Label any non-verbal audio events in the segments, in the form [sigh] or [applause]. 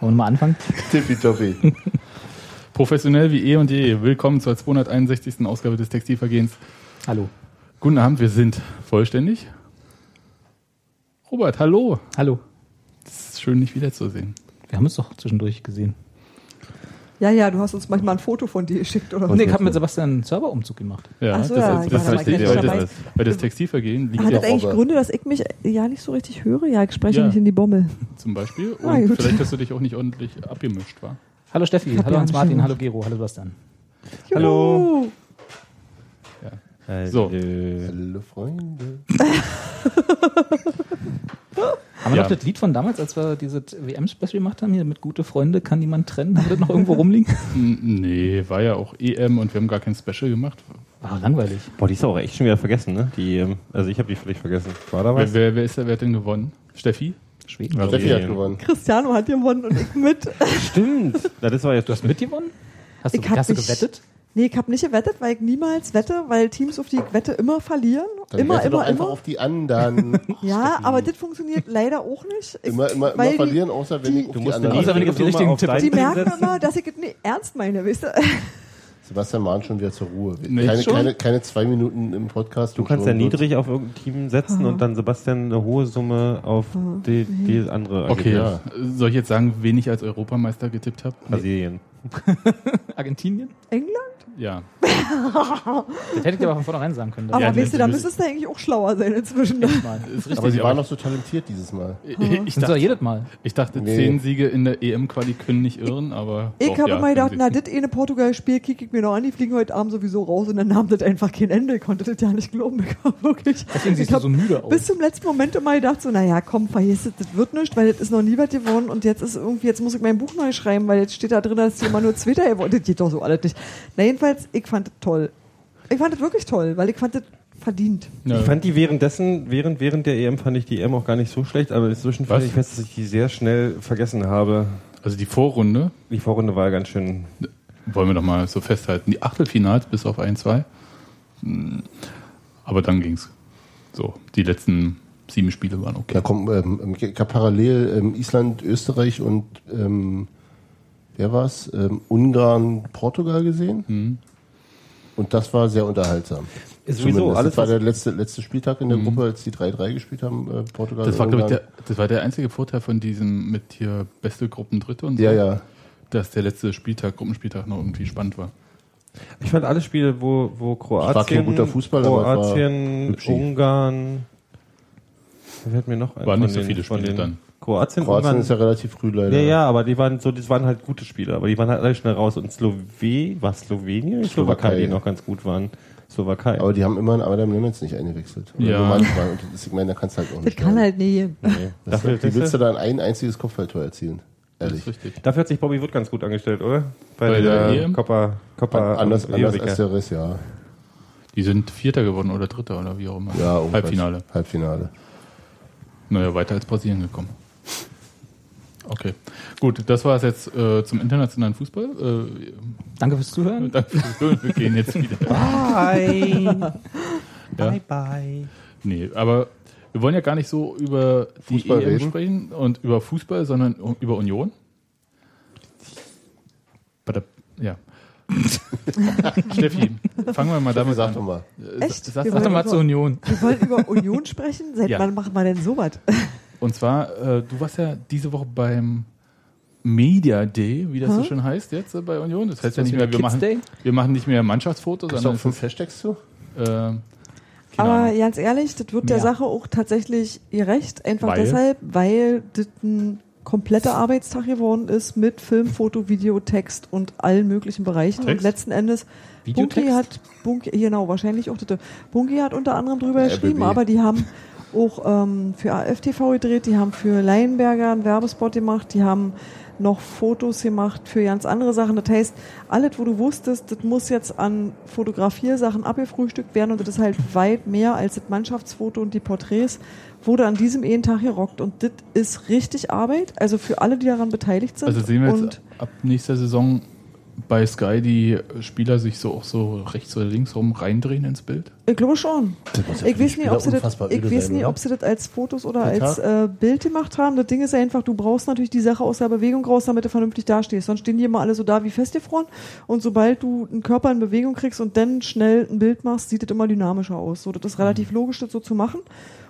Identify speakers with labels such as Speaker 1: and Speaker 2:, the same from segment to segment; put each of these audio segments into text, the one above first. Speaker 1: Wollen wir mal anfangen?
Speaker 2: Tippitoppi.
Speaker 3: [laughs] Professionell wie eh und je. Willkommen zur 261. Ausgabe des Textilvergehens.
Speaker 1: Hallo.
Speaker 3: Guten Abend, wir sind vollständig. Robert, hallo.
Speaker 1: Hallo.
Speaker 3: Es ist schön, dich wiederzusehen.
Speaker 1: Wir haben uns doch zwischendurch gesehen.
Speaker 4: Ja, ja, du hast uns manchmal ein Foto von dir geschickt oder
Speaker 1: Und ich habe mit Sebastian einen Serverumzug gemacht.
Speaker 3: Ja,
Speaker 4: Ach so,
Speaker 3: das,
Speaker 4: ja,
Speaker 3: ist-
Speaker 4: ich
Speaker 3: das,
Speaker 4: war
Speaker 3: ist
Speaker 4: dabei,
Speaker 3: richtig.
Speaker 4: ich war
Speaker 3: Weil
Speaker 4: dabei.
Speaker 3: das, weil das Textilvergehen liegt
Speaker 4: Hat
Speaker 3: ja
Speaker 4: das eigentlich
Speaker 2: Robert.
Speaker 4: Gründe, dass ich mich ja nicht so richtig höre? Ja, ich spreche
Speaker 3: Ja.
Speaker 4: nicht in die Bommel.
Speaker 3: zum Beispiel. Und
Speaker 4: Ah, gut.
Speaker 3: vielleicht hast du dich auch nicht ordentlich abgemischt, war.
Speaker 1: Hallo Steffi,
Speaker 4: Hab
Speaker 1: hallo
Speaker 4: ja
Speaker 1: Hans-Martin,
Speaker 4: schon.
Speaker 1: hallo Gero, hallo Sebastian.
Speaker 4: Hallo.
Speaker 5: Äh,
Speaker 3: So.
Speaker 2: Hallo Freunde.
Speaker 1: Haben wir
Speaker 3: Ja.
Speaker 1: noch das Lied von damals, als wir dieses WM-Special gemacht haben, hier mit Gute Freunde kann niemand trennen? Haben wir das noch irgendwo
Speaker 4: [laughs]
Speaker 1: rumliegen?
Speaker 3: N- Nee, war ja auch EM und wir haben gar kein Special gemacht.
Speaker 4: Ah,
Speaker 1: War langweilig.
Speaker 5: Boah, die ist auch echt schon wieder vergessen, ne? Die, ähm, also ich habe die völlig vergessen. War da
Speaker 3: Wer, wer, wer, ist, der- wer hat denn gewonnen? Steffi?
Speaker 1: Schweden.
Speaker 3: Also-
Speaker 2: Steffi hat
Speaker 5: Ja.
Speaker 2: gewonnen.
Speaker 4: Cristiano hat gewonnen und ich mit.
Speaker 5: Stimmt. Na, das war jetzt.
Speaker 1: Du hast mitgewonnen? Hast du,
Speaker 4: Ich hab
Speaker 1: hast du
Speaker 4: mich-
Speaker 1: gewettet?
Speaker 4: Nee, ich habe nicht gewettet, weil ich niemals wette, weil Teams, auf die ich wette, immer verlieren.
Speaker 2: Dann
Speaker 4: immer,
Speaker 2: wette doch
Speaker 4: immer,
Speaker 2: einfach
Speaker 4: immer.
Speaker 2: auf die anderen.
Speaker 4: [laughs] Ja, aber das funktioniert leider auch nicht. Ich,
Speaker 2: [laughs] Immer, immer, immer
Speaker 4: weil
Speaker 2: verlieren, außer wenn
Speaker 4: die-
Speaker 2: ich auf
Speaker 5: du
Speaker 2: die
Speaker 5: musst eine
Speaker 2: anderen.
Speaker 1: Außer wenn ich auf die
Speaker 5: Summe
Speaker 1: richtigen tippe.
Speaker 5: dein
Speaker 4: Die
Speaker 5: Ding
Speaker 4: merken
Speaker 5: setzen.
Speaker 4: immer, dass ich es nicht ernst meine, weißt du?
Speaker 2: Sebastian mahnt schon wieder zur Ruhe.
Speaker 3: Nee,
Speaker 2: keine,
Speaker 3: schon.
Speaker 2: Keine, keine zwei Minuten im Podcast.
Speaker 5: Du
Speaker 2: und
Speaker 5: kannst ja
Speaker 2: schon wird-
Speaker 5: niedrig auf irgendein Team setzen und dann Sebastian eine hohe Summe auf die, die andere
Speaker 3: Okay.
Speaker 5: Argentinien.
Speaker 3: Soll ich jetzt sagen, wen ich als Europameister getippt habe?
Speaker 5: Brasilien.
Speaker 1: Argentinien?
Speaker 4: England?
Speaker 3: Ja.
Speaker 1: Das hätte ich dir aber von vornherein sagen können.
Speaker 4: Aber
Speaker 3: Ja,
Speaker 4: weißt du,
Speaker 3: nee,
Speaker 4: da
Speaker 3: die
Speaker 4: müsstest du eigentlich auch schlauer sein inzwischen.
Speaker 1: mal.
Speaker 3: Ist richtig.
Speaker 2: Aber sie
Speaker 3: aber-
Speaker 2: waren noch so talentiert dieses Mal.
Speaker 3: Ich- ich,
Speaker 1: Sind sie
Speaker 3: dachte,
Speaker 1: jedes Mal.
Speaker 3: ich dachte,
Speaker 2: Nee.
Speaker 3: zehn Siege in der EM-Quali können nicht irren, aber.
Speaker 4: Ich
Speaker 3: doch,
Speaker 4: habe
Speaker 3: ja,
Speaker 4: immer gedacht,
Speaker 3: können
Speaker 4: na,
Speaker 3: sie.
Speaker 4: das eine Portugal-Spiel kicke ich mir noch an, die fliegen heute Abend sowieso raus und dann nahm das einfach kein Ende. Ich konnte das ja nicht glauben. [laughs] Ich hab wirklich.
Speaker 1: Deswegen siehst
Speaker 4: ich
Speaker 1: du
Speaker 4: hab
Speaker 1: so müde aus.
Speaker 4: bis zum letzten Moment immer gedacht, so, naja, komm, vergiss das, das wird nicht, weil das ist noch nie was geworden und jetzt ist irgendwie, jetzt muss ich mein Buch neu schreiben, weil jetzt steht da drin, dass es immer nur Zweiter geworden ist. Das geht doch so alles nicht. Na, jedenfalls, ich fand das toll. Ich fand das wirklich toll, weil ich fand das verdient.
Speaker 3: Ja.
Speaker 5: Ich fand die währenddessen, während, während der EM fand ich die EM auch gar nicht so schlecht, aber inzwischen
Speaker 3: Was?
Speaker 5: fand ich fest, dass ich die sehr schnell vergessen habe.
Speaker 3: also die Vorrunde,
Speaker 5: Die Vorrunde war ganz schön.
Speaker 3: wollen wir doch mal so festhalten. Die Achtelfinals bis auf ein, zwei. Hm, Aber dann ging's. So, die letzten sieben Spiele waren okay.
Speaker 2: Da kommt, ähm, ich habe parallel ähm, Island, Österreich und ähm, wer war's? Ähm, Ungarn, Portugal gesehen. Und das war sehr unterhaltsam.
Speaker 5: Ist sowieso
Speaker 2: Zumindest.
Speaker 5: alles,
Speaker 2: das war
Speaker 5: was- Mhm.
Speaker 2: der letzte, letzte Spieltag in der Gruppe, als die 3-3 gespielt haben, äh, Portugal.
Speaker 3: Das war, glaube ich,
Speaker 2: Ungarn.
Speaker 3: der, das war der einzige Vorteil von diesem mit hier beste Gruppen Dritte und so,
Speaker 2: Ja, ja.
Speaker 3: dass der letzte Spieltag, Gruppenspieltag noch irgendwie spannend war.
Speaker 5: Ich fand alle Spiele, wo, wo Kroatien.
Speaker 2: war kein guter Fußballer, aber es war
Speaker 5: Kroatien,
Speaker 2: hübsch.
Speaker 5: Ungarn. Da fällt mir noch ein.
Speaker 3: Waren
Speaker 5: von
Speaker 3: nicht so
Speaker 5: den-
Speaker 3: viele
Speaker 5: von
Speaker 3: Spiele
Speaker 5: den-
Speaker 3: dann.
Speaker 5: Kroatien,
Speaker 2: Kroatien
Speaker 5: Ungarn.
Speaker 2: ist ja relativ früh leider.
Speaker 5: ja, ja, aber die waren so, das waren halt gute Spiele, aber die waren halt alle schnell raus. Und Slowe, was Slowenien?
Speaker 2: Slowakei.
Speaker 5: Slowakei, die noch ganz gut waren. Slowakei.
Speaker 2: Aber die haben immerhin Adam Lennartz nicht eingewechselt. Oder
Speaker 3: Ja.
Speaker 2: Nur manchmal. Und das ist, ich meine, da kannst du halt auch
Speaker 4: Das
Speaker 2: nicht.
Speaker 4: kann
Speaker 2: lernen.
Speaker 4: halt nie.
Speaker 5: nee.
Speaker 2: Das
Speaker 5: dafür,
Speaker 2: wie willst du
Speaker 5: dafür,
Speaker 2: dann ein einziges Kopfballtor erzielen?
Speaker 3: Das
Speaker 2: Ehrlich.
Speaker 3: ist richtig.
Speaker 5: dafür hat sich Bobby Wood ganz gut angestellt, oder? Bei,
Speaker 3: Bei der E EM?
Speaker 5: Copper, Copper
Speaker 2: anders
Speaker 5: und
Speaker 2: anders
Speaker 5: Erika.
Speaker 2: als der Rest, ja.
Speaker 3: Die sind Vierter geworden oder Dritter oder wie auch immer.
Speaker 2: ja irgendwas.
Speaker 3: Halbfinale.
Speaker 2: Halbfinale.
Speaker 3: Naja, weiter als Brasilien gekommen. Okay, gut, das war es jetzt äh, zum internationalen Fußball.
Speaker 1: Danke fürs
Speaker 3: Äh,
Speaker 1: Zuhören.
Speaker 3: danke fürs Hören, wir gehen jetzt wieder.
Speaker 5: [laughs] Bye.
Speaker 3: Ja.
Speaker 5: Bye, bye.
Speaker 3: Nee, aber wir wollen ja gar nicht so über die
Speaker 2: Fußball
Speaker 3: EM
Speaker 2: reden.
Speaker 3: sprechen und über Fußball, sondern u- über Union. Bada-
Speaker 2: [laughs]
Speaker 3: Ja. Steffi, fangen wir mal
Speaker 2: Wie
Speaker 3: damit
Speaker 2: sag doch
Speaker 3: an. Äh,
Speaker 2: mal.
Speaker 4: Echt?
Speaker 3: Sag
Speaker 4: Wir
Speaker 3: doch
Speaker 1: Warte
Speaker 4: wollen
Speaker 1: mal
Speaker 4: über-
Speaker 1: zur Union.
Speaker 4: Wir wollen über Union sprechen? Seit
Speaker 3: Ja.
Speaker 4: wann macht man denn sowas?
Speaker 3: Und zwar, äh, du warst ja diese Woche beim Media Day, wie das so schön heißt jetzt äh, bei Union. Das heißt ja
Speaker 1: was
Speaker 3: nicht
Speaker 1: wie
Speaker 3: mehr,
Speaker 1: der
Speaker 3: wir
Speaker 1: Kids
Speaker 3: machen,
Speaker 1: Day?
Speaker 3: wir machen nicht mehr Mannschaftsfotos,
Speaker 2: Hast du
Speaker 3: sondern
Speaker 2: auch
Speaker 3: es ist,
Speaker 2: fünf Hashtags zu?
Speaker 3: äh, keine
Speaker 4: Aber
Speaker 3: Ahnung.
Speaker 4: ganz ehrlich, das wird der
Speaker 1: Ja.
Speaker 4: Sache auch tatsächlich gerecht. Einfach
Speaker 3: Weil?
Speaker 4: deshalb, weil das ein kompletter Arbeitstag geworden ist mit Film, Foto, Video, Text und allen möglichen Bereichen. Und
Speaker 3: Text?
Speaker 4: letzten Endes,
Speaker 1: Videotext?
Speaker 4: Bunky hat, Bunky, genau, wahrscheinlich auch das. Bunky hat unter anderem drüber
Speaker 3: Äh,
Speaker 2: RBB.
Speaker 4: geschrieben, aber die haben auch ähm, für AFTV gedreht, die haben für Leinberger einen Werbespot gemacht, die haben noch Fotos gemacht für ganz andere Sachen. Das heißt, alles, wo du wusstest, das muss jetzt an Fotografiersachen abgefrühstückt werden und das ist halt weit mehr als das Mannschaftsfoto und die Porträts, wurde an diesem einen Tag gerockt und das ist richtig Arbeit, also für alle, die daran beteiligt sind.
Speaker 3: Also sehen wir
Speaker 4: und
Speaker 3: jetzt ab nächster Saison bei Sky die Spieler sich so auch so rechts oder links rum reindrehen ins Bild.
Speaker 4: ich glaube schon. Ich weiß nicht, ob sie, das,
Speaker 2: Unfassbar öde
Speaker 4: ich weiß
Speaker 2: sein,
Speaker 4: nicht,
Speaker 2: oder?
Speaker 4: ob sie das als Fotos oder
Speaker 2: Total.
Speaker 4: als äh, Bild gemacht haben. Das Ding ist einfach, du brauchst natürlich die Sache aus der Bewegung raus, damit du vernünftig dastehst. Sonst stehen die immer alle so da wie festgefroren. Und sobald du einen Körper in Bewegung kriegst und dann schnell ein Bild machst, sieht das immer dynamischer aus. So, das ist relativ
Speaker 2: Mhm.
Speaker 4: logisch, das so zu machen.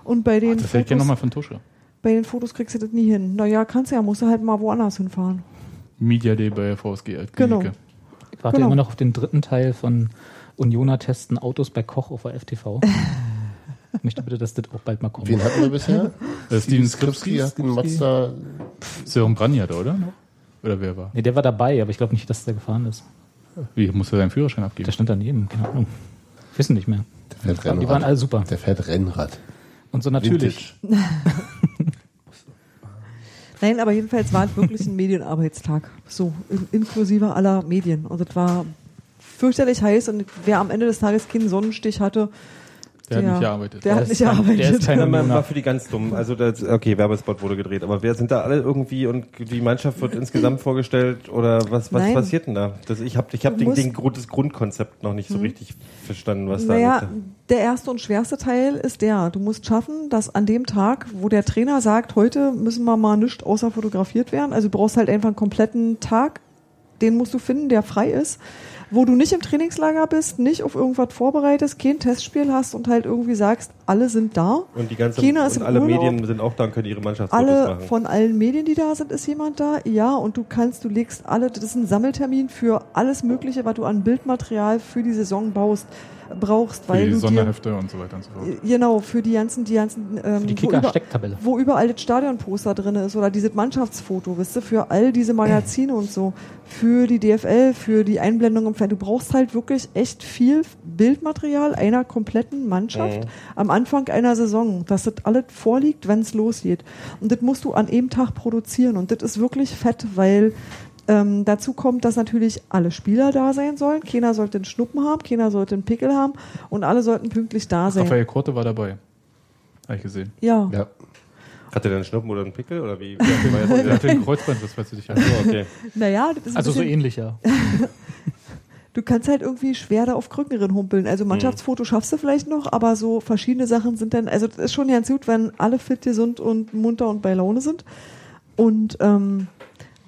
Speaker 4: Und bei den,
Speaker 3: Das hält ja
Speaker 4: Fotos,
Speaker 3: nochmal von Tusche.
Speaker 4: bei den Fotos kriegst du das nie hin. Naja, kannst du ja, musst du halt mal woanders hinfahren.
Speaker 3: Media Day bei Äh, VSG Altgenicke.
Speaker 4: Genau.
Speaker 1: Ich warte
Speaker 4: Genau.
Speaker 1: immer noch auf den dritten Teil von Unioner testen Autos bei Koch auf der
Speaker 4: [laughs]
Speaker 1: FTV. Ich möchte bitte, dass das auch bald mal kommt.
Speaker 2: Wen hatten wir bisher?
Speaker 3: [laughs] Äh, Steven Skripski,
Speaker 2: Skripski hat einen Mazda.
Speaker 3: Sören Branjat, oder? Oder wer war?
Speaker 1: Nee, der war dabei, aber ich glaube nicht, dass der gefahren ist.
Speaker 3: Wie muss er seinen Führerschein abgeben?
Speaker 1: Der stand daneben, keine Ahnung. Wissen nicht mehr.
Speaker 2: Der fährt
Speaker 1: Die waren alle super.
Speaker 2: Der fährt Rennrad.
Speaker 1: Und so natürlich.
Speaker 2: Vintage.
Speaker 4: Nein, aber jedenfalls war es
Speaker 1: [laughs]
Speaker 4: wirklich ein Medienarbeitstag. So, in, inklusive aller Medien. Und das war fürchterlich heiß und wer am Ende des Tages keinen Sonnenstich hatte,
Speaker 3: Der hat nicht gearbeitet.
Speaker 4: Der,
Speaker 1: Der
Speaker 4: hat
Speaker 1: ist
Speaker 4: nicht
Speaker 1: kein-
Speaker 4: gearbeitet.
Speaker 1: der ist kein-
Speaker 5: Ja, man
Speaker 1: Minute.
Speaker 5: war für die ganz dummen. Also das, okay, Werbespot wurde gedreht, aber wer sind da alle irgendwie und die Mannschaft wird insgesamt vorgestellt oder was, was
Speaker 4: Nein.
Speaker 5: passiert denn da? Das, ich habe ich hab
Speaker 4: Du
Speaker 5: den,
Speaker 4: musst-
Speaker 5: den, Grund- das Grundkonzept noch nicht so richtig verstanden, was
Speaker 4: Hm. naja,
Speaker 5: da
Speaker 4: der erste und schwerste Teil ist der. Du musst schaffen, dass an dem Tag, wo der Trainer sagt, heute müssen wir mal nicht außer fotografiert werden, also du brauchst halt einfach einen kompletten Tag, den musst du finden, der frei ist, wo du nicht im Trainingslager bist, nicht auf irgendwas vorbereitest, kein Testspiel hast und halt irgendwie sagst, alle sind da.
Speaker 5: und die ganze
Speaker 4: China ist
Speaker 5: und
Speaker 4: im
Speaker 5: alle
Speaker 4: Urlaub.
Speaker 5: Medien sind auch da und können ihre Mannschaftsfotos
Speaker 4: alle
Speaker 5: machen.
Speaker 4: von allen Medien, die da sind, ist jemand da. Ja, und du kannst, du legst alle, das ist ein Sammeltermin für alles Mögliche, was du an Bildmaterial für die Saison baust, brauchst,
Speaker 3: Für
Speaker 4: weil
Speaker 3: die
Speaker 4: du dir,
Speaker 3: Sonderhefte und so weiter und so fort.
Speaker 4: genau für die ganzen, die ganzen, ähm,
Speaker 1: Für die
Speaker 4: wo, über,
Speaker 1: Kicker-Stecktabelle.
Speaker 4: wo überall das Stadionposter drin ist oder dieses Mannschaftsfoto, wisst ihr, für all diese Magazine und so, für die DFL, für die Einblendung im Fernsehen. Du brauchst halt wirklich echt viel Bildmaterial einer kompletten Mannschaft
Speaker 1: Mhm.
Speaker 4: am Anfang einer Saison, dass das alles vorliegt, wenn es losgeht. Und das musst du an einem Tag produzieren und das ist wirklich fett, weil ähm, dazu kommt, dass natürlich alle Spieler da sein sollen. Keiner sollte einen Schnuppen haben, keiner sollte einen Pickel haben und alle sollten pünktlich da sein.
Speaker 3: Raphael Korte war dabei. Habe ich gesehen.
Speaker 4: Ja.
Speaker 2: Ja.
Speaker 5: Hat er denn einen Schnuppen oder einen Pickel oder
Speaker 4: [laughs]
Speaker 5: wie?
Speaker 3: Der hatte einen Kreuzband, das weißt du nicht.
Speaker 5: so, okay.
Speaker 4: Naja, das ist ein
Speaker 1: Also so
Speaker 4: bisschen,
Speaker 1: ähnlich,
Speaker 4: [laughs]
Speaker 1: ja.
Speaker 4: du kannst halt irgendwie schwer da auf Krücken drin humpeln. Also Mannschaftsfoto
Speaker 1: Mhm.
Speaker 4: schaffst du vielleicht noch, aber so verschiedene Sachen sind dann, also das ist schon ganz gut, wenn alle fit hier sind und munter und bei Laune sind. Und ähm,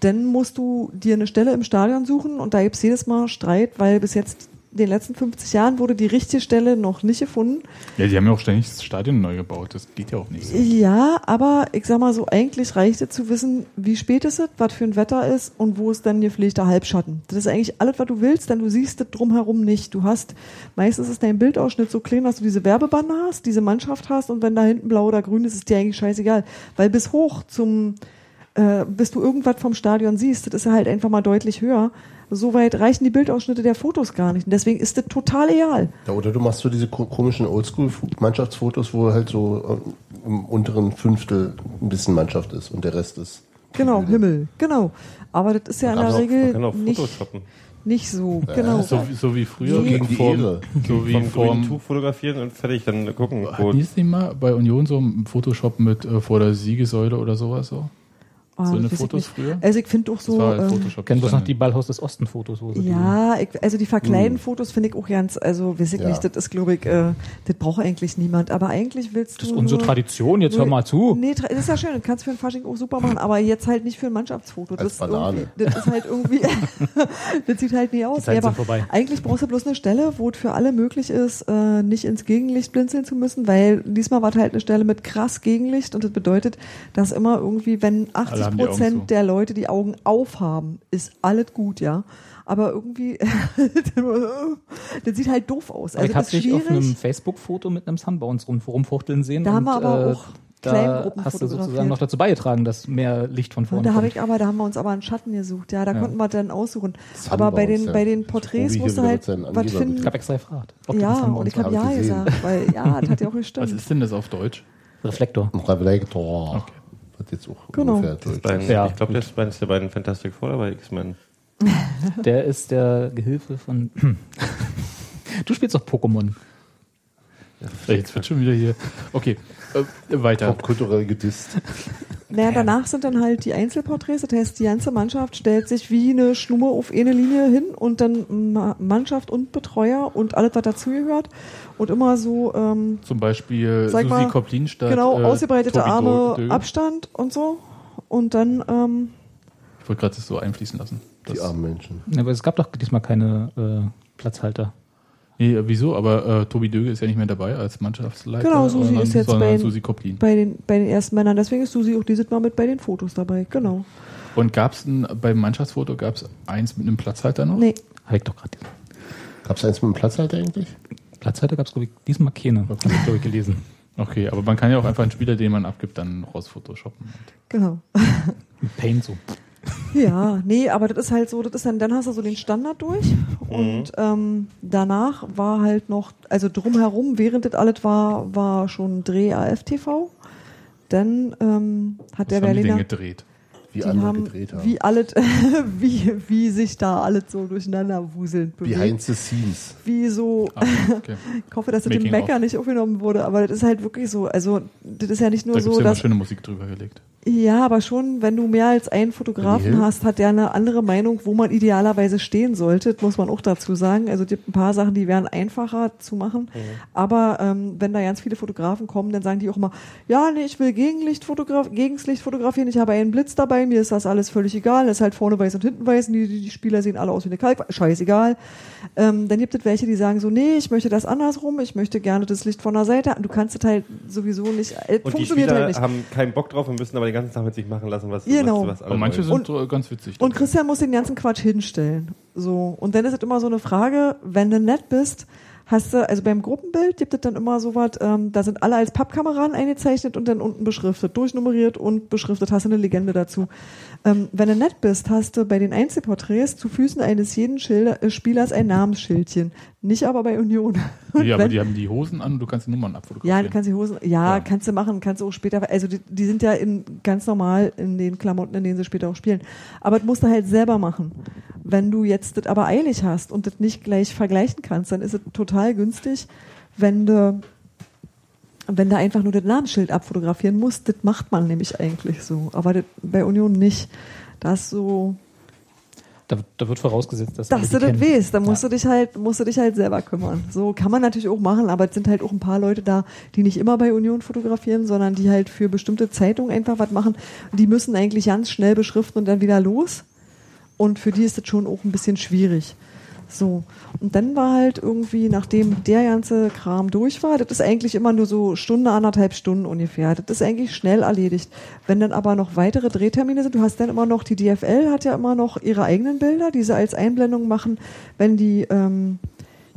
Speaker 4: dann musst du dir eine Stelle im Stadion suchen und da gibt's jedes Mal Streit, weil bis jetzt in den letzten 50 Jahren wurde die richtige Stelle noch nicht gefunden.
Speaker 3: Ja, die haben ja auch ständig das Stadion neu gebaut. Das geht ja auch nicht.
Speaker 4: Ja, aber ich sag mal so, eigentlich reicht es zu wissen, wie spät es ist, was für ein Wetter ist und wo ist dann gepflegter Halbschatten. Das ist eigentlich alles, was du willst, denn du siehst das drumherum nicht. Du hast, meistens ist dein Bildausschnitt so klein, dass du diese Werbebanner hast, diese Mannschaft hast und wenn da hinten blau oder grün ist, ist dir eigentlich scheißegal. Weil bis hoch zum, äh, bis du irgendwas vom Stadion siehst, das ist ja halt einfach mal deutlich höher. Soweit reichen die Bildausschnitte der Fotos gar nicht. Und deswegen ist das total egal.
Speaker 2: ja. Oder du machst so diese ko- komischen Oldschool-Mannschaftsfotos, wo halt so äh, im unteren Fünftel ein bisschen Mannschaft ist und der Rest ist.
Speaker 4: Genau,
Speaker 2: Tribüne.
Speaker 4: Himmel, genau. Aber das ist ja in
Speaker 2: Man
Speaker 4: der
Speaker 2: kann auch-
Speaker 4: Regel
Speaker 5: Man kann auch
Speaker 4: nicht,
Speaker 5: Fotos shoppen.
Speaker 4: Nicht so, genau.
Speaker 3: So, wie- so wie früher.
Speaker 2: Gegen die
Speaker 3: Vorm-
Speaker 2: Ehre.
Speaker 3: So wie
Speaker 5: Vom grünen
Speaker 3: vorm.
Speaker 5: Tuch fotografieren und fertig, dann gucken.
Speaker 3: Hatten die es nicht mal bei Union so ein Photoshop mit äh, vor der Siegesäule oder sowas so?
Speaker 4: Ah,
Speaker 3: so eine
Speaker 4: weiß ich
Speaker 3: Fotos
Speaker 4: nicht.
Speaker 3: früher? halt
Speaker 4: Also ich finde auch so, ähm,
Speaker 3: Photoshop.
Speaker 1: Kennen bloß noch die Ballhaus des Osten-Fotos. wo sie die-
Speaker 4: ja, ich, also die
Speaker 3: Hm.
Speaker 4: verkleinen Fotos finde ich auch ganz, also weiß ich
Speaker 2: Ja.
Speaker 4: nicht, das ist glaube ich, äh, das braucht eigentlich niemand. Aber eigentlich willst du
Speaker 1: Das ist unsere
Speaker 4: nur-
Speaker 1: Tradition, jetzt hör mal zu.
Speaker 4: Nee, tra- das ist ja schön, das kannst du für ein Fasching auch super machen, aber jetzt halt nicht für ein Mannschaftsfoto.
Speaker 2: Als
Speaker 4: das, ist
Speaker 2: Banane.
Speaker 4: irgendwie- das ist halt irgendwie, [laughs] das sieht halt nie aus.
Speaker 1: Die Zeiten
Speaker 4: Nee, aber
Speaker 1: sind vorbei.
Speaker 4: Eigentlich brauchst du bloß eine Stelle, wo es für alle möglich ist, äh, nicht ins Gegenlicht blinzeln zu müssen, weil diesmal war es halt eine Stelle mit krass Gegenlicht und das bedeutet, dass immer irgendwie, wenn
Speaker 3: Alle
Speaker 4: 80
Speaker 3: haben die Augen zu.
Speaker 4: Prozent der Leute die Augen aufhaben, ist alles gut, ja. Aber irgendwie, [laughs] das sieht halt doof aus.
Speaker 1: Aber
Speaker 4: Also
Speaker 1: ich
Speaker 4: das
Speaker 1: habe
Speaker 4: ist
Speaker 1: dich auf
Speaker 4: schwierig.
Speaker 1: einem Facebook-Foto mit einem Sunbounce rum, rumfuchteln sehen.
Speaker 4: Da haben
Speaker 1: und,
Speaker 4: wir aber
Speaker 1: äh,
Speaker 4: auch
Speaker 1: da
Speaker 4: Kleingruppen
Speaker 1: hast du sozusagen
Speaker 4: fotografiert.
Speaker 1: noch dazu beigetragen, dass mehr Licht von
Speaker 4: Und
Speaker 1: vorne
Speaker 4: Ne, da habe
Speaker 1: kommt.
Speaker 4: ich aber, da haben wir uns aber einen Schatten gesucht. Ja, da konnten wir dann aussuchen.
Speaker 2: Das haben
Speaker 4: Aber
Speaker 2: wir
Speaker 4: bei
Speaker 2: uns,
Speaker 4: den,
Speaker 2: ja.
Speaker 4: bei den
Speaker 2: Ich
Speaker 4: Porträts
Speaker 2: probiere hier
Speaker 4: musst du
Speaker 2: wieder
Speaker 4: halt
Speaker 2: mit seinen
Speaker 4: was
Speaker 2: Angeber
Speaker 1: Ich
Speaker 4: finden.
Speaker 1: habe extra gefragt. ob du das
Speaker 4: Ja,
Speaker 1: haben
Speaker 4: und ich
Speaker 1: wolltest.
Speaker 4: habe ja
Speaker 2: Habe ich gesehen.
Speaker 4: gesagt, weil ja, das
Speaker 1: [laughs]
Speaker 4: hat ja auch
Speaker 3: Was
Speaker 4: gestimmt.
Speaker 3: ist denn das auf Deutsch?
Speaker 1: Reflektor.
Speaker 2: Ein Reflektor. Wird jetzt auch
Speaker 4: Genau.
Speaker 2: ungefähr
Speaker 5: Das
Speaker 2: durch.
Speaker 5: bei den-
Speaker 1: Ja,
Speaker 5: ich glaube, das ist eines der beiden Fantastic Four oder bei X-Men.
Speaker 1: Der ist der Gehilfe von. [laughs] Du spielst doch Pokémon.
Speaker 3: Jetzt wird schon wieder hier. Okay, äh, weiter.
Speaker 2: Auch kulturell gedisst.
Speaker 4: Naja, danach sind dann halt die Einzelporträts, das heißt, die ganze Mannschaft stellt sich wie eine Schnur auf eine Linie hin und dann Ma- Mannschaft und Betreuer und alles, was dazugehört. Und immer so, ähm,
Speaker 3: Zum Beispiel
Speaker 4: Sag
Speaker 3: Susi
Speaker 4: mal,
Speaker 3: Koplin statt. äh,
Speaker 1: äh,
Speaker 4: genau, ausgebreitete
Speaker 3: Tobi
Speaker 4: Arme,
Speaker 3: Dö- Dö.
Speaker 4: Abstand und so. Und dann, ähm,
Speaker 3: Ich wollte gerade das so einfließen lassen.
Speaker 2: Die
Speaker 3: Das-
Speaker 2: armen Menschen.
Speaker 1: Ja, Aber es gab doch diesmal keine äh, Platzhalter.
Speaker 3: Nee, äh, wieso? Aber äh, Tobi Döge ist ja nicht mehr dabei als Mannschaftsleiter.
Speaker 4: Genau, Susi
Speaker 3: sondern-
Speaker 4: ist jetzt
Speaker 3: sondern
Speaker 4: bei-
Speaker 3: Susi Koplin.
Speaker 4: bei den, bei den ersten Männern. Deswegen ist Susi auch dieses Mal mit bei den Fotos dabei. Genau.
Speaker 3: Und gab es beim Mannschaftsfoto gab es eins mit einem Platzhalter noch?
Speaker 4: Nee,
Speaker 1: Habe ich doch gerade.
Speaker 2: Gab es eins mit dem Platzhalter eigentlich?
Speaker 1: Platzhalter gab es, glaube ich, diesmal keine. Hab ich, glaube ich, gelesen.
Speaker 3: Okay, aber man kann ja auch einfach einen Spieler, den man abgibt, dann raus photoshoppen.
Speaker 4: genau.
Speaker 1: Mit Paint so.
Speaker 4: Ja, nee, aber das ist halt so, das ist dann, dann hast du so den Standard durch
Speaker 3: Mhm.
Speaker 4: und ähm, danach war halt noch, also drumherum, während das alles war, war schon Dreh AFTV. Dann ähm, hat der
Speaker 3: haben die denn
Speaker 4: Berliner,
Speaker 3: gedreht?
Speaker 2: Wie
Speaker 4: die
Speaker 2: andere
Speaker 4: haben,
Speaker 2: gedreht haben.
Speaker 4: wie alles, [laughs] wie, wie sich da alles so durcheinander wuselnd bewegt.
Speaker 2: Behind the scenes.
Speaker 4: Wie so,
Speaker 3: Ah,
Speaker 4: [laughs]
Speaker 3: okay.
Speaker 4: ich hoffe, dass das dem
Speaker 3: Making
Speaker 4: Mecker
Speaker 3: of.
Speaker 4: nicht aufgenommen wurde, aber das ist halt wirklich so, also das ist ja nicht nur
Speaker 3: da gibt es
Speaker 4: so,
Speaker 3: ja immer
Speaker 4: dass
Speaker 3: schöne Musik drüber gelegt.
Speaker 4: ja, aber schon, wenn du mehr als einen
Speaker 2: Wenn
Speaker 4: Fotografen
Speaker 2: die Hilfe-
Speaker 4: hast, hat der eine andere Meinung, wo man idealerweise stehen sollte. Das muss man auch dazu sagen. Also es gibt ein paar Sachen, die wären einfacher zu machen.
Speaker 5: Mhm.
Speaker 4: Aber ähm, wenn da ganz viele Fotografen kommen, dann sagen die auch immer, ja, nee, ich will Gegenlicht fotograf gegens Licht fotografieren, ich habe einen Blitz dabei, mir ist das alles völlig egal. Es ist halt vorne weiß und hinten weiß, und die, die, die Spieler sehen alle aus wie eine Kalk, scheißegal. Ähm, dann gibt es welche, die sagen so, nee, ich möchte das andersrum, ich möchte gerne das Licht von der Seite. Du kannst es halt sowieso nicht, äh,
Speaker 5: Und die
Speaker 4: funktioniert halt
Speaker 5: Spieler
Speaker 4: nicht.
Speaker 5: haben keinen Bock drauf und müssen aber den ganzen Tag mit sich machen lassen, was
Speaker 4: Genau.
Speaker 5: was, was alle
Speaker 3: Aber manche
Speaker 5: wollen.
Speaker 3: sind äh, ganz witzig.
Speaker 4: Und Christian muss den ganzen Quatsch hinstellen. So. Und dann ist es immer so eine Frage, wenn du nett bist, hast du, also beim Gruppenbild gibt es dann immer sowas, ähm, da sind alle als Pappkameraden eingezeichnet und dann unten beschriftet, durchnummeriert und beschriftet, hast du eine Legende dazu. Ähm, wenn du nett bist, hast du bei den Einzelporträts zu Füßen eines jeden Schilder, äh, Spielers ein Namensschildchen. Nicht aber bei Union. [laughs] Und
Speaker 3: ja, aber
Speaker 4: wenn-
Speaker 3: die haben die Hosen an und du kannst die Nummern
Speaker 4: ja,
Speaker 3: abfotografieren.
Speaker 4: du kannst die Hosen, ja,
Speaker 3: Ja.
Speaker 4: kannst du machen, kannst du auch später, also die, die sind ja in, ganz normal in den Klamotten, in denen sie später auch spielen. Aber das musst du halt selber machen. Wenn du jetzt das aber eilig hast und das nicht gleich vergleichen kannst, dann ist es total günstig, wenn du, wenn du einfach nur das Namensschild abfotografieren musst. Das macht man nämlich eigentlich so. Aber das, bei Union nicht. Das so,
Speaker 1: Da, da wird vorausgesetzt, dass, alle
Speaker 4: dass
Speaker 1: die
Speaker 4: du das
Speaker 1: kennen.
Speaker 4: weißt, dann musst
Speaker 1: Ja.
Speaker 4: du dich halt, musst du dich halt selber kümmern. So kann man natürlich auch machen, aber es sind halt auch ein paar Leute da, die nicht immer bei Union fotografieren, sondern die halt für bestimmte Zeitungen einfach was machen. Die müssen eigentlich ganz schnell beschriften und dann wieder los. Und für die ist das schon auch ein bisschen schwierig. So. Und dann war halt irgendwie, nachdem der ganze Kram durch war, das ist eigentlich immer nur so Stunde, anderthalb Stunden ungefähr. Das ist eigentlich schnell erledigt. Wenn dann aber noch weitere Drehtermine sind, du hast dann immer noch, die DFL hat ja immer noch ihre eigenen Bilder, die sie als Einblendung machen, wenn die, ähm,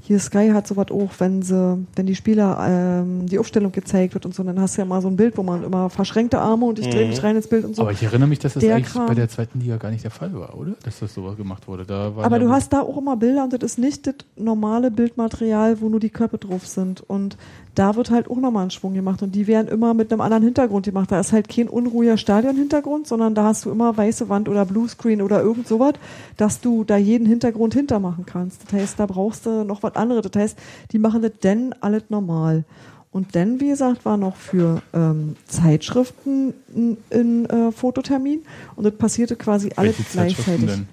Speaker 4: hier Sky hat sowas auch, wenn sie, wenn die Spieler ähm, die Aufstellung gezeigt wird und so, dann hast du ja mal so ein Bild, wo man immer verschränkte Arme und ich drehe mich rein ins Bild und so.
Speaker 3: Aber ich erinnere mich, dass das
Speaker 4: Der
Speaker 3: eigentlich
Speaker 4: Kram.
Speaker 3: bei der zweiten Liga gar nicht der Fall war, oder? Dass das so gemacht wurde. Da waren
Speaker 4: Aber
Speaker 3: ja
Speaker 4: du hast da auch immer Bilder und das ist nicht das normale Bildmaterial, wo nur die Köpfe drauf sind. Und da wird halt auch nochmal ein Schwung gemacht und die werden immer mit einem anderen Hintergrund gemacht. Da ist halt kein unruhiger Stadionhintergrund, sondern da hast du immer weiße Wand oder Bluescreen oder irgend sowas, dass du da jeden Hintergrund hintermachen kannst. Das heißt, da brauchst du noch was anderes. Das heißt, die machen das denn alles normal. Und dann, wie gesagt, war noch für ähm, Zeitschriften ein, ein äh, Fototermin und das passierte quasi alles
Speaker 3: Welche Zeitschriften
Speaker 4: gleichzeitig.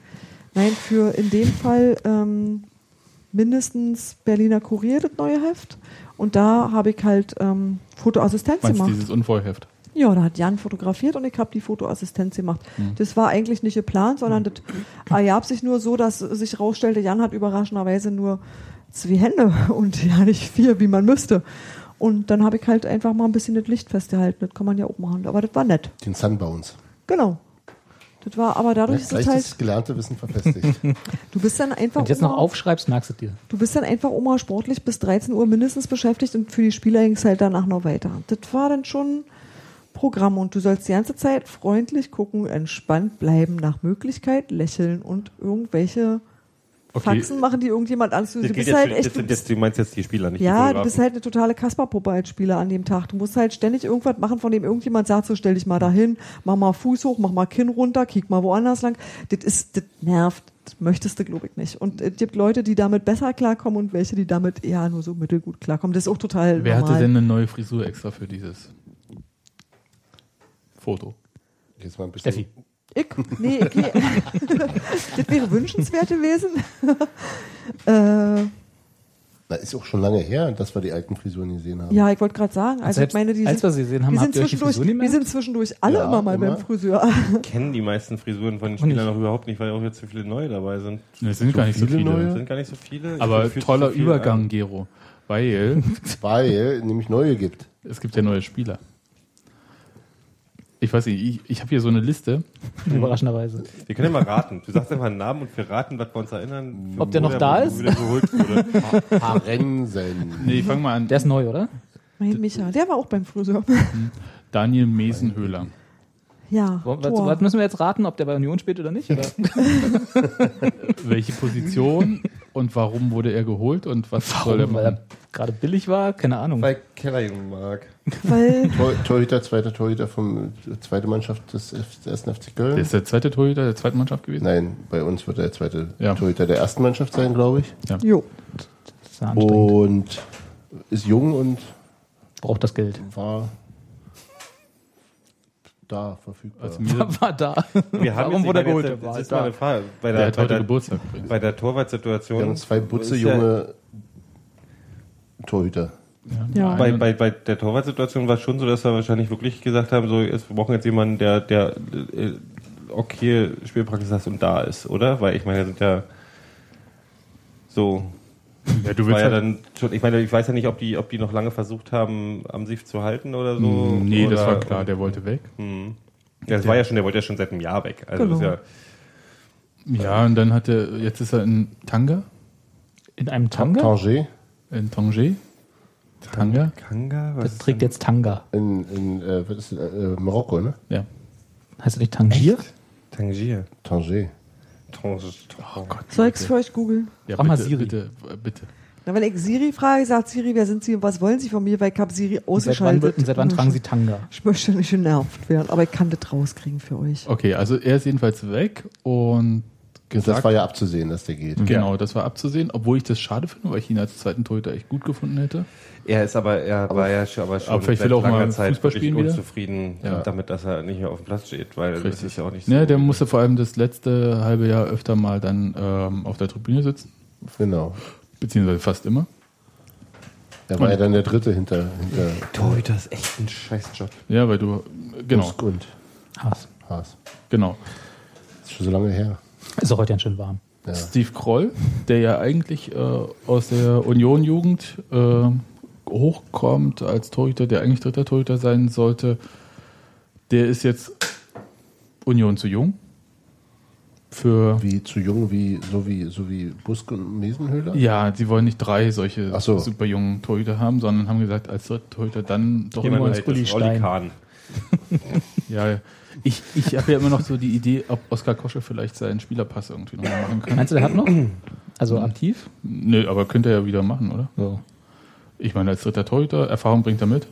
Speaker 3: denn?
Speaker 4: Nein, für in dem Fall ähm, mindestens Berliner Kurier, das neue Heft. Und da habe ich halt ähm, Fotoassistenz
Speaker 3: Meinst du
Speaker 4: gemacht.
Speaker 3: dieses Unvollheft?
Speaker 4: Ja, da hat Jan fotografiert und ich habe die Fotoassistenz gemacht. Das war eigentlich nicht geplant, sondern das ergab sich nur so, dass sich rausstellte, Jan hat überraschenderweise nur zwei Hände [laughs] und ja nicht vier, wie man müsste. Und dann habe ich halt einfach mal ein bisschen das Licht festgehalten. Das kann man ja auch machen. Aber das war nett.
Speaker 2: Den Sunbounce.
Speaker 4: Genau. Das war aber dadurch ist
Speaker 2: Gleich
Speaker 4: es halt,
Speaker 2: das gelernte Wissen verfestigt.
Speaker 4: du bist dann einfach
Speaker 1: Wenn du jetzt noch
Speaker 4: immer-
Speaker 1: aufschreibst, merkst du dir.
Speaker 4: Du bist dann einfach immer sportlich bis 13 Uhr mindestens beschäftigt und für die Spieler ging es halt danach noch weiter. Das war dann schon, Programm und du sollst die ganze Zeit freundlich gucken, entspannt bleiben, nach Möglichkeit lächeln und irgendwelche
Speaker 3: Okay.
Speaker 4: Faxen machen, die irgendjemand an.
Speaker 5: Das
Speaker 4: Du, du
Speaker 5: gilt
Speaker 4: bist
Speaker 5: jetzt
Speaker 4: halt
Speaker 5: für-
Speaker 4: echt,
Speaker 5: das
Speaker 4: du
Speaker 5: sind
Speaker 4: bist,
Speaker 5: jetzt, du meinst jetzt die Spieler, nicht
Speaker 4: ja,
Speaker 5: die
Speaker 4: du bist
Speaker 5: Fotografen.
Speaker 4: halt eine totale Kasperpuppe als Spieler an dem Tag. Du musst halt ständig irgendwas machen, von dem irgendjemand sagt, so stell dich mal dahin, mach mal Fuß hoch, mach mal Kinn runter, kick mal woanders lang. Das ist, das nervt. Das möchtest du, glaube ich, nicht. Und äh, es gibt Leute, die damit besser klarkommen und welche, die damit eher nur so mittelgut klarkommen. Das ist auch total
Speaker 3: Wer
Speaker 4: normal.
Speaker 3: hatte denn eine neue Frisur extra für dieses Foto?
Speaker 2: Jetzt mal ein bisschen.
Speaker 1: Steffi.
Speaker 4: Ich? Nee, ich geh. [laughs] Das wäre wünschenswert gewesen. [laughs] äh,
Speaker 2: Na, ist auch schon lange her, dass wir die alten Frisuren gesehen haben.
Speaker 4: ja, ich wollte gerade sagen, also ich
Speaker 1: Selbst
Speaker 4: meine, die
Speaker 1: als
Speaker 4: sind,
Speaker 1: wir sie gesehen haben,
Speaker 4: wir, sind
Speaker 1: habt ihr euch die
Speaker 4: zwischendurch,
Speaker 1: Frisur nicht
Speaker 4: wir
Speaker 1: mehr?
Speaker 4: sind zwischendurch alle
Speaker 2: Ja,
Speaker 4: immer mal
Speaker 2: immer.
Speaker 4: beim Friseur. [laughs]
Speaker 5: Ich kenne die meisten Frisuren von den
Speaker 1: Auch nicht.
Speaker 5: Spielern noch überhaupt nicht, weil auch jetzt so viele neue dabei sind.
Speaker 3: Ne, Es sind gar nicht so
Speaker 2: viele
Speaker 3: viele.
Speaker 2: neue?
Speaker 5: Es sind gar nicht so viele. Ich
Speaker 3: Aber
Speaker 5: fühlt sich
Speaker 3: toller
Speaker 5: so viel
Speaker 3: Übergang,
Speaker 5: an.
Speaker 3: Gero. Weil [laughs]
Speaker 2: Weil nämlich neue gibt.
Speaker 3: es gibt ja neue Spieler. Ich weiß nicht, ich, ich habe hier so eine Liste.
Speaker 1: Hm. Überraschenderweise.
Speaker 5: Wir können ja mal raten. Du sagst einfach einen Namen und wir raten, was wir uns erinnern.
Speaker 1: Ob der
Speaker 5: wo
Speaker 1: noch
Speaker 5: wo
Speaker 1: da ist?
Speaker 5: der geholt wurde.
Speaker 2: Parensen.
Speaker 3: [laughs] Nee, ich fange mal an.
Speaker 1: Der ist neu, oder?
Speaker 4: Mein Micha, der war auch beim Friseur.
Speaker 3: Daniel Mesenhöhler.
Speaker 4: Ja,
Speaker 1: Was,
Speaker 4: Tor.
Speaker 1: was müssen wir jetzt raten, ob der bei Union spielt oder nicht? Oder?
Speaker 3: Welche
Speaker 4: [laughs]
Speaker 3: Position und warum wurde er geholt und was soll
Speaker 1: Weil
Speaker 3: er machen?
Speaker 1: er gerade billig war? Keine Ahnung.
Speaker 5: Bei Kellerjungen mag.
Speaker 4: [laughs] weil
Speaker 2: Tor, Torhüter, zweiter Torhüter vom äh, zweite Mannschaft des F- der 1. FC
Speaker 3: Der
Speaker 2: Köln.
Speaker 3: ist der zweite Torhüter der zweiten Mannschaft gewesen.
Speaker 2: Nein, bei uns wird er der zweite
Speaker 3: Ja.
Speaker 2: Torhüter der ersten Mannschaft sein, glaube ich.
Speaker 4: [laughs] jo,
Speaker 1: Das ist ja anstrengend.
Speaker 2: Und ist jung und
Speaker 1: Braucht das Geld.
Speaker 2: war da verfügbar.
Speaker 3: Also
Speaker 1: [laughs]
Speaker 3: mir,
Speaker 1: War da.
Speaker 5: Wir haben
Speaker 1: Warum
Speaker 5: jetzt-
Speaker 1: wurde
Speaker 5: ich meine,
Speaker 1: er
Speaker 5: jetzt-
Speaker 1: geholt? Der
Speaker 5: Das ist
Speaker 1: war
Speaker 5: mal eine Frage. Bei
Speaker 3: der
Speaker 5: der,
Speaker 3: hat
Speaker 5: bei
Speaker 3: heute
Speaker 5: der,
Speaker 3: Geburtstag übrigens.
Speaker 5: bei der Torwartsituation.
Speaker 2: Wir haben zwei butze
Speaker 5: ist ja-
Speaker 2: junge Torhüter.
Speaker 4: ja.
Speaker 5: Bei, bei, bei der Torwartsituation war es schon so, dass wir wahrscheinlich wirklich gesagt haben, so, jetzt, wir brauchen jetzt jemanden, der, der äh, okay Spielpraxis hat und da ist, oder? Weil ich meine, da sind ja so.
Speaker 3: ja, du
Speaker 5: War
Speaker 3: willst
Speaker 5: ja
Speaker 3: halt,
Speaker 5: dann schon, ich meine, ich weiß ja nicht, ob die, ob die noch lange versucht haben, am Sieg zu halten oder so.
Speaker 3: Mm, nee,
Speaker 5: oder, mm.
Speaker 3: das war klar, der wollte weg.
Speaker 5: Ja, das war ja schon, der wollte ja schon seit einem Jahr weg. Also
Speaker 4: Genau.
Speaker 5: ist ja,
Speaker 3: Ja, und dann hat er, jetzt ist er in Tanga,
Speaker 1: In einem Tanga?
Speaker 2: Tanger
Speaker 3: in Tanger. Tanga?
Speaker 5: Kanga, was
Speaker 1: Das
Speaker 5: ist
Speaker 1: trägt jetzt Tanga.
Speaker 2: in, in äh, was ist, das, äh, Marokko, ne?
Speaker 3: Ja.
Speaker 1: Heißt er nicht Tangier?
Speaker 5: Tangier.
Speaker 2: Tanger.
Speaker 5: Oh Gott.
Speaker 4: Zeugs für euch googeln.
Speaker 3: ja
Speaker 1: Frag mal
Speaker 3: bitte,
Speaker 1: Siri.
Speaker 3: bitte, äh, bitte.
Speaker 4: Na, wenn ich Siri frage, sagt Siri, wer sind Sie und was wollen Sie von mir, weil ich habe Siri
Speaker 1: Seit wann,
Speaker 4: ausgeschaltet.
Speaker 1: und seit wann tragen sie Tanga?
Speaker 4: [laughs] Ich möchte nicht genervt werden, aber ich kann das rauskriegen für euch.
Speaker 3: Okay, also er ist jedenfalls weg und
Speaker 2: Das
Speaker 3: gesagt,
Speaker 2: war ja abzusehen, dass der geht.
Speaker 3: genau, das war abzusehen, obwohl ich das schade finde, weil ich ihn als zweiten Torhüter echt gut gefunden hätte.
Speaker 5: Er ist aber, er war ja schon, aber schon
Speaker 3: Aber vielleicht will er auch mal Fußball
Speaker 5: wirklich
Speaker 3: spielen wieder.
Speaker 5: unzufrieden
Speaker 3: Ja.
Speaker 5: damit, dass er nicht mehr auf dem Platz steht, weil das ist ja auch nicht so.
Speaker 3: Ne, der musste vor allem das letzte halbe Jahr öfter mal dann ähm, auf der Tribüne sitzen,
Speaker 2: Genau.
Speaker 3: beziehungsweise fast immer.
Speaker 2: Er war ja dann der dritte hinter, hinter
Speaker 5: Torhüter ist echt ein Scheißjob.
Speaker 3: Ja, weil du, genau,
Speaker 2: Tusk und
Speaker 1: Haas.
Speaker 2: Haas.
Speaker 3: genau.
Speaker 2: Ist schon so lange her.
Speaker 1: Ist auch heute ganz schön warm.
Speaker 2: Ja.
Speaker 3: Steve Kroll, der ja eigentlich äh, aus der Union-Jugend äh, hochkommt als Torhüter, der eigentlich dritter Torhüter sein sollte, der ist jetzt Union zu jung. Für
Speaker 2: Wie zu jung, wie so wie so wie Busk und Mesenhöhler?
Speaker 3: ja, sie wollen nicht drei solche
Speaker 2: Ach so.
Speaker 3: super jungen Torhüter haben, sondern haben gesagt, als dritter Torhüter dann doch
Speaker 1: Jemand
Speaker 3: immer
Speaker 1: als Uli Stein.
Speaker 5: Kahn.
Speaker 3: Ja, ich, ich habe ja immer noch so die Idee, ob Oskar Kosche vielleicht seinen Spielerpass irgendwie noch mal machen kann.
Speaker 1: Meinst du, der hat
Speaker 3: [clears throat]
Speaker 1: noch? Also aktiv?
Speaker 3: Nö, aber könnte er ja wieder machen, oder?
Speaker 1: So.
Speaker 3: Ich meine, als dritter Torhüter, Erfahrung bringt er mit.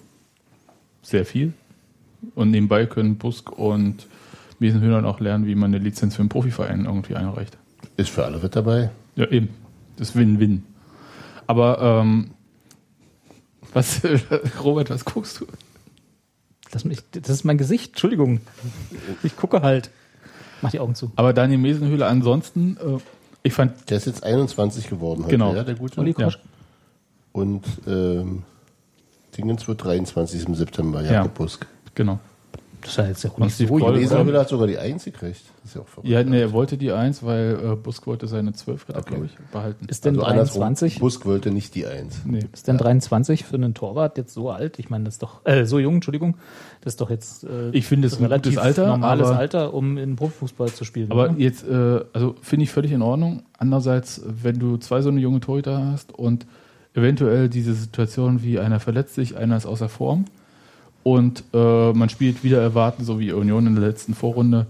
Speaker 3: Sehr viel. Und nebenbei können Busk und Wiesenhöhner auch lernen, wie man eine Lizenz für einen Profiverein irgendwie einreicht.
Speaker 2: Ist für alle mit dabei.
Speaker 3: Ja, eben. Das ist Win-Win. Aber, ähm, [laughs] was, Robert, was guckst du?
Speaker 1: Lass mich, das ist mein Gesicht, Entschuldigung. Ich gucke halt. Mach die Augen zu.
Speaker 3: Aber Daniel Mesenhöhler ansonsten, äh, ich fand,
Speaker 2: Der ist jetzt 21 geworden heute,
Speaker 3: Genau.
Speaker 2: ja, der gute.
Speaker 1: Uli Kosch.
Speaker 2: Und ähm, Dingens wird 23. im September,
Speaker 3: Ja.
Speaker 2: Jakob Busk.
Speaker 3: genau.
Speaker 1: Das ist ja jetzt ja gut.
Speaker 3: Und Steve Kroll-
Speaker 2: Mesenhöhler hat sogar die 1 gekriegt. Das ist ja auch verrückt.
Speaker 3: Ja, ne, er wollte die 1, weil äh, Busk wollte seine 12, hat er, glaube ich, behalten.
Speaker 1: Ist denn
Speaker 2: andersrum,
Speaker 1: 23?
Speaker 2: Busk wollte nicht die 1.
Speaker 3: nee.
Speaker 1: Ist denn 23 für einen Torwart jetzt so alt? Ich meine, das ist doch, äh, so jung, Entschuldigung. Das ist doch jetzt, äh,
Speaker 3: Ich finde, es ist ein
Speaker 1: relativ
Speaker 3: gutes Alter,
Speaker 1: normales
Speaker 3: aber-
Speaker 1: Alter, um in Profifußball zu spielen.
Speaker 3: Aber
Speaker 1: oder?
Speaker 3: jetzt, äh, also finde ich völlig in Ordnung. Andererseits, wenn du zwei so eine junge Torhüter hast und eventuell diese Situation wie einer verletzt sich, einer ist außer Form Und äh, man spielt wieder erwarten, so wie Union in der letzten Vorrunde,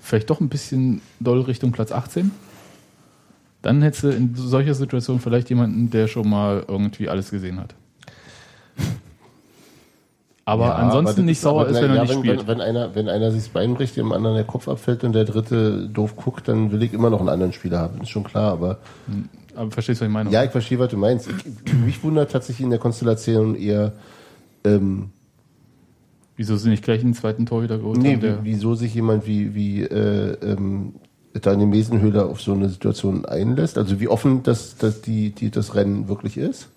Speaker 3: vielleicht doch ein bisschen doll Richtung Platz 18. Dann hättest du in solcher Situation vielleicht jemanden, der schon mal irgendwie alles gesehen hat. Aber
Speaker 2: Ja,
Speaker 3: ansonsten
Speaker 2: das
Speaker 3: nicht
Speaker 2: ist-
Speaker 3: sauer
Speaker 2: aber
Speaker 3: ist,
Speaker 2: na-
Speaker 3: wenn
Speaker 2: ja,
Speaker 3: er nicht
Speaker 2: wenn,
Speaker 3: spielt.
Speaker 2: Wenn, wenn, einer, wenn einer sich das Bein bricht, dem anderen der Kopf abfällt und der dritte doof guckt, dann will ich immer noch einen anderen Spieler haben. Ist schon klar, aber
Speaker 3: Aber verstehst du, was ich meine?
Speaker 2: ja, ich verstehe, was du meinst. Ich, mich wundert tatsächlich in der Konstellation eher, ähm,
Speaker 3: Wieso sind nicht gleich einen zweiten Torhüter geholt?
Speaker 2: nee,
Speaker 3: haben, der-
Speaker 2: wie, wieso sich jemand wie, wie äh, ähm, Daniel Mesenhöhler auf so eine Situation einlässt. Also wie offen das, das, die, die, das Rennen wirklich ist.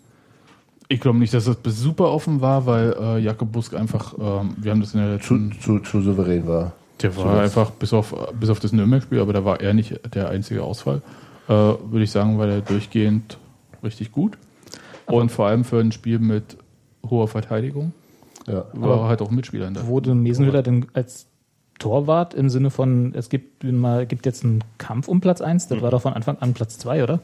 Speaker 3: Ich glaube nicht, dass das super offen war, weil äh, Jakob Busk einfach, ähm, wir haben das in der
Speaker 2: Zu,
Speaker 3: letzten,
Speaker 2: zu, zu souverän war.
Speaker 3: der war einfach bis auf, bis auf das Nürnberg-Spiel, aber da war er nicht der einzige Ausfall, äh, würde ich sagen, war der durchgehend richtig gut. Und vor allem für ein Spiel mit hoher Verteidigung
Speaker 2: Ja.
Speaker 3: war
Speaker 1: Aber
Speaker 3: halt auch ein Mitspieler in der.
Speaker 1: Wurde Mesenhöhler denn als Torwart im Sinne von, es gibt, mal, gibt jetzt einen Kampf um Platz 1? Das war doch von Anfang an Platz 2, oder?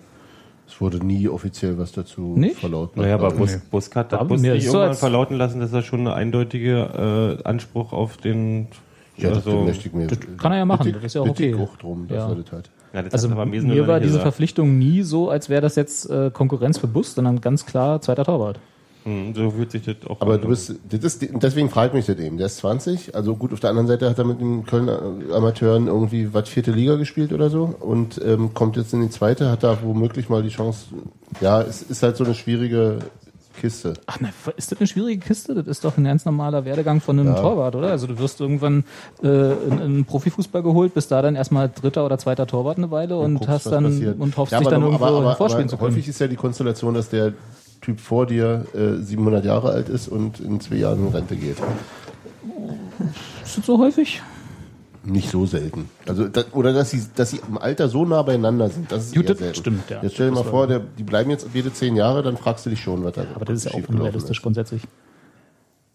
Speaker 2: Es wurde nie offiziell was dazu
Speaker 1: Nicht?
Speaker 2: verlautbart. Also,
Speaker 5: Naja, aber Bus,
Speaker 3: Nee.
Speaker 5: Busk hat,
Speaker 1: Aber
Speaker 5: hat Busk
Speaker 1: mir
Speaker 5: nicht
Speaker 1: ist so,
Speaker 5: irgendwann
Speaker 1: als-
Speaker 5: verlauten lassen, dass er schon einen eindeutigen äh, Anspruch auf den.
Speaker 2: Ja, das
Speaker 5: also-
Speaker 2: möchte ich mir.
Speaker 1: das kann er ja machen,
Speaker 2: Bitte-
Speaker 1: das ist ja auch
Speaker 2: bitte
Speaker 1: okay.
Speaker 2: auch drum, dass
Speaker 1: Ja.
Speaker 2: er das halt. hat.
Speaker 5: Ja, das
Speaker 1: Also
Speaker 5: hat aber Mesen
Speaker 1: mir
Speaker 5: noch
Speaker 1: war
Speaker 5: nicht
Speaker 1: diese
Speaker 5: gesagt.
Speaker 1: Verpflichtung nie so, als wäre das jetzt äh, Konkurrenz für Bus, sondern ganz klar zweiter Torwart.
Speaker 5: Hm, So fühlt sich das auch
Speaker 2: Aber
Speaker 5: an.
Speaker 2: du bist, das ist, deswegen fragt mich das eben. Der ist 20, also gut, auf der anderen Seite hat er mit den Kölner Amateuren irgendwie was vierte Liga gespielt oder so und ähm, kommt jetzt in die zweite, hat da womöglich mal die Chance. Ja, es ist halt so eine schwierige Kiste.
Speaker 1: Ach, na, ist das eine schwierige Kiste? Das ist doch ein ganz normaler Werdegang von einem Torwart, oder? Also du wirst irgendwann äh, in, in Profifußball geholt, bist da dann erstmal dritter oder zweiter Torwart eine Weile und,
Speaker 2: guckst,
Speaker 1: hast
Speaker 2: was
Speaker 1: dann
Speaker 2: passiert.
Speaker 1: und hoffst
Speaker 2: Ja,
Speaker 1: dich
Speaker 2: aber
Speaker 1: dann
Speaker 2: du-
Speaker 1: irgendwo
Speaker 2: aber- aber-
Speaker 1: vorspielen
Speaker 2: aber
Speaker 1: zu können.
Speaker 2: Häufig ist ja die Konstellation, dass der Typ vor dir äh, 700 Jahre alt ist und in zwei Jahren in Rente geht.
Speaker 1: Ist das so häufig?
Speaker 2: Nicht so selten. Also, da, oder dass sie, dass sie im Alter so nah beieinander sind. Das ist
Speaker 1: Gut,
Speaker 2: eher
Speaker 1: das
Speaker 2: selten.
Speaker 1: stimmt, ja.
Speaker 2: Jetzt stell dir mal
Speaker 1: Das war-
Speaker 2: vor, der, die bleiben jetzt jede zehn Jahre, dann fragst du dich schon, was da
Speaker 1: Aber das ist ja auch
Speaker 2: schiefgelaufen
Speaker 1: unrealistisch
Speaker 2: ist.
Speaker 1: grundsätzlich.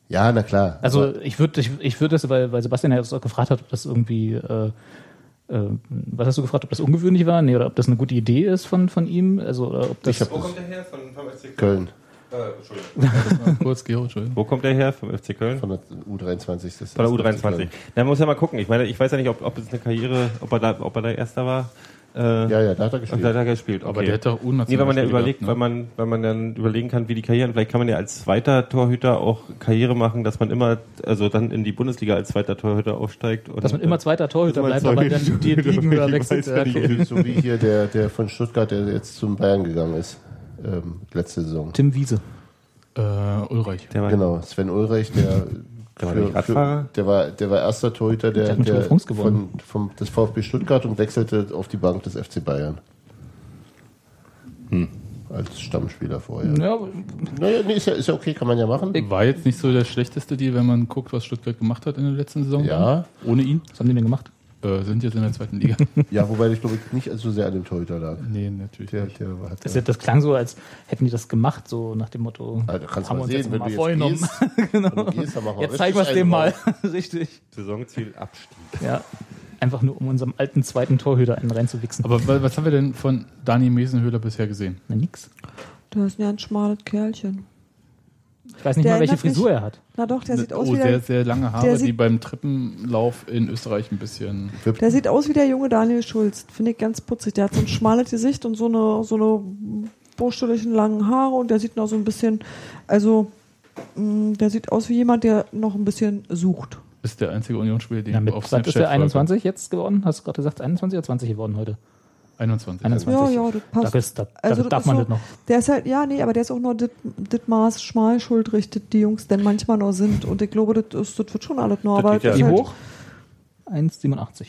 Speaker 2: Ja, na klar.
Speaker 1: Also
Speaker 2: Aber
Speaker 1: ich würde ich, ich würd das, weil, weil Sebastian ja das auch gefragt hat, ob das irgendwie, äh, äh, was hast du gefragt, ob das ungewöhnlich war? Nee, oder ob das eine gute Idee ist von, von ihm? Also oder ob das
Speaker 2: Ich hab-
Speaker 5: Wo kommt der her? Von, vom FC Köln?
Speaker 2: Köln
Speaker 5: Äh, Entschuldigung.
Speaker 3: Kurz, Gero, Entschuldigung.
Speaker 5: Wo kommt der her? Vom FC Köln?
Speaker 2: von der U23 ist das.
Speaker 5: Von der
Speaker 2: jetzt
Speaker 5: U23.
Speaker 2: Köln.
Speaker 5: Na, man muss ja mal gucken. Ich meine, ich weiß ja nicht, ob, ob es eine Karriere, ob er da, ob er da Erster war. Äh,
Speaker 2: Ja, ja, da
Speaker 5: Und
Speaker 2: hat er
Speaker 5: da
Speaker 2: gespielt.
Speaker 5: hat er gespielt.
Speaker 3: Aber
Speaker 5: okay.
Speaker 3: der hat doch U-National
Speaker 5: Nee, wenn man ja
Speaker 3: Spiele
Speaker 5: überlegt,
Speaker 3: gehabt, ne?
Speaker 5: wenn man, wenn man dann überlegen kann, wie die Karrieren, vielleicht kann man ja als zweiter Torhüter auch Karriere machen, dass man immer, also dann in die Bundesliga als zweiter Torhüter aufsteigt. Und, äh,
Speaker 1: dass man immer zweiter Torhüter
Speaker 5: Dass
Speaker 1: bleibt,
Speaker 5: man
Speaker 1: aber
Speaker 5: zweiter
Speaker 1: dann die
Speaker 5: Torhüter
Speaker 1: Ligen oder
Speaker 5: bleibt,
Speaker 1: wechselt.
Speaker 5: ich weiß ja
Speaker 1: Ja,
Speaker 5: nicht.
Speaker 1: okay.
Speaker 2: So wie hier der, der von Stuttgart, der jetzt zum Bayern gegangen ist, ähm, letzte Saison.
Speaker 1: Tim Wiese.
Speaker 3: Äh, Ulreich.
Speaker 5: Der war,
Speaker 2: Genau, Sven Ulreich, der,
Speaker 5: Der war nicht Radfahrer?
Speaker 2: der war der war erster Torhüter der,
Speaker 1: hat mit
Speaker 2: der
Speaker 1: Tour de France gewonnen.
Speaker 2: von, vom, des VfB Stuttgart und wechselte auf die Bank des FC Bayern.
Speaker 5: Hm.
Speaker 2: Als Stammspieler vorher.
Speaker 1: Ja,
Speaker 2: Naja, nee, ist ja, ist ja okay, kann man ja machen.
Speaker 3: War jetzt nicht so der schlechteste Deal, wenn man guckt, was Stuttgart gemacht hat in der letzten Saison.
Speaker 2: Ja.
Speaker 3: dann. Ohne ihn.
Speaker 1: was haben die denn gemacht?
Speaker 3: Äh, sind jetzt in der zweiten
Speaker 1: [laughs]
Speaker 3: Liga.
Speaker 2: Ja, wobei ich glaube ich nicht so sehr an dem Torhüter lag.
Speaker 3: nee, natürlich.
Speaker 2: Der, der hat,
Speaker 1: Das, das klang so, als hätten die das gemacht, so nach dem Motto,
Speaker 2: also, kannst du
Speaker 1: haben wir
Speaker 2: mal
Speaker 1: uns
Speaker 2: sehen,
Speaker 1: jetzt
Speaker 2: wenn
Speaker 1: mal
Speaker 2: du
Speaker 1: vorgenommen.
Speaker 2: jetzt
Speaker 1: [laughs]
Speaker 2: gehst, genau. wenn du gehst, dann machen wir
Speaker 1: Jetzt zeigen wir
Speaker 2: richtig
Speaker 1: es dem mal. [laughs]
Speaker 2: einen
Speaker 1: Richtig.
Speaker 5: Saisonziel Abstieg.
Speaker 1: Ja. Einfach nur, um unserem alten zweiten Torhüter einen reinzuwichsen.
Speaker 3: Aber wa- was haben wir denn von Dani Mesenhöhler bisher gesehen?
Speaker 1: Na, nix.
Speaker 4: Da ist ein ganz schmales Kerlchen.
Speaker 1: Ich weiß nicht
Speaker 4: Der
Speaker 1: mal, welche
Speaker 4: erinnert mich-
Speaker 1: Frisur er hat.
Speaker 4: Na doch,
Speaker 1: Ne,
Speaker 4: der sieht aus
Speaker 3: oh,
Speaker 4: wie
Speaker 3: sehr,
Speaker 4: der,
Speaker 3: sehr lange
Speaker 4: der
Speaker 3: Haare, die
Speaker 4: sieht-
Speaker 3: beim Treppenlauf in Österreich ein bisschen.
Speaker 4: der sieht aus wie der junge Daniel Schulz. Finde ich ganz putzig. Der hat so ein schmales Gesicht und so eine, so eine burschelischen langen Haare und der sieht noch so ein bisschen, also mh, der sieht aus wie jemand, der noch ein bisschen sucht.
Speaker 3: Ist der einzige Unionsspieler, den
Speaker 1: Na, mit, was
Speaker 3: auf
Speaker 1: ist der
Speaker 3: folge.
Speaker 1: 21 jetzt geworden? Hast du gerade gesagt, 21 oder 20 geworden heute?
Speaker 3: 21.
Speaker 1: 21.
Speaker 4: Ja, ja, das passt.
Speaker 1: Da, ist, da,
Speaker 4: Also
Speaker 1: da
Speaker 4: das
Speaker 1: darf
Speaker 4: ist
Speaker 1: man
Speaker 4: so-
Speaker 1: das noch.
Speaker 4: Der ist halt, ja, nee, aber der ist auch nur dit- dit Maß schmalschultrig, dit die Jungs denn manchmal noch sind. Und ich glaube, das, ist, das wird schon alles noch.
Speaker 5: Das
Speaker 4: Aber
Speaker 5: geht ja
Speaker 4: das
Speaker 1: Wie
Speaker 4: ist halt,
Speaker 1: hoch? 1,87.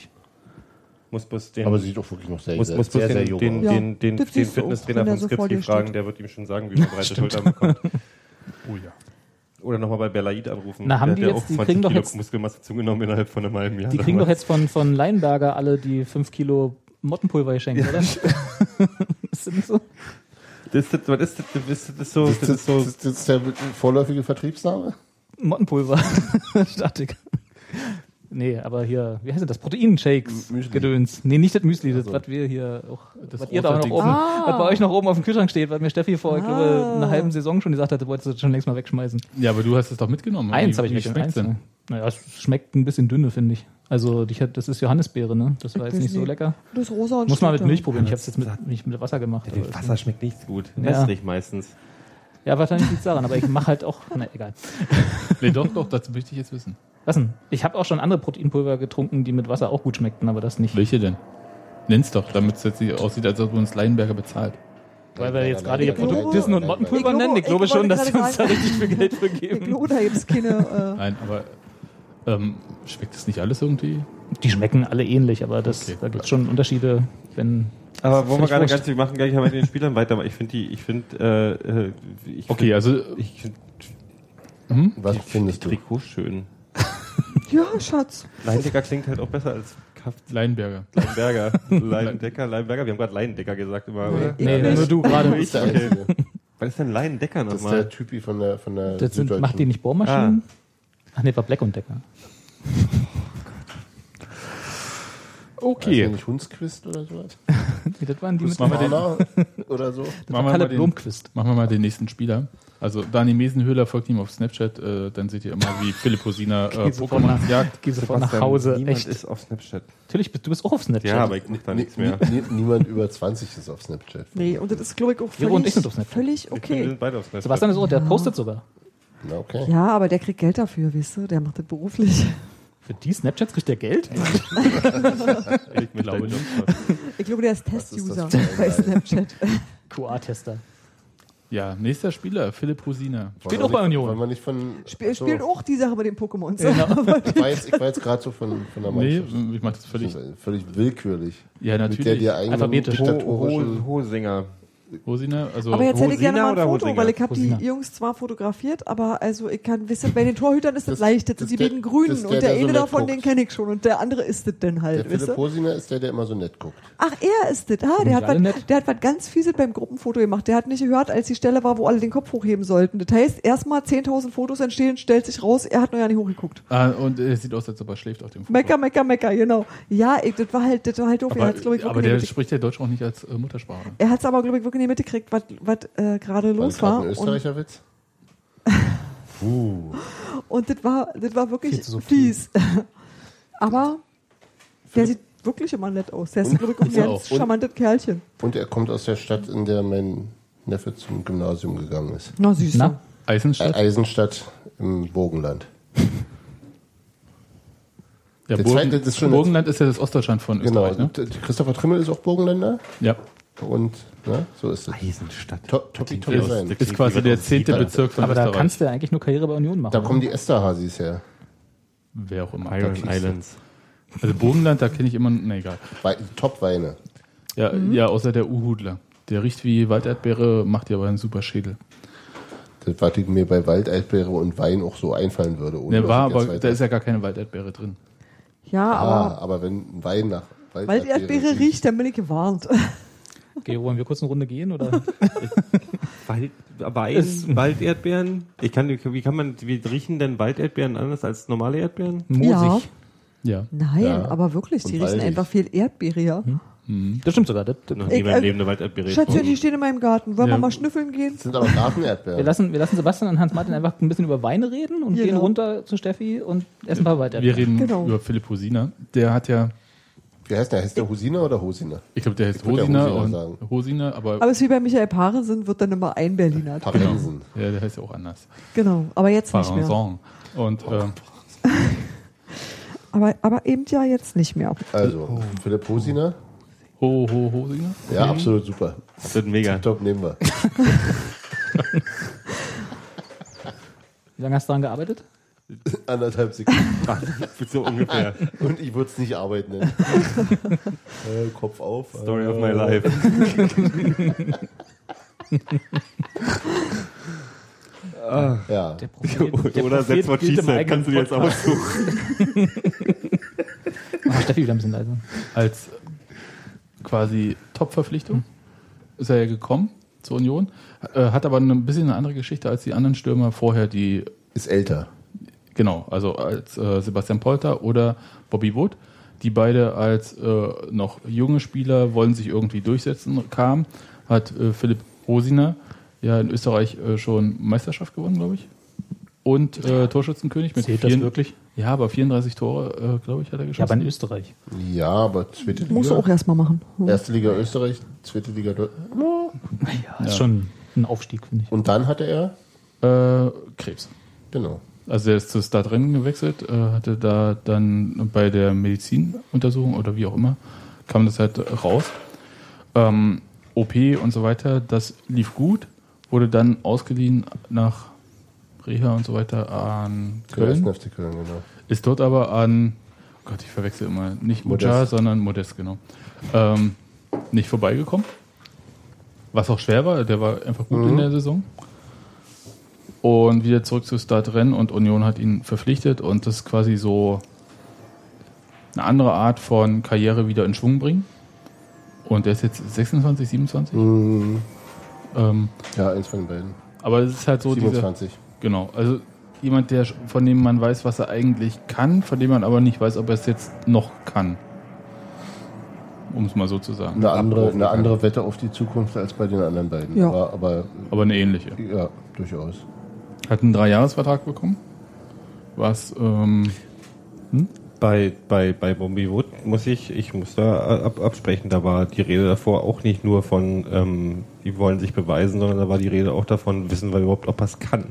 Speaker 5: Muss bloß den,
Speaker 2: Aber sieht doch wirklich noch sehr,
Speaker 5: muss,
Speaker 2: sehr,
Speaker 5: muss bloß
Speaker 2: sehr, sehr
Speaker 5: den,
Speaker 2: jung
Speaker 5: den,
Speaker 2: aus.
Speaker 4: Ja,
Speaker 5: den, den, den,
Speaker 4: das siehst du auch,
Speaker 5: Fitnesstrainer
Speaker 4: wenn der
Speaker 5: von
Speaker 4: so vor
Speaker 5: Skripski
Speaker 4: dir
Speaker 5: fragen,
Speaker 4: steht.
Speaker 5: der wird ihm schon sagen, wie man breite Schultern [laughs] bekommt.
Speaker 3: Oh ja.
Speaker 5: Oder nochmal bei Berlaid anrufen.
Speaker 1: Na,
Speaker 5: der
Speaker 1: haben die
Speaker 5: hat ja
Speaker 1: jetzt-
Speaker 5: auch
Speaker 1: die
Speaker 5: 20
Speaker 1: kriegen doch
Speaker 5: Kilo
Speaker 1: jetzt-
Speaker 5: Muskelmasse zugenommen innerhalb von einem halben Jahr.
Speaker 1: Die kriegen doch
Speaker 5: damals.
Speaker 1: jetzt von, von Leinberger alle die 5 Kilo Mottenpulver geschenkt, oder? [laughs] ist das nicht so?
Speaker 5: Das ist, was ist das, das ist das so,
Speaker 2: Das,
Speaker 5: das ist so,
Speaker 2: das, das
Speaker 1: [laughs]
Speaker 2: ist der vorläufige Vertriebsname?
Speaker 1: Mottenpulver. Statik. Nee, aber hier, wie heißt denn das? Proteinshakes
Speaker 2: Müsli.
Speaker 1: Gedöns. Nee, nicht das Müsli, das,
Speaker 2: Also.
Speaker 1: was wir hier auch,
Speaker 3: Das
Speaker 1: was ihr da
Speaker 3: rote
Speaker 1: noch
Speaker 3: Ding.
Speaker 1: oben,
Speaker 4: Ah.
Speaker 1: was bei euch noch oben auf dem Kühlschrank steht, weil mir Steffi vor, ich glaube,
Speaker 4: Ah.
Speaker 1: einer halben Saison schon gesagt hatte, wolltest du das schon längst mal wegschmeißen.
Speaker 3: Ja, aber du hast es doch mitgenommen.
Speaker 1: eins
Speaker 3: Wie-
Speaker 1: habe ich
Speaker 3: wie
Speaker 1: weggeschmissen.
Speaker 3: schmeckt's
Speaker 1: Eins,
Speaker 3: denn?
Speaker 1: ne? Naja, es schmeckt ein bisschen dünne, finde ich. Also, ich, hab- das ist Johannisbeere, ne? Das war
Speaker 4: Ich
Speaker 1: jetzt
Speaker 4: weiß
Speaker 1: nicht so
Speaker 4: nicht.
Speaker 1: lecker.
Speaker 4: Das ist rosa und
Speaker 1: Muss man mit
Speaker 4: steht
Speaker 1: Milch
Speaker 4: da.
Speaker 1: probieren. Ich habe es jetzt mit, nicht mit Wasser gemacht. aber es-
Speaker 5: Wasser schmeckt nicht gut.
Speaker 1: Ja.
Speaker 5: Wässrig meistens.
Speaker 1: Ja, wahrscheinlich liegt's daran, aber ich mache halt auch, na egal.
Speaker 3: Nee, doch, doch, dazu möchte ich jetzt wissen.
Speaker 1: Was denn? Ich habe auch schon andere Proteinpulver getrunken, die mit Wasser auch gut schmeckten, aber das nicht.
Speaker 3: Welche denn? Nenn's doch, damit es jetzt nicht aussieht, als ob uns Leinberger bezahlt.
Speaker 1: Weil wir jetzt gerade hier
Speaker 2: Ich glaube-
Speaker 1: Produkte dissen und
Speaker 4: Ich
Speaker 1: Mottenpulver
Speaker 4: glaube-
Speaker 1: nennen. Ich glaube
Speaker 4: ich wollte
Speaker 1: schon, dass sie
Speaker 4: gerade
Speaker 1: uns da richtig viel Geld für
Speaker 4: Ich
Speaker 1: geben.
Speaker 4: glaube, da gibt es keine.
Speaker 3: Nein, aber ähm, schmeckt das nicht alles irgendwie?
Speaker 1: Die schmecken alle ähnlich, aber das,
Speaker 3: Okay,
Speaker 1: da gibt
Speaker 3: gut.
Speaker 1: es schon Unterschiede, wenn.
Speaker 5: Aber wo wir
Speaker 1: Völlig
Speaker 5: gerade
Speaker 1: wurscht.
Speaker 5: ganz viel machen, gleich haben wir den Spielern weiter, aber ich finde die, ich finde, äh, äh, ich find-
Speaker 3: Okay, also äh,
Speaker 5: ich finde
Speaker 2: Was
Speaker 5: [laughs]
Speaker 2: findest du?
Speaker 5: Trikot schön.
Speaker 1: [laughs]
Speaker 4: Äh, ja, Schatz.
Speaker 5: Leindecker klingt halt auch besser als Kaff
Speaker 3: Leinberger.
Speaker 5: Leinberger. Leindecker, Leinberger. Wir haben gerade Leindecker gesagt immer, oder?
Speaker 1: Nee, nur du gerade.
Speaker 2: Das ist der Einzige.
Speaker 5: Was ist denn Leindecker
Speaker 2: Das ist der
Speaker 5: nochmal?
Speaker 2: Typi von der, von der
Speaker 1: Das sind,
Speaker 2: Süddeutschen.
Speaker 1: macht die nicht Bohrmaschinen? Ach nee, war Black und Decker.
Speaker 2: Heißt der
Speaker 3: Okay,
Speaker 2: nicht Hundsquist oder sowas?
Speaker 1: Nee, das waren die mit
Speaker 3: Muss man-
Speaker 1: Machen
Speaker 3: wir den-
Speaker 2: Mana oder so?
Speaker 3: machen wir, mal
Speaker 1: Kalle
Speaker 3: den,
Speaker 1: Blomquist.
Speaker 3: machen wir mal den nächsten Spieler. Also Dani Mesenhöhler folgt ihm auf Snapchat, äh, dann seht ihr immer, wie Philipp Rosina äh,
Speaker 1: Geh sofort nach,
Speaker 3: Pokémon jagt.
Speaker 1: geh sofort nach
Speaker 5: Sebastian,
Speaker 1: Hause.
Speaker 5: Niemand
Speaker 1: Echt.
Speaker 5: ist auf Snapchat.
Speaker 1: Natürlich, bist- du bist auch auf Snapchat.
Speaker 5: Ja, aber ich mach da nichts mehr.
Speaker 2: Nie- nie- niemand über 20 ist auf Snapchat.
Speaker 4: Nee, und das ist, glaube ich, auch
Speaker 1: Vero und
Speaker 4: völlig,
Speaker 1: ich sind auf Snapchat.
Speaker 4: völlig
Speaker 5: Wir
Speaker 4: okay.
Speaker 5: sind beide auf Snapchat.
Speaker 1: Sebastian ist auch, der postet sogar.
Speaker 2: Na, okay.
Speaker 4: Ja, aber der kriegt Geld dafür, weißt du? Der macht das
Speaker 1: [laughs]
Speaker 4: beruflich.
Speaker 1: Für die Snapchats kriegt der Geld?
Speaker 5: ich mit
Speaker 3: glaube
Speaker 5: glaube
Speaker 4: Ich glaube, der ist
Speaker 2: Was ist
Speaker 4: Test-User
Speaker 2: das für ein
Speaker 4: bei
Speaker 2: Teil?
Speaker 4: Snapchat.
Speaker 1: [laughs]
Speaker 5: [laughs]
Speaker 1: QA-Tester.
Speaker 3: Ja, nächster Spieler, Philipp Rosina.
Speaker 2: Wollen
Speaker 1: Spielt
Speaker 2: wir
Speaker 1: auch bei
Speaker 2: nicht-
Speaker 1: Union.
Speaker 2: Wollen wir nicht von.
Speaker 4: Spiel,
Speaker 2: so,
Speaker 4: Spielt auch die Sache mit den Pokémon.
Speaker 2: Ich war jetzt, ich war jetzt gerade so von, von der
Speaker 3: Nee,
Speaker 2: Mannschaft.
Speaker 3: ich mach das völlig.
Speaker 2: völlig willkürlich.
Speaker 3: Ja,
Speaker 2: Mit der
Speaker 3: natürlich.
Speaker 2: dir eigenen
Speaker 1: Alphabetisch.
Speaker 2: diktatorischen.
Speaker 5: Hosinger.
Speaker 3: Rosina, also
Speaker 4: Aber jetzt hätte ich
Speaker 5: Rosina
Speaker 4: gerne mal
Speaker 5: oder
Speaker 4: ein Foto,
Speaker 5: Rosinger?
Speaker 4: weil ich habe die
Speaker 1: Rosina.
Speaker 4: Jungs zwar fotografiert, aber also ich kann wissen, bei den Torhütern ist das,
Speaker 2: Das-
Speaker 4: leicht, das,
Speaker 2: das
Speaker 4: sind die
Speaker 2: der-
Speaker 4: beiden
Speaker 2: das
Speaker 4: Grünen
Speaker 2: der,
Speaker 4: und
Speaker 2: der
Speaker 4: der
Speaker 2: so
Speaker 4: eine
Speaker 2: nett
Speaker 4: davon, den
Speaker 2: guckt.
Speaker 4: kenne ich schon und der andere ist das denn
Speaker 2: Der
Speaker 4: halt, weißt
Speaker 2: Philipp
Speaker 4: du?
Speaker 2: Posiner ist der, der immer so nett guckt.
Speaker 4: Ach, er ist das. Ah, der
Speaker 1: die
Speaker 4: hat,
Speaker 1: alle
Speaker 4: was,
Speaker 1: nett?
Speaker 4: der hat was ganz Fieses beim Gruppenfoto gemacht. Der hat nicht gehört, als die Stelle war, wo alle den Kopf hochheben sollten. Das heißt, erstmal 10.000 Fotos entstehen, stellt sich raus, er hat noch ja nicht hochgeguckt.
Speaker 3: ah, und er sieht aus, als ob er schläft auf dem Foto.
Speaker 4: Mecker, mecker, mecker, genau. Ja, ich, das war halt, das war halt doof. er
Speaker 3: Aber,
Speaker 4: hat's, glaub ich,
Speaker 3: aber
Speaker 4: wirklich
Speaker 3: der
Speaker 4: nicht mitgekriegt.
Speaker 3: spricht ja Deutsch auch nicht als äh, Muttersprache.
Speaker 4: Er hat es aber, glaube ich, wirklich nicht mitgekriegt, was was, äh, gerade
Speaker 2: War
Speaker 4: los
Speaker 2: das gerade
Speaker 4: war.
Speaker 2: ein
Speaker 4: Und,
Speaker 2: Österreicher Witz? Puh.
Speaker 4: und das war, das war
Speaker 1: Viel
Speaker 4: wirklich
Speaker 1: zu subtil.
Speaker 4: fies. [laughs] aber der sieht wirklich immer nett aus. Der ist, glaube ich, auch ein
Speaker 3: Ja,
Speaker 4: ganz
Speaker 3: auch. Und-
Speaker 4: charmantes Kerlchen.
Speaker 2: Und er kommt aus der Stadt, in der mein Neffe zum Gymnasium gegangen ist.
Speaker 4: Na, süß.
Speaker 1: Na?
Speaker 2: Äh,
Speaker 3: Eisenstadt?
Speaker 2: Eisenstadt im Burgenland.
Speaker 3: ja,
Speaker 2: der zweite, das ist schon-
Speaker 3: Burgenland ist ja das Ostdeutschland von
Speaker 2: Genau.
Speaker 3: Österreich, ne?
Speaker 2: Und, äh, Christopher Trimmel ist auch Burgenländer.
Speaker 3: Ja.
Speaker 2: Und ne, so ist es.
Speaker 5: Eisenstadt.
Speaker 2: To- Toppi
Speaker 5: Klingt
Speaker 2: Tolle
Speaker 5: wie
Speaker 2: sein.
Speaker 5: aus-
Speaker 3: Ist quasi der zehnte
Speaker 5: Siebter.
Speaker 3: Bezirk von
Speaker 1: Aber da
Speaker 3: Österreich.
Speaker 1: kannst du ja eigentlich nur Karriere bei Union machen.
Speaker 2: Da kommen die Esterhasis her.
Speaker 3: Wer auch immer.
Speaker 5: Iron Islands.
Speaker 3: Also Burgenland, da kenne ich immer. Ne, egal.
Speaker 2: Wei- Top-Weine.
Speaker 3: Ja,
Speaker 4: Mhm.
Speaker 3: ja, außer der Uhudler. Der riecht wie Walderdbeere, macht dir aber einen super Schädel.
Speaker 2: Das, was ich mir bei Waldaltbeere und Wein auch so einfallen würde. ohne
Speaker 3: Der
Speaker 2: dass
Speaker 3: Ne, war
Speaker 2: ich jetzt
Speaker 3: aber,
Speaker 2: weiter-
Speaker 3: da ist ja gar keine Walderdbeere drin.
Speaker 4: Ja,
Speaker 2: Ah,
Speaker 4: aber
Speaker 2: aber wenn Wein nach
Speaker 4: weil die Erdbeere riecht, dann bin ich gewarnt. [laughs]
Speaker 1: Okay, wollen wir kurz eine Runde gehen?
Speaker 5: [laughs]
Speaker 1: Oder?
Speaker 5: Wald, Wein, Walderdbeeren? Ich kann, wie kann man, wie riechen denn Walderdbeeren anders als normale Erdbeeren?
Speaker 1: Moosig.
Speaker 3: Ja.
Speaker 4: Nein,
Speaker 2: Ja.
Speaker 4: aber wirklich,
Speaker 2: Und
Speaker 4: die riechen
Speaker 2: waldig.
Speaker 4: einfach viel Erdbeere. Ja.
Speaker 1: Das stimmt sogar. Das, das.
Speaker 5: Noch
Speaker 4: Ich-
Speaker 5: nie beim
Speaker 4: äh,
Speaker 5: Leben eine Walderdbeere.
Speaker 4: Schätzchen, die stehen in meinem Garten. Wollen
Speaker 3: Ja.
Speaker 4: wir mal schnüffeln gehen?
Speaker 2: Das sind aber
Speaker 1: [laughs]
Speaker 2: Gartenerdbeeren.
Speaker 1: Wir, lassen, wir lassen Sebastian und Hans-Martin einfach ein bisschen über Weine reden und
Speaker 4: Genau.
Speaker 1: gehen runter zu Steffi und essen ein paar weiter.
Speaker 3: Wir reden
Speaker 4: Genau.
Speaker 3: über Philipp Hosina. Der hat ja,
Speaker 2: Wie heißt der? Heißt der Husina oder Hosina?
Speaker 3: ich glaube, der heißt
Speaker 2: Ich würd ja
Speaker 3: Hosina
Speaker 2: Hosina
Speaker 3: und
Speaker 2: sagen.
Speaker 3: Hosina, aber,
Speaker 4: Aber es ist wie bei Michael Paare sind, wird dann immer ein Berliner.
Speaker 2: Parensen.
Speaker 3: ja, der heißt ja auch anders.
Speaker 4: Genau, aber jetzt nicht mehr.
Speaker 3: Paranson. Und äh,
Speaker 4: Aber, aber eben ja jetzt nicht mehr.
Speaker 2: Also, Philipp Hosina.
Speaker 3: Ho, Ho, Hosina?
Speaker 2: Ja, absolut super.
Speaker 5: Das wird mega. [laughs]
Speaker 2: Top
Speaker 3: [laughs]
Speaker 2: nehmen wir.
Speaker 1: Wie lange hast du daran gearbeitet?
Speaker 2: Anderthalb Sekunden.
Speaker 5: so ungefähr.
Speaker 2: [laughs] Und ich würde es nicht
Speaker 5: [laughs]
Speaker 2: arbeiten. nennen. äh, Kopf auf.
Speaker 5: Story
Speaker 2: äh,
Speaker 5: of my life.
Speaker 2: Ja.
Speaker 5: [laughs]
Speaker 1: Prophet,
Speaker 5: Oder selbst what she said. Kannst du dir jetzt
Speaker 1: auch.
Speaker 5: aussuchen.
Speaker 1: Steffi wieder ein bisschen leiser.
Speaker 3: als quasi Top-Verpflichtung.
Speaker 4: Mhm.
Speaker 3: Ist er ja gekommen zur Union, äh, hat aber ein bisschen eine andere Geschichte als die anderen Stürmer vorher, die
Speaker 2: Ist älter.
Speaker 3: Genau, also als äh, Sebastian Polter oder Bobby Wood. Die beide als äh, noch junge Spieler wollen sich irgendwie durchsetzen. Kam, hat äh, Philipp Rosiner ja in Österreich äh, schon Meisterschaft gewonnen, glaube ich. Und äh, Torschützenkönig mit
Speaker 1: Zählt das
Speaker 3: vielen-
Speaker 1: wirklich?
Speaker 3: Ja, aber 34 Tore, äh, glaube ich, hat er
Speaker 1: Ja,
Speaker 3: geschossen.
Speaker 1: aber in Österreich.
Speaker 2: Ja, aber zweite
Speaker 4: Musst du
Speaker 2: Liga.
Speaker 4: auch erstmal machen. Hm.
Speaker 2: Erste Liga Österreich, zweite Liga Deutschland.
Speaker 1: Ja, ist schon ein Aufstieg, finde ich.
Speaker 2: Und dann hatte er,
Speaker 3: äh, Krebs.
Speaker 2: genau.
Speaker 3: Also er ist zu Stadtrennen gewechselt, äh, hatte da dann bei der Medizinuntersuchung oder wie auch immer, kam das halt raus. Ähm, OP und so weiter, das lief gut, wurde dann ausgeliehen nach Reha und so weiter an
Speaker 2: Zum
Speaker 3: Köln.
Speaker 2: ersten FC Köln, genau.
Speaker 3: Ist dort aber an, oh Gott, ich verwechsel immer, nicht
Speaker 2: Modest.
Speaker 3: Mujar, sondern Modest, genau. Ähm, nicht vorbeigekommen. Was auch schwer war, der war einfach gut in der Saison. Und wieder zurück zu Startrennen und Union hat ihn verpflichtet und das quasi so eine andere Art von Karriere wieder in Schwung bringen. Und der ist jetzt 26, 27. Ähm,
Speaker 2: Ja, eins von den beiden.
Speaker 3: aber es ist halt so diese,
Speaker 2: 27.
Speaker 3: Genau, also jemand, der von dem man weiß, was er eigentlich kann, von dem man aber nicht weiß, ob er es jetzt noch kann. Um es mal so zu sagen.
Speaker 2: Eine andere,
Speaker 3: Abrufen
Speaker 2: eine
Speaker 3: kann.
Speaker 2: andere Wette auf die Zukunft als bei den anderen beiden.
Speaker 4: Ja.
Speaker 2: Aber, aber
Speaker 3: Aber eine ähnliche.
Speaker 2: ja, durchaus.
Speaker 3: Hat einen Dreijahresvertrag bekommen. Was, ähm,
Speaker 5: Bei, bei, bei Bombi Wood muss ich, ich muss da äh, ab, absprechen, da war die Rede davor auch nicht nur von, ähm, die wollen sich beweisen, sondern da war die Rede auch davon, wissen wir überhaupt, ob er es kann.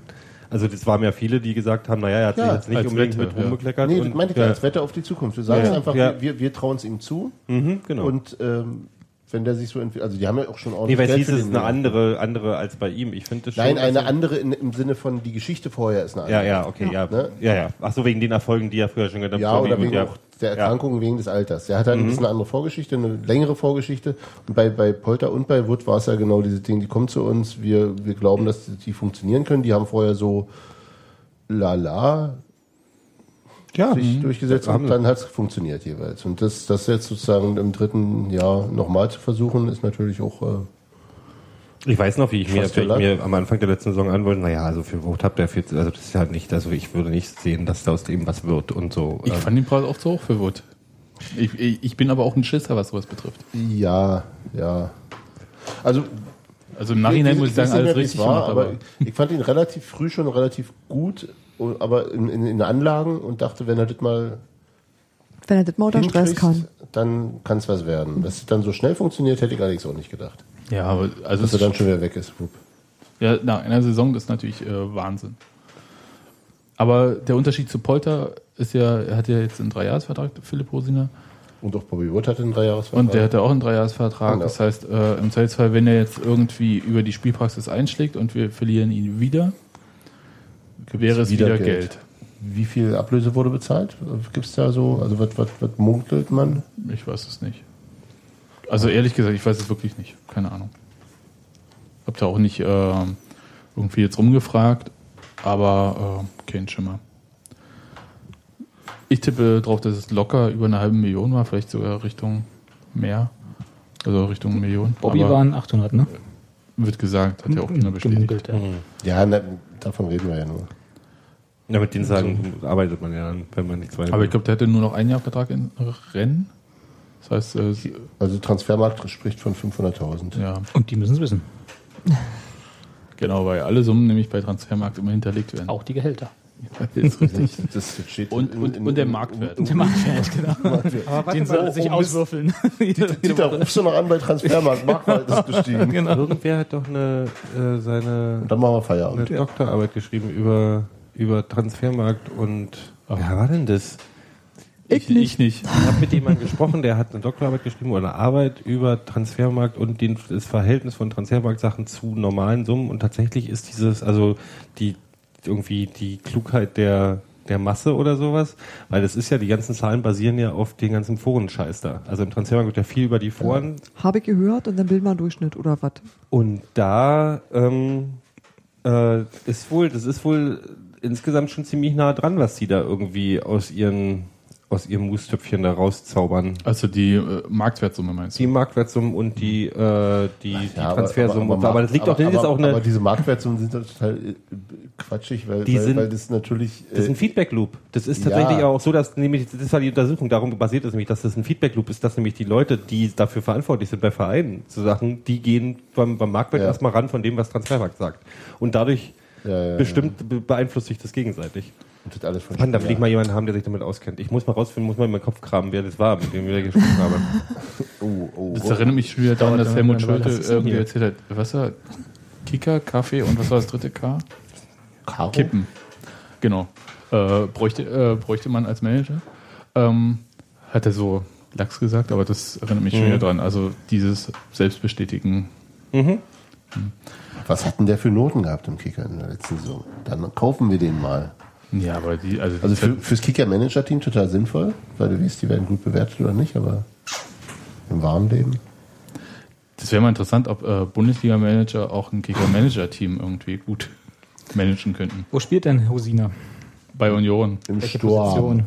Speaker 5: Also das waren ja viele, die gesagt haben, naja, er hat
Speaker 2: Ja,
Speaker 5: sich jetzt nicht
Speaker 3: als
Speaker 5: unbedingt
Speaker 3: Wette,
Speaker 5: mit
Speaker 3: ja.
Speaker 5: rumbekleckert.
Speaker 2: Nee, das
Speaker 5: und,
Speaker 2: meinte ich ja.
Speaker 5: ja,
Speaker 2: als Wette auf die Zukunft. Wir sagen
Speaker 5: Ja.
Speaker 2: es einfach,
Speaker 5: Ja.
Speaker 2: wir, wir trauen es ihm zu.
Speaker 5: mhm, genau.
Speaker 2: Und ähm, wenn der sich so entwickelt, also die haben ja auch schon ordentlich ne?
Speaker 5: nee, weil es hieß,
Speaker 2: für
Speaker 5: es
Speaker 2: den
Speaker 5: ist eine
Speaker 2: genommen.
Speaker 5: andere, andere als bei ihm. Ich finde das schon.
Speaker 2: Nein, eine
Speaker 5: dass-
Speaker 2: andere in, im Sinne von die Geschichte vorher ist eine
Speaker 5: Ja,
Speaker 2: andere.
Speaker 5: ja, okay, ja. Ja,
Speaker 2: Ne?
Speaker 5: ja. Ach so, wegen den Erfolgen, die er früher schon gedacht
Speaker 2: Ja, oder wegen
Speaker 5: ja. Mhm.
Speaker 2: auch der Erkrankung wegen des Alters. Er hat halt ein bisschen eine andere Vorgeschichte, eine längere Vorgeschichte. Und bei, bei Polter und bei Wood war es ja genau dieses Ding, die kommen zu uns, wir, wir glauben, dass die funktionieren können. Die haben vorher so lala
Speaker 5: Ja,
Speaker 2: sich
Speaker 5: mhm.
Speaker 2: durchgesetzt
Speaker 5: Haben
Speaker 2: und
Speaker 5: sie.
Speaker 2: dann hat es funktioniert jeweils. Und das, das jetzt sozusagen im dritten Jahr nochmal zu versuchen, ist natürlich auch äh,
Speaker 5: Ich weiß noch, wie ich mir,
Speaker 2: Fast
Speaker 5: wie ich
Speaker 2: Teller.
Speaker 5: mir am Anfang der letzten Saison anwollte, naja, also für Wucht habt ihr viel, zu- also das ist ja nicht, also ich würde nicht sehen, dass da aus dem was wird und so.
Speaker 3: ich
Speaker 5: Ähm,
Speaker 3: fand den Preis auch zu hoch für Wood. Ich, ich ich bin aber auch ein Schisser, was sowas betrifft.
Speaker 2: ja, ja. Also
Speaker 3: Also im Nachhinein muss ich sagen,
Speaker 2: weiß nicht
Speaker 3: alles
Speaker 2: mehr, wie
Speaker 3: richtig
Speaker 2: es war,
Speaker 3: gemacht,
Speaker 2: aber ich fand ihn relativ früh schon relativ gut, o- aber in, in, in Anlagen und dachte, wenn er das mal
Speaker 4: Wenn er das mal unter Stress
Speaker 2: hinkriegt,
Speaker 4: kann.
Speaker 2: dann kann es was werden. Dass es dann so schnell funktioniert, hätte ich allerdings auch nicht gedacht.
Speaker 3: ja, aber also
Speaker 2: Dass er
Speaker 3: es
Speaker 2: dann schon wieder weg ist. Wupp.
Speaker 3: Ja, nach einer Saison das ist natürlich äh, Wahnsinn. Aber der Unterschied zu Polter ist ja, er hat ja jetzt einen Dreijahresvertrag, Philipp Rosiner,
Speaker 2: Und auch Bobby Wood hatte einen Dreijahresvertrag.
Speaker 3: und der hat ja auch einen Dreijahresvertrag.
Speaker 2: Genau.
Speaker 3: Das heißt, äh, im Zweifelsfall, wenn er jetzt irgendwie über die Spielpraxis einschlägt und wir verlieren ihn wieder, wäre es wieder,
Speaker 2: Wieder
Speaker 3: Geld.
Speaker 2: Geld. Wie viel Ablöse wurde bezahlt? Gibt es da so? Also was, was, was munkelt man?
Speaker 3: Ich weiß es nicht. Also ehrlich gesagt, ich weiß es wirklich nicht. Keine Ahnung. Hab da auch nicht äh, irgendwie jetzt rumgefragt, aber äh, kein Schimmer. Ich tippe drauf, dass es locker über eine halbe Million war, vielleicht sogar Richtung mehr. Also Richtung Million.
Speaker 1: Bobby
Speaker 3: aber
Speaker 1: waren 800, ne?
Speaker 3: wird gesagt, hat ja auch keiner bestätigt.
Speaker 1: Gemunkelt, ja.
Speaker 2: Ja, na, davon reden wir ja nur.
Speaker 5: ja, mit den Sagen arbeitet man ja dann, wenn man nichts weiter.
Speaker 3: Aber ich glaube, der hätte nur noch ein Jahr Vertrag in Rennen. Das heißt, äh, s-
Speaker 2: Also Transfermarkt spricht von 500.000.
Speaker 3: ja,
Speaker 1: Und die müssen es wissen.
Speaker 3: genau, weil alle Summen nämlich bei Transfermarkt immer hinterlegt werden.
Speaker 1: Auch die Gehälter.
Speaker 3: Ist richtig.
Speaker 2: Das steht
Speaker 3: Und,
Speaker 2: in-
Speaker 3: und,
Speaker 2: in-
Speaker 3: und der Marktwert.
Speaker 1: Der Marktwert, genau. Den sie sich [laughs] auswürfeln.
Speaker 5: Genau.
Speaker 2: Dieter, rufst du noch an bei Transfermarkt? Marktwert ist gestiegen.
Speaker 1: genau.
Speaker 5: Irgendwer hat doch eine, äh, seine
Speaker 2: Dann machen wir
Speaker 5: eine
Speaker 2: Feierabend.
Speaker 5: Doktorarbeit geschrieben über, über Transfermarkt und. Wer war denn das?
Speaker 3: Ich, ich nicht.
Speaker 5: Ich habe mit jemandem gesprochen, der hat eine Doktorarbeit geschrieben oder eine Arbeit über Transfermarkt und den, das Verhältnis von Transfermarktsachen zu normalen Summen. Und tatsächlich ist dieses, also die irgendwie die Klugheit der der Masse oder sowas, weil das ist ja, die ganzen Zahlen basieren ja auf den ganzen Forenscheiß da. Also im Transfermarkt wird ja viel über die Foren
Speaker 4: Habe ich gehört und dann bilden wir einen Durchschnitt oder was?
Speaker 5: und da ähm, äh, ist wohl, das ist wohl insgesamt schon ziemlich nah dran, was die da irgendwie aus ihren aus ihrem Moostöpfchen da rauszaubern.
Speaker 3: Also die äh, Marktwertsumme meinst du?
Speaker 5: Die Marktwertsummen und die, äh, die, die
Speaker 2: Ja, aber-
Speaker 5: Transfersummen. Aber, das liegt auch, das
Speaker 2: aber,
Speaker 5: ist auch eine,
Speaker 2: aber diese Marktwertsummen sind doch total äh, quatschig, weil,
Speaker 5: Die
Speaker 2: weil,
Speaker 5: sind-
Speaker 2: weil das natürlich.
Speaker 5: Das ist
Speaker 2: äh,
Speaker 5: ein Feedback-Loop. Das ist
Speaker 2: Ja.
Speaker 5: tatsächlich auch so, dass nämlich, das war die Untersuchung, darum basiert es nämlich, dass das ein Feedback-Loop ist, dass nämlich die Leute, die dafür verantwortlich sind bei Vereinen zu Sachen, die gehen beim, beim Marktwert
Speaker 2: Ja.
Speaker 5: erstmal ran von dem, was Transfermarkt sagt. Und dadurch
Speaker 2: Ja, ja, ja.
Speaker 5: bestimmt be- beeinflusst sich das gegenseitig.
Speaker 2: und das äh, alles von
Speaker 5: Mann, da will
Speaker 2: ja.
Speaker 5: ich mal jemanden haben, der sich damit auskennt. Ich muss mal rausfinden, muss mal in meinen Kopf kramen, wer das war, mit dem wir gesprochen haben.
Speaker 2: [laughs] Oh, oh,
Speaker 3: Das
Speaker 2: oh.
Speaker 3: erinnert mich schon wieder daran, dass Helmut
Speaker 1: Weile.
Speaker 3: Schulte
Speaker 1: Was ist denn
Speaker 3: irgendwie
Speaker 5: hier?
Speaker 3: erzählt hat, was war Kicker, Kaffee und was war das dritte K?
Speaker 2: Karo?
Speaker 3: Kippen. Genau. Äh, bräuchte, äh, bräuchte man als Manager. Ähm, hat er so Lachs gesagt, aber das erinnert mich schon wieder dran. Also dieses Selbstbestätigen.
Speaker 2: Was hat denn der für Noten gehabt im Kicker in der letzten Saison? Dann kaufen wir den mal.
Speaker 3: Ja, aber die, also,
Speaker 2: Also
Speaker 3: also
Speaker 2: für, fürs Kicker-Manager-Team total sinnvoll, weil du weißt, die werden gut bewertet oder nicht, aber im wahren Leben.
Speaker 3: das wäre mal interessant, ob äh, Bundesliga-Manager auch ein Kicker-Manager-Team irgendwie gut managen könnten.
Speaker 1: Wo spielt denn Hosina?
Speaker 3: Bei Union
Speaker 2: Im
Speaker 1: Welche
Speaker 2: Sturm.
Speaker 1: Position?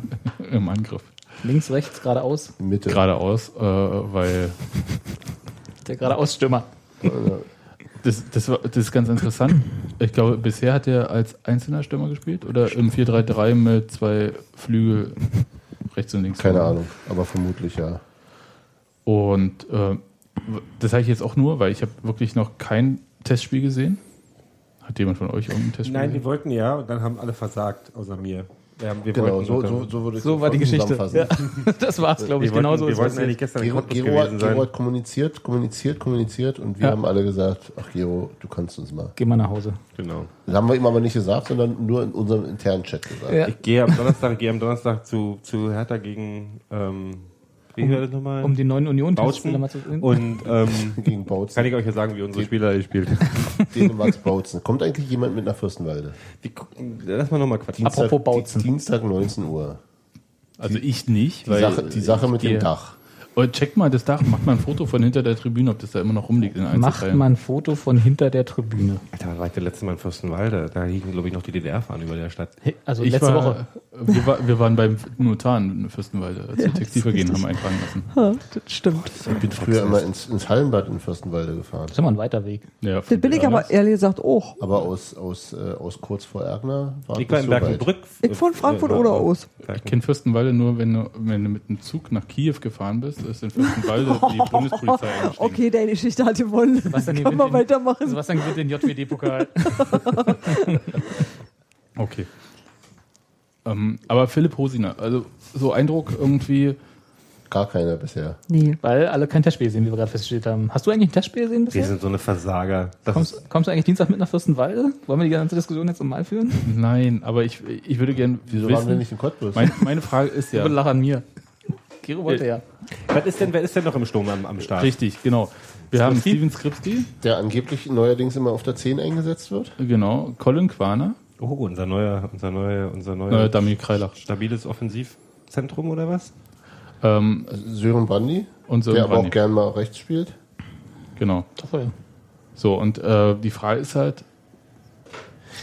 Speaker 3: im Angriff.
Speaker 1: Links, rechts, geradeaus?
Speaker 2: Mitte.
Speaker 3: Geradeaus, äh, weil
Speaker 1: Der geradeaus-Stürmer.
Speaker 3: Das, das, war, das ist ganz interessant. Ich glaube, bisher hat er als einzelner Stürmer gespielt oder im 4-3-3 mit zwei Flügel rechts und links.
Speaker 2: Keine Ahnung, aber vermutlich ja.
Speaker 3: Und äh, das sage ich jetzt auch nur, weil ich habe wirklich noch kein Testspiel gesehen. Hat jemand von euch irgendein Testspiel
Speaker 6: Nein, die
Speaker 3: gesehen?
Speaker 6: wollten ja und dann haben alle versagt, außer mir. Wir, haben, wir
Speaker 2: Genau,
Speaker 6: wollten
Speaker 2: so,
Speaker 6: und
Speaker 2: so,
Speaker 6: dann-
Speaker 2: so würde ich
Speaker 1: So
Speaker 2: das
Speaker 1: war die
Speaker 2: voll
Speaker 1: Geschichte.
Speaker 2: zusammenfassen.
Speaker 1: Ja. [laughs] Das war's, glaube
Speaker 5: Wir
Speaker 1: ich. Genau
Speaker 5: wollten,
Speaker 1: so
Speaker 5: wir
Speaker 1: ist
Speaker 5: wollten
Speaker 1: es.
Speaker 5: eigentlich gestern in
Speaker 2: Gero,
Speaker 5: Cottbus
Speaker 2: Gero, hat,
Speaker 5: gewesen sein.
Speaker 2: Gero hat kommuniziert, kommuniziert, kommuniziert und wir
Speaker 3: Ja.
Speaker 2: haben alle gesagt, ach Gero, du kannst uns mal.
Speaker 1: Geh mal nach Hause.
Speaker 5: Genau.
Speaker 2: Das haben wir ihm aber nicht gesagt, sondern nur in unserem internen Chat gesagt.
Speaker 1: Ja.
Speaker 5: Ich gehe am Donnerstag, gehe am Donnerstag zu, zu Hertha gegen, ähm, wie war das nochmal?
Speaker 1: Um den neuen union
Speaker 5: Bautzen.
Speaker 1: mal zu sehen.
Speaker 5: Und, ähm,
Speaker 2: Gegen Bautzen,
Speaker 5: kann ich euch ja sagen, wie unsere Spieler hier spielen. [laughs]
Speaker 2: Dänemarks Bautzen. Kommt eigentlich jemand mit nach Fürstenwalde?
Speaker 5: Wir gucken- Lass mal nochmal quatschen.
Speaker 1: Apropos Bautzen.
Speaker 2: Dienstag- Dienstag 19 Uhr.
Speaker 3: Also ich nicht.
Speaker 2: Die Sache, die Sache mit dem
Speaker 3: gehe-
Speaker 2: Dach.
Speaker 3: Oh, checkt mal das Dach, macht mal ein Foto von hinter der Tribüne, ob das da immer noch rumliegt in
Speaker 1: Macht
Speaker 3: Einzelteilen.
Speaker 1: mal ein Foto von hinter der Tribüne.
Speaker 5: Alter, wann war ich der letzte Mal in Fürstenwalde? Da hingen, glaube ich, noch die DDR-Fahnen über der Stadt.
Speaker 1: Also
Speaker 3: Ich
Speaker 1: letzte
Speaker 3: war,
Speaker 1: Woche.
Speaker 3: Wir, war, wir waren beim Notar in Fürstenwalde,
Speaker 1: [laughs]
Speaker 3: als wir Textilvergehen haben eintragen lassen.
Speaker 4: Ja, das stimmt.
Speaker 2: Ich bin früher immer ins, ins Hallenbad in Fürstenwalde gefahren.
Speaker 1: Das ist immer ein weiter Weg.
Speaker 3: Ja,
Speaker 4: Das bin ich aber ehrlich gesagt auch.
Speaker 2: Aber aus, aus, äh, aus kurz vor Ergner war
Speaker 5: Ich war in
Speaker 2: so weit.
Speaker 5: Berkenbrück.
Speaker 2: Äh,
Speaker 4: Ich von Frankfurt
Speaker 5: Äh,
Speaker 4: oder aus.
Speaker 3: Ich kenne Fürstenwalde nur, wenn du, wenn du mit dem Zug nach Kiew gefahren bist, ist in
Speaker 4: [laughs]
Speaker 3: Fürstenwalde die Bundespolizei eingestiegen.
Speaker 4: Okay, deine Geschichte hat gewonnen.
Speaker 1: Was denn die
Speaker 4: [laughs] Kann man
Speaker 1: Windin-
Speaker 4: weitermachen.
Speaker 1: Sebastian gewinnt den JWD-Pokal.
Speaker 3: Okay. Ähm, aber Philipp Hosiner, also so Eindruck irgendwie,
Speaker 2: Gar keiner bisher.
Speaker 4: Nee.
Speaker 1: [laughs] Weil alle kein Testspiel sehen, wie wir gerade festgestellt haben. Hast du eigentlich ein Testspiel gesehen
Speaker 5: Wir
Speaker 1: bisher?
Speaker 5: sind so eine Versager. Das ist,
Speaker 1: Kommst, kommst du eigentlich Dienstag mit nach Fürstenwalde? Wollen wir die ganze Diskussion jetzt nochmal führen?
Speaker 3: nein, aber ich, ich würde gerne
Speaker 2: Wieso waren wir
Speaker 3: wissen,
Speaker 2: nicht in Cottbus?
Speaker 3: mein, meine Frage
Speaker 2: [laughs]
Speaker 3: ist ja,
Speaker 1: Ja. Lach an mir. Gero
Speaker 2: Äh,
Speaker 1: wollte ja.
Speaker 5: was ist denn, wer ist denn noch im Sturm am, am Start?
Speaker 3: richtig, genau. Wir haben Steven Skripski,
Speaker 2: der angeblich neuerdings immer auf der 10 eingesetzt wird.
Speaker 3: genau, Colin Quaner,
Speaker 5: Oh, unser neuer, unser neuer, unser neuer
Speaker 3: äh, Damir Kreilach
Speaker 5: stabiles Offensivzentrum oder was?
Speaker 3: ähm,
Speaker 2: Sören Brandy,
Speaker 3: und so.
Speaker 2: der aber auch gern mal rechts spielt.
Speaker 3: Genau.
Speaker 1: Doch, ja.
Speaker 3: So, und äh, die Frage ist halt,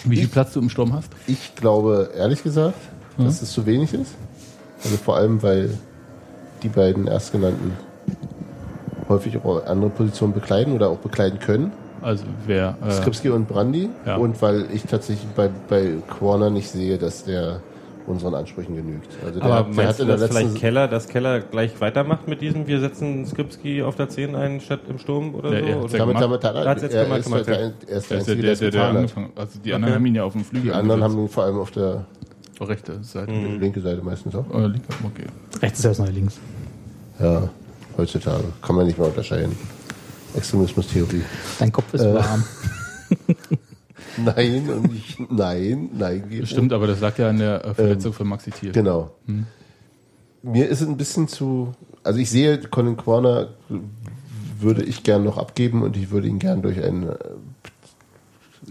Speaker 3: wie viel Platz du im Sturm hast?
Speaker 2: Ich glaube, ehrlich gesagt,
Speaker 5: Hm.
Speaker 2: dass es zu wenig ist. Also vor allem, weil die beiden Erstgenannten häufig auch andere Positionen bekleiden oder auch bekleiden können.
Speaker 3: Also wer... äh,
Speaker 2: Skripski und Brandy.
Speaker 3: Ja.
Speaker 2: Und weil ich tatsächlich bei, bei Corner nicht sehe, dass der unseren Ansprüchen genügt. Also der,
Speaker 5: Aber
Speaker 2: hat- der
Speaker 5: meinst
Speaker 2: hat
Speaker 5: du,
Speaker 2: in der
Speaker 5: dass vielleicht
Speaker 2: letzten
Speaker 5: Keller, dass Keller gleich weitermacht mit diesem, wir setzen Skripski auf der 10 ein, statt im Sturm oder so?
Speaker 3: Ja, er hat's
Speaker 5: Oder-
Speaker 3: ja
Speaker 2: damit,
Speaker 3: gemacht.
Speaker 2: damit hat er,
Speaker 5: Er hat's jetzt
Speaker 2: er,
Speaker 5: gemacht,
Speaker 2: ist
Speaker 5: gemacht,
Speaker 2: halt der, er ist der
Speaker 3: Das ist
Speaker 2: Einzige,
Speaker 3: der,
Speaker 2: der es
Speaker 3: der, der
Speaker 2: getan hat.
Speaker 3: angefangen hat. Also die anderen haben ihn ja auf dem Flügel.
Speaker 2: Die anderen Mhm. haben
Speaker 3: angesetzt.
Speaker 2: ihn vor allem auf der
Speaker 3: Auf rechte Seite.
Speaker 5: Mhm.
Speaker 2: linken Seite meistens auch.
Speaker 3: Äh, linke, okay.
Speaker 1: Rechts ist ja das neue Links.
Speaker 2: Ja, heutzutage. Kann man nicht mehr unterscheiden. Extremismustheorie.
Speaker 1: Dein Kopf ist warm.
Speaker 2: Nein und ich, nein, nein. geht nicht.
Speaker 3: Stimmt, aber das lag ja an der äh, Verletzung von Maxi Thiel.
Speaker 2: Ähm, Genau. Mir ist es ein bisschen zu. Also ich sehe, Colin Corner würde ich gern noch abgeben und ich würde ihn gern durch einen äh,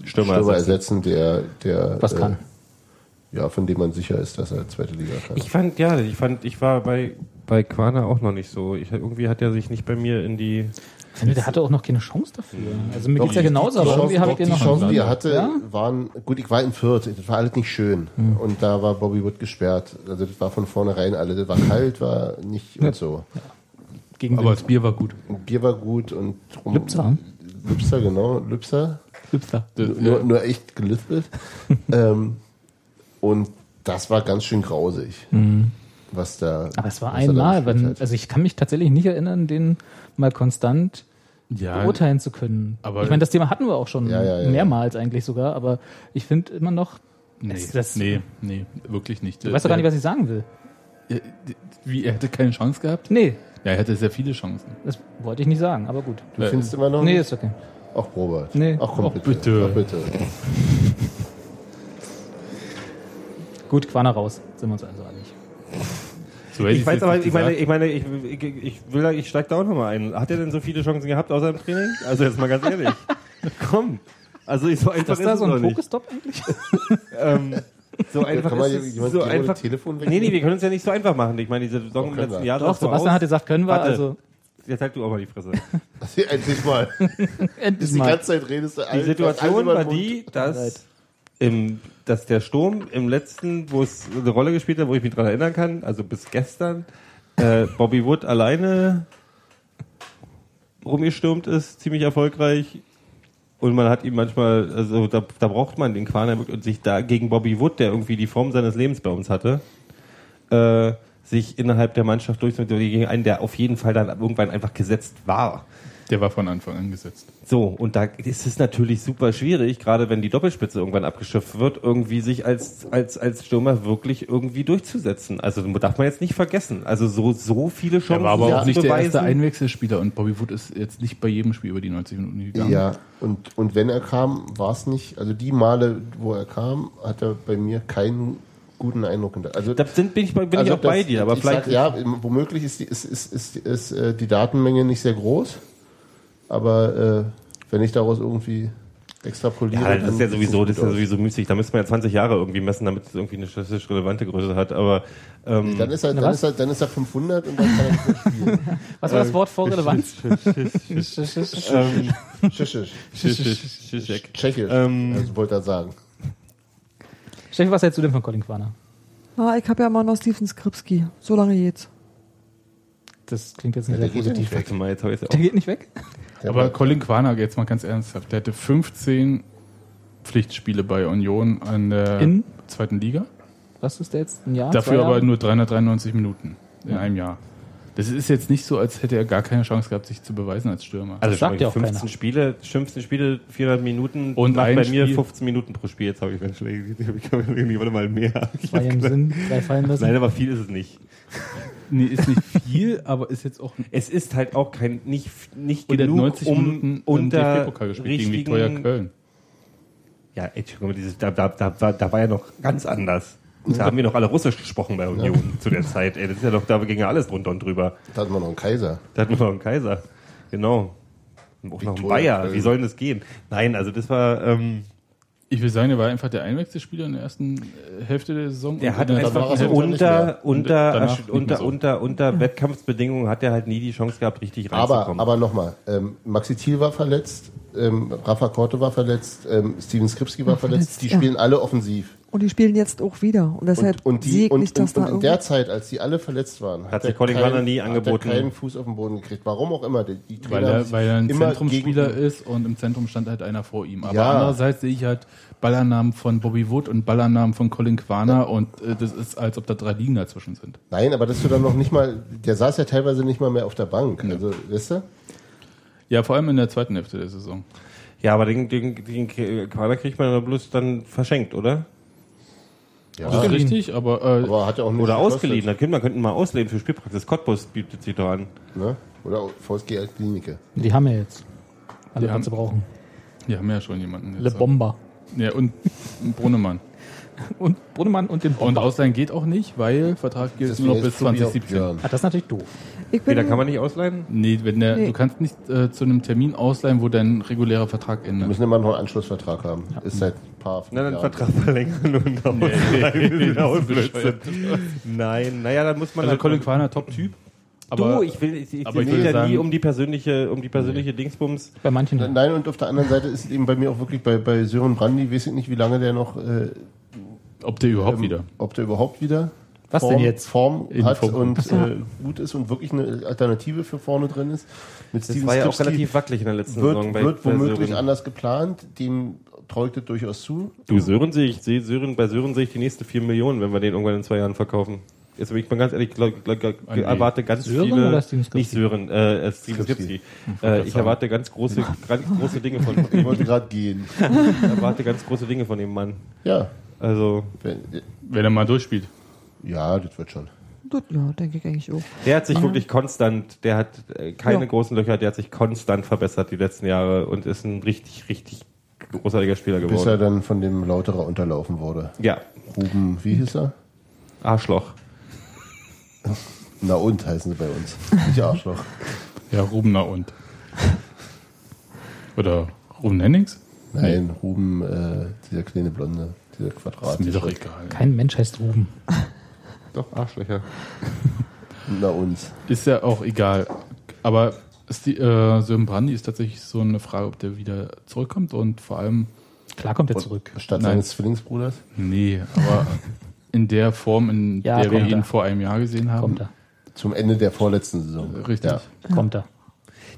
Speaker 5: Stürmer,
Speaker 2: Stürmer
Speaker 5: ersetzen.
Speaker 2: ersetzen, der, der
Speaker 1: Was kann.
Speaker 2: Äh, ja, von dem man sicher ist, dass er zweite Liga kann.
Speaker 5: Ich fand, ja, ich fand, ich war bei, bei Quana auch noch nicht so. Ich, irgendwie hat er sich nicht bei mir in die
Speaker 1: Ich finde, der hatte auch noch keine Chance dafür. Also mir
Speaker 2: Doch,
Speaker 1: geht's ja
Speaker 2: die-
Speaker 1: genauso, aber irgendwie
Speaker 2: die Chancen,
Speaker 1: habe
Speaker 2: doch,
Speaker 1: ich den
Speaker 2: die
Speaker 1: noch
Speaker 2: Chancen, die er
Speaker 1: gelandet.
Speaker 2: hatte, waren gut. Ich war in Fürth, das war alles nicht schön.
Speaker 1: Hm.
Speaker 2: Und da war Bobby Wood gesperrt. Also das war von vornherein alles. Das war kalt, war nicht und so.
Speaker 1: ja? gegen
Speaker 3: Aber
Speaker 1: aber
Speaker 3: das Bier war gut.
Speaker 2: Und Bier war gut und drum-
Speaker 1: Lübzer.
Speaker 2: Lübzer, genau, Lübzer.
Speaker 1: Lübster.
Speaker 3: äh,
Speaker 2: Nur, nur
Speaker 1: [laughs]
Speaker 2: echt gelispelt. ähm, und das war ganz schön grausig, was da.
Speaker 1: Hm. Aber es war
Speaker 2: was er da
Speaker 1: einmal,
Speaker 2: gespielt
Speaker 1: wenn,
Speaker 2: hat.
Speaker 1: also ich kann mich tatsächlich nicht erinnern, den mal konstant
Speaker 3: Ja,
Speaker 1: beurteilen zu können.
Speaker 3: aber-
Speaker 1: ich meine, das Thema hatten wir auch schon
Speaker 2: Ja, ja, ja,
Speaker 1: mehrmals eigentlich sogar, aber ich finde immer noch,
Speaker 3: nee,
Speaker 1: Es- das-
Speaker 3: nee, nee, wirklich nicht.
Speaker 1: ich weiß doch gar nicht, was ich sagen will.
Speaker 3: er, wie, er hätte keine Chance gehabt?
Speaker 1: Nee,
Speaker 3: Ja, er hatte sehr viele Chancen.
Speaker 1: das wollte ich nicht sagen, aber gut.
Speaker 2: Du findest immer noch.
Speaker 1: also- Nee,
Speaker 2: nicht?
Speaker 1: ist okay.
Speaker 2: Ach, Robert.
Speaker 1: Nee.
Speaker 2: Ach, komm,
Speaker 1: Ach,
Speaker 2: bitte.
Speaker 3: bitte.
Speaker 2: Ach, bitte.
Speaker 1: Gut, Quana raus, sind wir uns also einig.
Speaker 3: So hätte
Speaker 5: Ich
Speaker 3: ich's
Speaker 5: weiß
Speaker 3: jetzt
Speaker 5: aber,
Speaker 3: nicht
Speaker 5: ich meine,
Speaker 3: gesagt.
Speaker 5: ich meine, ich, ich, ich will, da- ich steig da auch nochmal ein. Hat er denn so viele Chancen gehabt außer im Training? Also jetzt mal ganz ehrlich. Komm. Also ich so einfach
Speaker 1: Ist da so ein
Speaker 5: es doch nicht.
Speaker 1: Pokestop eigentlich?
Speaker 5: Ähm, so
Speaker 2: Kann
Speaker 5: einfach
Speaker 2: mal
Speaker 5: ist es,
Speaker 2: jemand
Speaker 5: so
Speaker 2: gehen, wo
Speaker 5: einfach.
Speaker 2: das Telefon weg?
Speaker 5: Nee, nee, wir können uns ja nicht so einfach machen. Ich meine, diese Saison im
Speaker 2: können
Speaker 5: letzten
Speaker 2: wir.
Speaker 5: Jahr sah
Speaker 1: Doch,
Speaker 5: so
Speaker 1: Sebastian
Speaker 5: aus.
Speaker 1: hat gesagt, können wir,
Speaker 5: Warte.
Speaker 1: also
Speaker 5: Jetzt halt du auch mal die Fresse.
Speaker 2: [laughs] Endlich mal.
Speaker 1: endlich
Speaker 2: Die
Speaker 1: mal.
Speaker 2: ganze Zeit redest du
Speaker 5: Die
Speaker 2: alles- alles
Speaker 5: Situation
Speaker 2: über
Speaker 5: war
Speaker 2: den Mund.
Speaker 5: die,
Speaker 1: leid.
Speaker 5: dass, im, dass der Sturm im letzten, wo es eine Rolle gespielt hat, wo ich mich dran erinnern kann, also bis gestern, äh, Bobby Wood alleine rumgestürmt ist, ziemlich erfolgreich. Und man hat ihn manchmal, also da, da braucht man den Quaner wirklich und sich da gegen Bobby Wood, der irgendwie die Form seines Lebens bei uns hatte, äh, sich innerhalb der Mannschaft durchzusetzen, gegen einen, der auf jeden Fall dann irgendwann einfach gesetzt war.
Speaker 3: Der war von Anfang an gesetzt.
Speaker 5: So, und da ist es natürlich super schwierig, gerade wenn die Doppelspitze irgendwann abgeschöpft wird, irgendwie sich als, als, als Stürmer wirklich irgendwie durchzusetzen. Also das darf man jetzt nicht vergessen. Also so, so viele Chancen.
Speaker 3: Er war aber
Speaker 5: sich
Speaker 3: auch nicht der
Speaker 5: beweisen.
Speaker 3: erste Einwechselspieler und Bobby Wood ist jetzt nicht bei jedem Spiel über die 90 Minuten gegangen.
Speaker 2: Ja, und, und wenn er kam, war es nicht, also die Male, wo er kam, hat er bei mir keinen guten Eindruck hinter. Also,
Speaker 5: Da sind, bin ich, bei- bin
Speaker 2: also
Speaker 5: ich auch bei
Speaker 2: das-
Speaker 5: dir, aber
Speaker 2: ich
Speaker 5: vielleicht.
Speaker 2: Sag, ja, womöglich ist die, ist, ist, ist, ist, äh, die Datenmenge nicht sehr groß, aber äh, wenn ich daraus irgendwie extrapoliere.
Speaker 5: Ja, das
Speaker 2: dann
Speaker 5: ist ja
Speaker 2: sieht's
Speaker 5: sowieso,
Speaker 2: gut
Speaker 5: das ist ja
Speaker 2: aus.
Speaker 5: sowieso müßig. Da müsste man ja 20 Jahre irgendwie messen, damit es irgendwie eine statistisch relevante Größe hat. Aber ähm,
Speaker 2: Dann ist, er,
Speaker 1: Na
Speaker 2: dann,
Speaker 1: was?
Speaker 2: ist er, dann ist er 500 und dann kann er nicht mehr spielen.
Speaker 1: Was war das Wort vor Relevanz?
Speaker 5: ähm, [laughs]
Speaker 2: Tschechisch.
Speaker 5: Schischek.
Speaker 2: Tschechisch,
Speaker 5: Ähm.
Speaker 2: also wollte er sagen.
Speaker 1: [laughs] Steffi, was hältst du denn von Colin Quaner?
Speaker 4: Ah, ich habe ja immer noch Steven Skripski. So lange jetzt.
Speaker 1: Das klingt jetzt nicht
Speaker 2: der
Speaker 1: sehr
Speaker 2: geht ja
Speaker 1: positiv.
Speaker 2: nicht weg.
Speaker 5: Warte mal, jetzt habe ich es
Speaker 1: Der
Speaker 5: auch.
Speaker 1: geht nicht weg?
Speaker 3: Aber Colin Quaner, jetzt mal ganz ernsthaft, der hatte 15 Pflichtspiele bei Union an der
Speaker 1: In?
Speaker 3: zweiten Liga.
Speaker 1: Was ist der jetzt? Ein Jahr? zwei
Speaker 3: Dafür
Speaker 1: Jahre?
Speaker 3: aber nur 393 Minuten in einem Jahr. Das ist jetzt nicht so, als hätte er gar keine Chance gehabt, sich zu beweisen als Stürmer.
Speaker 5: Also
Speaker 1: sagt ja auch
Speaker 5: 15
Speaker 1: keiner.
Speaker 5: Spiele, 15 Spiele, 400 Minuten
Speaker 3: Und
Speaker 5: macht
Speaker 3: ein
Speaker 5: bei mir
Speaker 3: Spiel-
Speaker 5: 15 Minuten pro Spiel. Jetzt habe ich mir schlecht, ich habe irgendwie warte mal mehr. [laughs]
Speaker 1: Zwei im Sinn, drei fallen lassen.
Speaker 5: Nein, aber viel ist es nicht.
Speaker 3: nee, ist nicht viel, [laughs] aber ist jetzt auch
Speaker 5: Es ist halt auch kein nicht nicht
Speaker 3: und er hat
Speaker 5: genug
Speaker 3: 90
Speaker 5: um
Speaker 3: Minuten
Speaker 5: unter
Speaker 3: DFB-Pokal gespielt gegen
Speaker 5: richtigen-
Speaker 3: Viktoria Köln.
Speaker 5: Ja, ey, Entschuldigung, dieses, da, da, da, da, da war ja noch ganz anders. Da haben wir noch alle Russisch gesprochen bei Union zu der Zeit. Ey, das ist ja doch, da ging ja alles drunter und drüber.
Speaker 2: Da hatten wir noch einen Kaiser.
Speaker 5: Da hatten wir noch einen Kaiser. Genau. Und Auch noch einen
Speaker 2: Viktoria
Speaker 5: Bayer.
Speaker 2: Köln.
Speaker 5: Wie soll denn das gehen? Nein, also das war. Ähm,
Speaker 3: Ich will sagen, er war einfach der Einwechselspieler in der ersten äh, Hälfte der Saison.
Speaker 5: Der
Speaker 3: Und
Speaker 5: hat
Speaker 3: in der
Speaker 2: war
Speaker 5: einfach
Speaker 2: er
Speaker 3: zweiten
Speaker 5: so
Speaker 2: so
Speaker 3: Hälfte-
Speaker 5: unter,
Speaker 3: Und
Speaker 5: unter,
Speaker 3: danach
Speaker 5: ersch-
Speaker 3: nicht mehr
Speaker 5: unter,
Speaker 3: so.
Speaker 5: unter, unter Wettkampfbedingungen hat er halt nie die Chance gehabt, richtig
Speaker 2: Aber,
Speaker 5: reinzukommen.
Speaker 2: aber nochmal, ähm, Maxi Thiel war verletzt, ähm, Rafa Korte war verletzt, ähm, Steven Skripski war verletzt, die
Speaker 4: ja.
Speaker 2: spielen alle offensiv.
Speaker 4: Und die spielen jetzt auch wieder. Und deshalb
Speaker 2: Und, und,
Speaker 4: sehe
Speaker 2: die,
Speaker 4: ich
Speaker 2: und,
Speaker 4: nicht, dass
Speaker 2: und, und
Speaker 4: da
Speaker 2: in der
Speaker 4: irgendwie-
Speaker 2: Zeit, als die alle verletzt waren,
Speaker 5: Hat
Speaker 2: er
Speaker 5: sich Colin
Speaker 2: keinen-
Speaker 5: Garner nie angeboten.
Speaker 2: Hat er keinen Fuß auf den Boden gekriegt. Warum auch immer. Die, die
Speaker 3: Weil
Speaker 2: Trainer haben
Speaker 3: er,
Speaker 2: sich
Speaker 3: weil er ein
Speaker 2: immer
Speaker 3: Zentrumspieler
Speaker 2: gegen-
Speaker 3: ist und im Zentrum stand halt einer vor ihm. Aber
Speaker 2: Ja.
Speaker 3: andererseits sehe ich halt Ballernamen von Bobby Wood und Ballernamen von Colin Quaner und äh, das ist, als ob da drei Ligen dazwischen sind.
Speaker 2: Nein, aber dass du dann noch nicht mal, der saß ja teilweise nicht mal mehr auf der Bank. Also, weißt du?
Speaker 3: Ja, vor allem in der zweiten Hälfte der Saison.
Speaker 5: ja, aber den, den, den Quader kriegt man dann bloß dann verschenkt, oder?
Speaker 3: Das
Speaker 2: Ja,
Speaker 3: ist richtig, aber, äh,
Speaker 2: aber hat er auch nicht
Speaker 5: Oder
Speaker 2: gekostet,
Speaker 5: ausgeliehen. Dann könnte man könnten mal auslehnen für Spielpraxis. Cottbus bietet sich doch an.
Speaker 2: Ne? Oder VSG als Klinike.
Speaker 1: Die haben wir jetzt. Alle,
Speaker 3: Die
Speaker 1: was sie
Speaker 3: haben-
Speaker 1: brauchen.
Speaker 3: die haben ja schon jemanden. jetzt.
Speaker 1: Le Bomber.
Speaker 3: Ja, und Brunnemann.
Speaker 1: Und Brunnemann und den
Speaker 3: Und
Speaker 1: Bomber.
Speaker 3: ausleihen geht auch nicht, weil Vertrag gilt
Speaker 2: Deswegen
Speaker 3: nur noch
Speaker 2: ist
Speaker 3: bis
Speaker 2: Tobi auch
Speaker 3: 2017.
Speaker 2: Björn.
Speaker 1: Ah, das ist natürlich doof.
Speaker 4: ich
Speaker 5: Nee, da kann
Speaker 4: bin,
Speaker 5: man nicht ausleihen?
Speaker 3: Nee, wenn der,
Speaker 4: Nee.
Speaker 3: du kannst nicht äh, zu einem Termin ausleihen, wo dein regulärer Vertrag
Speaker 2: Wir
Speaker 3: endet.
Speaker 2: müssen immer noch einen Anschlussvertrag haben. Ist seit ein paar
Speaker 5: Na, dann
Speaker 2: Jahren.
Speaker 5: Vertrag verlängern und ausleihen. Wieder Blödsinn. Nein, naja, dann muss man
Speaker 3: Also
Speaker 5: halt-
Speaker 3: Colin Quaner, Top-Typ. Aber,
Speaker 5: du, Oh, ich will, ich, ich
Speaker 3: aber ich
Speaker 5: will
Speaker 3: würde
Speaker 5: ja nie
Speaker 3: sagen-
Speaker 5: um die persönliche, um die persönliche Dingsbums.
Speaker 1: Bei manchen. ja.
Speaker 2: Nein, und auf der anderen Seite ist es eben bei mir auch wirklich bei, bei Sören Brandi, weiß ich nicht, wie lange der noch, äh,
Speaker 3: ob der überhaupt
Speaker 2: ähm,
Speaker 3: wieder.
Speaker 2: ob der überhaupt wieder
Speaker 1: Was
Speaker 2: Form,
Speaker 1: denn jetzt?
Speaker 2: Form
Speaker 3: In
Speaker 2: hat
Speaker 3: Form.
Speaker 1: [laughs]
Speaker 2: und äh, gut ist und wirklich eine Alternative für vorne drin ist. Mit
Speaker 5: Das
Speaker 2: Steven
Speaker 5: war ja auch
Speaker 2: Skripski
Speaker 5: relativ wackelig in der letzten Saison.
Speaker 2: wird,
Speaker 5: bei-
Speaker 2: wird
Speaker 5: bei
Speaker 2: womöglich
Speaker 5: Sören.
Speaker 2: anders geplant, dem trägt es durchaus zu.
Speaker 5: Du, Sören sehe ich, sehe Sören, bei Sören sehe ich die nächsten 4 Millionen, wenn wir den irgendwann in zwei Jahren verkaufen. Jetzt bin ich mal ganz ehrlich, glaub, glaub, glaub,
Speaker 3: An die-
Speaker 5: erwarte ganz
Speaker 1: Sören
Speaker 5: viele,
Speaker 1: oder Steven Skripski?
Speaker 5: nicht Sören, äh, äh, Steven
Speaker 2: Skripski.
Speaker 5: Skripski.
Speaker 3: Hm,
Speaker 5: Äh, ich erwarte ganz große, ganz große Dinge von,
Speaker 1: [laughs]
Speaker 2: Ich wollte gerade gehen.
Speaker 5: ich erwarte ganz große Dinge von dem Mann.
Speaker 2: Ja,
Speaker 5: Also,
Speaker 2: wenn,
Speaker 3: Wenn er mal durchspielt.
Speaker 2: ja, das wird schon.
Speaker 4: Das, ja, denke ich eigentlich auch.
Speaker 5: der hat sich
Speaker 3: Mhm.
Speaker 5: wirklich konstant, der hat äh, keine
Speaker 4: Ja.
Speaker 5: großen Löcher, der hat sich konstant verbessert die letzten Jahre und ist ein richtig, richtig großartiger Spieler
Speaker 2: Bis er
Speaker 5: geworden.
Speaker 2: dann von dem Lauterer unterlaufen wurde.
Speaker 5: Ja,
Speaker 2: Ruben, wie hieß er?
Speaker 5: Arschloch.
Speaker 2: Na und heißen sie bei uns. Nicht Arschloch.
Speaker 3: Ja, Ruben na und. Oder Ruben Hennings?
Speaker 2: Nein, Ruben, äh, dieser kleine Blonde, dieser Quadrat.
Speaker 3: Ist mir doch egal.
Speaker 1: Kein Mensch heißt Ruben.
Speaker 5: Doch, Arschlöcher.
Speaker 2: Na uns.
Speaker 3: Ist ja auch egal. Aber ist die, äh, Sören Brandy ist tatsächlich so eine Frage, ob der wieder zurückkommt und vor allem,
Speaker 1: Klar kommt er zurück.
Speaker 2: Statt
Speaker 3: Nein.
Speaker 2: seines Zwillingsbruders.
Speaker 3: nee, aber in der Form, in
Speaker 1: Ja,
Speaker 3: der wir
Speaker 1: kommt
Speaker 3: ihn
Speaker 1: er.
Speaker 3: vor einem Jahr gesehen haben.
Speaker 1: Kommt er.
Speaker 2: Zum Ende der vorletzten Saison.
Speaker 3: Äh, Richtig.
Speaker 2: Ja.
Speaker 1: Kommt er.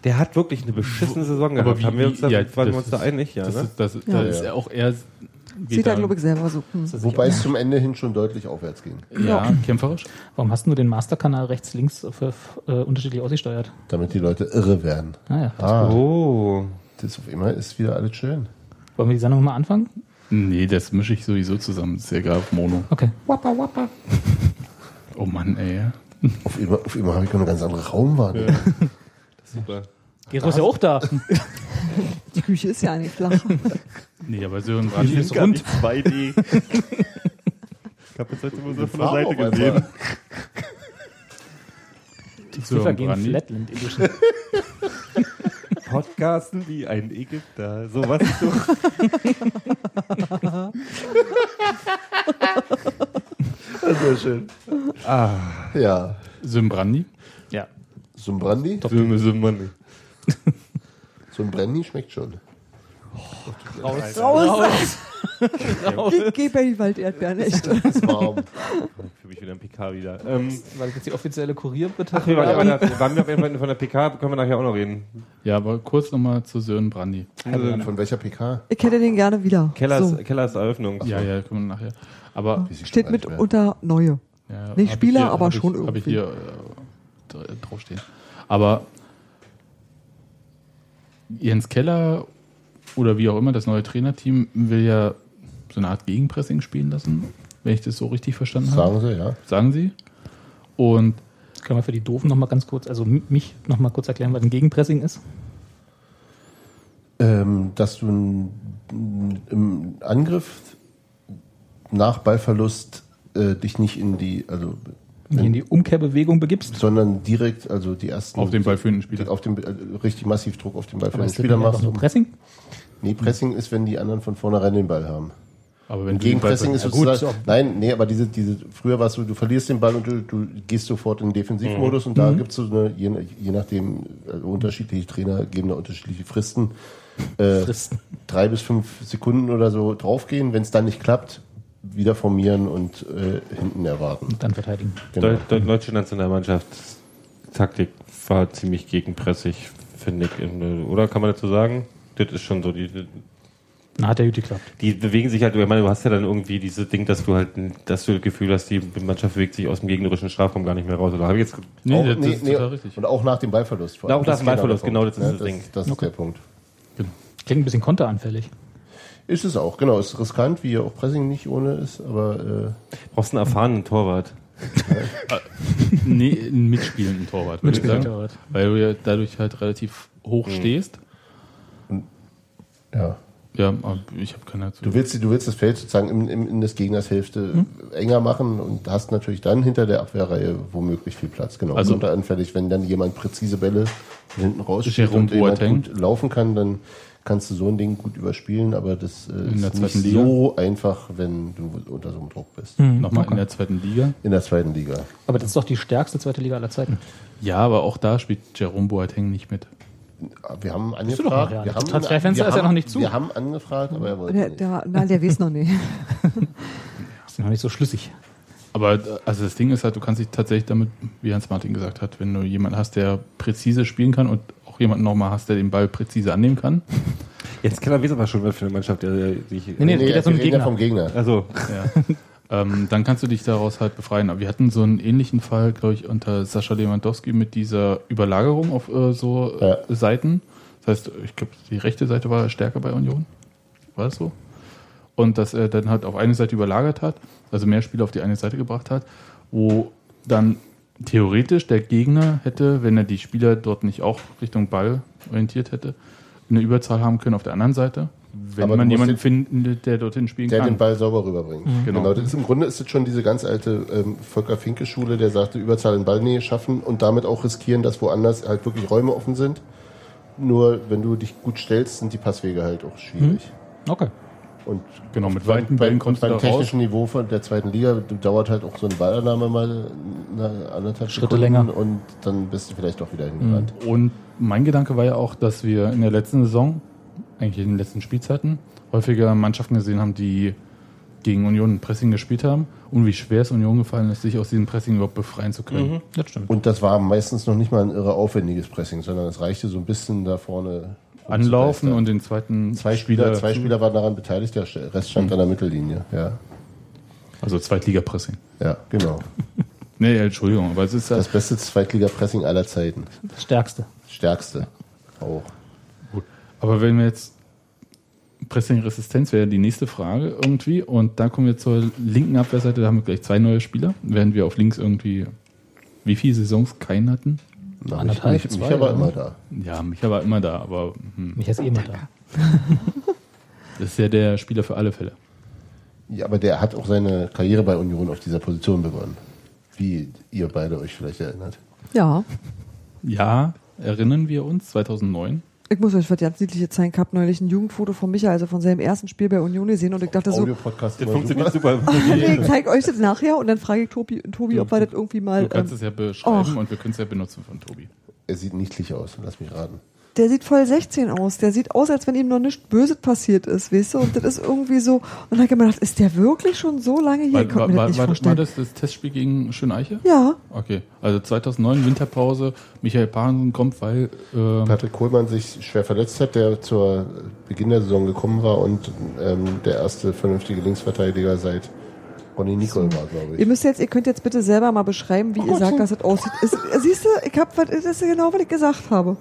Speaker 5: Der hat wirklich eine beschissene Saison gehabt.
Speaker 3: Aber wie,
Speaker 5: Haben wir uns da,
Speaker 3: wie- ja,
Speaker 5: waren wir
Speaker 3: das
Speaker 5: uns da
Speaker 3: ist-
Speaker 5: einig? Ja,
Speaker 3: das
Speaker 5: ne?
Speaker 3: ist, das, ist-
Speaker 4: Ja.
Speaker 3: Da ist er auch eher.
Speaker 4: Sieht
Speaker 1: halt
Speaker 4: er, glaube ich, selber so. Hm.
Speaker 2: Wobei es zum Ende hin schon deutlich aufwärts ging.
Speaker 3: Ja, kämpferisch.
Speaker 1: Warum hast du den Masterkanal rechts, links für, äh, unterschiedlich ausgesteuert?
Speaker 2: Damit die Leute irre werden.
Speaker 1: Naja.
Speaker 2: Ah,
Speaker 5: Oh.
Speaker 2: das auf immer ist wieder alles schön.
Speaker 1: Wollen wir die Sendung mal anfangen?
Speaker 3: Nee, das mische ich sowieso zusammen. Das ist ja gerade auf Mono.
Speaker 1: Okay.
Speaker 3: Oh Mann, ey.
Speaker 2: Auf immer, auf immer habe ich eine ganz andere Raumwahrnehmung.
Speaker 5: Super.
Speaker 1: Gero ist ja auch da.
Speaker 4: Die Küche ist ja nicht flach.
Speaker 2: [laughs]
Speaker 3: Nee, aber Sören Brandy ist
Speaker 5: gar nicht 2D. [laughs] ich habe jetzt heute immer so von der Seite
Speaker 2: Warum
Speaker 5: gesehen.
Speaker 2: einfach?
Speaker 1: Tiefer
Speaker 3: Sören
Speaker 1: gegen
Speaker 3: Brandy.
Speaker 1: Flatland Edition.
Speaker 5: Podcasten wie ein Ägypter. So was so.
Speaker 2: Sehr schön. Ah. Ja.
Speaker 3: Sören Brandy.
Speaker 1: ja.
Speaker 2: So ein Brandy?
Speaker 5: Söhne sind man nicht.
Speaker 2: So ein Brandy schmeckt schon.
Speaker 1: Raus.
Speaker 4: Raus! Geh, geh bei die Walderdbeeren, echt.
Speaker 3: [laughs]
Speaker 2: Ist warm.
Speaker 5: Ich fühle mich wieder im PK wieder. Ähm,
Speaker 1: War das jetzt die offizielle Kurierbitte?
Speaker 5: ach, wir waren, ja bei der, waren wir auf jeden Fall von der PK, können wir nachher auch noch reden.
Speaker 3: Ja, aber kurz nochmal zu Sören Brandy. Also,
Speaker 2: Von welcher PK?
Speaker 4: Ich hätte den gerne wieder.
Speaker 5: Kellers,
Speaker 4: So.
Speaker 5: Kellers Eröffnung.
Speaker 3: Ja, ja, kommen wir nachher. Aber
Speaker 4: Steht mit unter Neue.
Speaker 3: ja,
Speaker 4: Nicht
Speaker 3: hab
Speaker 4: Spieler,
Speaker 3: ich hier,
Speaker 4: aber
Speaker 3: hab
Speaker 4: schon
Speaker 3: ich, Habe ich
Speaker 4: irgendwie.
Speaker 3: hier äh, dr- draufstehen. Aber Jens Keller oder wie auch immer, das neue Trainerteam will ja so eine Art Gegenpressing spielen lassen, wenn ich das so richtig verstanden habe.
Speaker 2: Sagen sie, ja.
Speaker 3: Sagen Sie. Und
Speaker 1: Können wir für die Doofen nochmal ganz kurz, also m- mich nochmal kurz erklären, was ein Gegenpressing ist?
Speaker 2: Ähm, dass du n- im Angriff nach Ballverlust äh, dich nicht in die, also,
Speaker 1: Wenn du in die Umkehrbewegung begibst?
Speaker 2: sondern direkt, also die ersten.
Speaker 3: auf den Ball führenden
Speaker 2: die-
Speaker 3: Spieler.
Speaker 2: auf den, äh, richtig massiv Druck auf den Ball für
Speaker 1: Aber
Speaker 2: den
Speaker 1: ist das
Speaker 2: Spieler
Speaker 1: nicht einfach
Speaker 2: machst.
Speaker 1: nur Pressing?
Speaker 2: Nee, Pressing ist, wenn die anderen von vornherein den Ball haben.
Speaker 3: Aber wenn du den Ball
Speaker 2: Gegenpressing ist
Speaker 3: verlierst-
Speaker 2: sozusagen. Nein, nee, aber diese, diese, früher warst du, du verlierst den Ball und du, du gehst sofort in den
Speaker 1: Mhm.
Speaker 2: Defensivmodus und da gibt's so eine, je, je nachdem, also unterschiedliche Trainer geben da unterschiedliche Fristen. Äh,
Speaker 1: Fristen.
Speaker 2: Drei bis fünf Sekunden oder so draufgehen, wenn es dann nicht klappt, wieder formieren und äh, hinten erwarten.
Speaker 1: Dann verteidigen.
Speaker 2: Genau.
Speaker 5: Deu- Deu- deutsche Nationalmannschaft Taktik war ziemlich gegenpressig, finde ich. In- äh, Oder kann man dazu sagen? Das ist schon so die,
Speaker 1: Na, hat der Jüte geklappt.
Speaker 5: die bewegen sich halt, ich meine, du hast ja dann irgendwie dieses Ding, dass du halt, dass du das Gefühl hast, die Mannschaft bewegt sich aus dem gegnerischen Strafraum gar nicht mehr raus. Oder habe ich jetzt
Speaker 3: Nee,
Speaker 2: Auch-
Speaker 3: das
Speaker 2: nee,
Speaker 3: ist
Speaker 2: nee,
Speaker 3: total richtig.
Speaker 2: Und auch nach dem Ballverlust. vor
Speaker 5: Auch
Speaker 2: allem.
Speaker 5: nach
Speaker 2: Das
Speaker 5: dem
Speaker 2: ist
Speaker 5: Ballverlust,
Speaker 2: der
Speaker 5: genau,
Speaker 2: Punkt,
Speaker 5: das ist
Speaker 2: ne?
Speaker 5: das Ding.
Speaker 2: Das ist der Punkt.
Speaker 1: Klingt ein bisschen konteranfällig.
Speaker 2: Ist es auch, genau. Ist riskant, wie ja auch Pressing nicht ohne ist, aber äh,
Speaker 5: brauchst einen erfahrenen Torwart?
Speaker 3: Nee, ein mitspielenden Torwart, würde ich
Speaker 1: Mitspielender
Speaker 3: sagen.
Speaker 1: Torwart.
Speaker 3: Weil du ja dadurch halt relativ hoch stehst.
Speaker 2: äh, ja.
Speaker 3: Ja, aber ich habe keine dazu.
Speaker 2: Du willst, die- du willst das Feld sozusagen in, in, in des Gegners Hälfte
Speaker 1: Hm.
Speaker 2: enger machen und hast natürlich dann hinter der Abwehrreihe womöglich viel Platz. Genau.
Speaker 3: Also-
Speaker 2: unter anfällig, wenn dann jemand präzise Bälle von hinten raus
Speaker 3: Jerome
Speaker 2: und jemand
Speaker 3: Boateng.
Speaker 2: gut laufen kann, dann kannst du so ein Ding gut überspielen, aber das äh,
Speaker 3: der
Speaker 2: ist nicht
Speaker 3: zweiten Liga?
Speaker 2: so einfach, wenn du unter so einem Druck bist.
Speaker 1: Hm.
Speaker 3: Nochmal in der zweiten Liga.
Speaker 2: In der zweiten Liga.
Speaker 1: Aber das ist doch die stärkste zweite Liga aller Zeiten.
Speaker 3: Ja, aber auch da spielt Jerome Boateng nicht mit.
Speaker 2: Wir haben
Speaker 1: du doch noch,
Speaker 2: angefragt.
Speaker 1: ja.
Speaker 2: Wir
Speaker 1: Das
Speaker 2: haben,
Speaker 1: Transferfenster
Speaker 2: wir
Speaker 1: ist ja
Speaker 2: haben-
Speaker 1: noch nicht zu.
Speaker 2: Wir haben angefragt, aber er wollte
Speaker 4: Der,
Speaker 2: nicht.
Speaker 4: der, na, der weiß noch nicht.
Speaker 1: Das ist noch nicht so schlüssig.
Speaker 3: Aber äh, also das Ding ist halt, du kannst dich tatsächlich damit, wie Hans Martin gesagt hat, wenn du jemanden hast, der präzise spielen kann und auch jemanden nochmal hast, der den Ball präzise annehmen kann.
Speaker 5: Jetzt kann er wissen, was schon für eine Mannschaft der sich.
Speaker 1: Nee, nee,
Speaker 2: Nee,
Speaker 1: es geht
Speaker 2: wir
Speaker 1: jetzt um den
Speaker 2: reden ja
Speaker 1: Gegner.
Speaker 2: vom Gegner.
Speaker 5: Also,
Speaker 3: Ja. ähm, dann kannst du dich daraus halt befreien. Aber wir hatten so einen ähnlichen Fall, glaube ich, unter Sascha Lewandowski mit dieser Überlagerung auf äh, so äh, Seiten. Das heißt, ich glaube, die rechte Seite war stärker bei Union. War das so? Und dass er dann halt auf eine Seite überlagert hat, also mehr Spieler auf die eine Seite gebracht hat, wo dann theoretisch der Gegner hätte, wenn er die Spieler dort nicht auch Richtung Ball orientiert hätte, eine Überzahl haben können auf der anderen Seite. Wenn
Speaker 2: Aber du
Speaker 3: man
Speaker 2: musst
Speaker 3: jemanden
Speaker 2: den-
Speaker 3: findet, der dorthin spielen
Speaker 2: Der
Speaker 3: kann.
Speaker 2: den Ball sauber rüberbringt.
Speaker 3: Genau.
Speaker 2: Genau. Das ist, Im Grunde ist das schon diese ganz alte ähm, Volker Finke Schule, der sagte, Überzahl in Ballnähe schaffen und damit auch riskieren, dass woanders halt wirklich Räume offen sind. Nur wenn du dich gut stellst, sind die Passwege halt auch schwierig.
Speaker 1: Okay.
Speaker 2: Und
Speaker 3: Mhm. Genau, mit weiten Bällen kommst du da
Speaker 2: beim
Speaker 3: raus.
Speaker 2: technischen Niveau von der zweiten Liga dauert halt auch so eine Ballannahme mal eine anderthalb
Speaker 1: Schritte
Speaker 2: Sekunden
Speaker 1: länger.
Speaker 2: und dann bist du vielleicht doch wieder
Speaker 3: Mhm.
Speaker 2: hingerannt.
Speaker 3: Und mein Gedanke war ja auch, dass wir in der letzten Saison, eigentlich in den letzten Spielzeiten, häufiger Mannschaften gesehen haben, die gegen Union ein Pressing gespielt haben und wie schwer es Union gefallen ist, sich aus diesem Pressing überhaupt befreien zu
Speaker 2: Mhm.
Speaker 3: können.
Speaker 1: Das stimmt.
Speaker 2: Und das war meistens noch nicht mal ein irre aufwendiges Pressing, sondern es reichte so ein bisschen da vorne. um
Speaker 3: Anlaufen
Speaker 2: rumzublästern.
Speaker 3: und den zweiten
Speaker 2: Zwei Spieler, zwei
Speaker 1: Mhm.
Speaker 2: Spieler waren daran beteiligt, der Rest stand an der Mittellinie. Ja,
Speaker 3: also Zweitliga-Pressing.
Speaker 2: ja genau.
Speaker 3: Nee, Entschuldigung, aber es ist
Speaker 2: Das
Speaker 3: halt,
Speaker 2: beste Zweitliga-Pressing aller Zeiten.
Speaker 1: Das Stärkste.
Speaker 2: Stärkste auch.
Speaker 3: Gut. Aber wenn wir jetzt Pressing-Resistenz wäre die nächste Frage irgendwie. Und da kommen wir zur linken Abwehrseite. Da haben wir gleich zwei neue Spieler. Während wir auf links irgendwie wie viele Saisons keinen hatten.
Speaker 2: Na,
Speaker 1: Anderthalb,
Speaker 2: mich, mich,
Speaker 1: zwei, ne?
Speaker 2: mich aber
Speaker 1: ja.
Speaker 2: immer da.
Speaker 3: Ja, Micha war immer da, aber hm,
Speaker 1: Mich ist eh immer da.
Speaker 3: das ist ja der Spieler für alle Fälle.
Speaker 2: Ja, aber der hat auch seine Karriere bei Union auf dieser Position begonnen. Wie ihr beide euch vielleicht erinnert.
Speaker 4: Ja.
Speaker 3: Ja, erinnern wir uns, 2009.
Speaker 4: Ich muss euch was ganz niedliches zeigen. Ich habe neulich ein Jugendfoto von Micha, also von seinem ersten Spiel bei Union gesehen und ich dachte [laughs] so, oh,
Speaker 2: Audio-Podcast
Speaker 5: das
Speaker 2: immer
Speaker 5: funktioniert super.
Speaker 4: nee, ich zeige euch das nachher und dann frage ich Tobi, Tobi ob wir das irgendwie mal.
Speaker 3: Du kannst
Speaker 4: ähm,
Speaker 3: es ja beschreiben
Speaker 4: och.
Speaker 3: und wir können es ja benutzen von Tobi.
Speaker 2: Er sieht niedlich aus, lass mich raten.
Speaker 4: der sieht voll 16 aus. Der sieht aus, als wenn ihm noch nichts Böses passiert ist, weißt du? Und das ist irgendwie so. Und dann habe ich mir gedacht, ist der wirklich schon so lange hier? Ich
Speaker 3: War,
Speaker 4: konnte
Speaker 3: war,
Speaker 4: mir das
Speaker 3: war, war,
Speaker 4: nicht
Speaker 3: war
Speaker 4: vorstellen.
Speaker 3: das das Testspiel gegen Schöneiche?
Speaker 4: ja,
Speaker 3: Okay, also 2009 Winterpause. Michael Parensen kommt, weil ähm,
Speaker 2: Patrick Kohlmann sich schwer verletzt hat, der zur Beginn der Saison gekommen war und ähm, der erste vernünftige Linksverteidiger seit Ronny Nicol war, glaube
Speaker 4: Ihr
Speaker 2: ich.
Speaker 4: müsst jetzt, ihr könnt jetzt bitte selber mal beschreiben, wie
Speaker 3: Oh
Speaker 4: ihr sagt, dass das aussieht. Ist, siehst du, ich hab, was, das ist genau, was ich gesagt habe.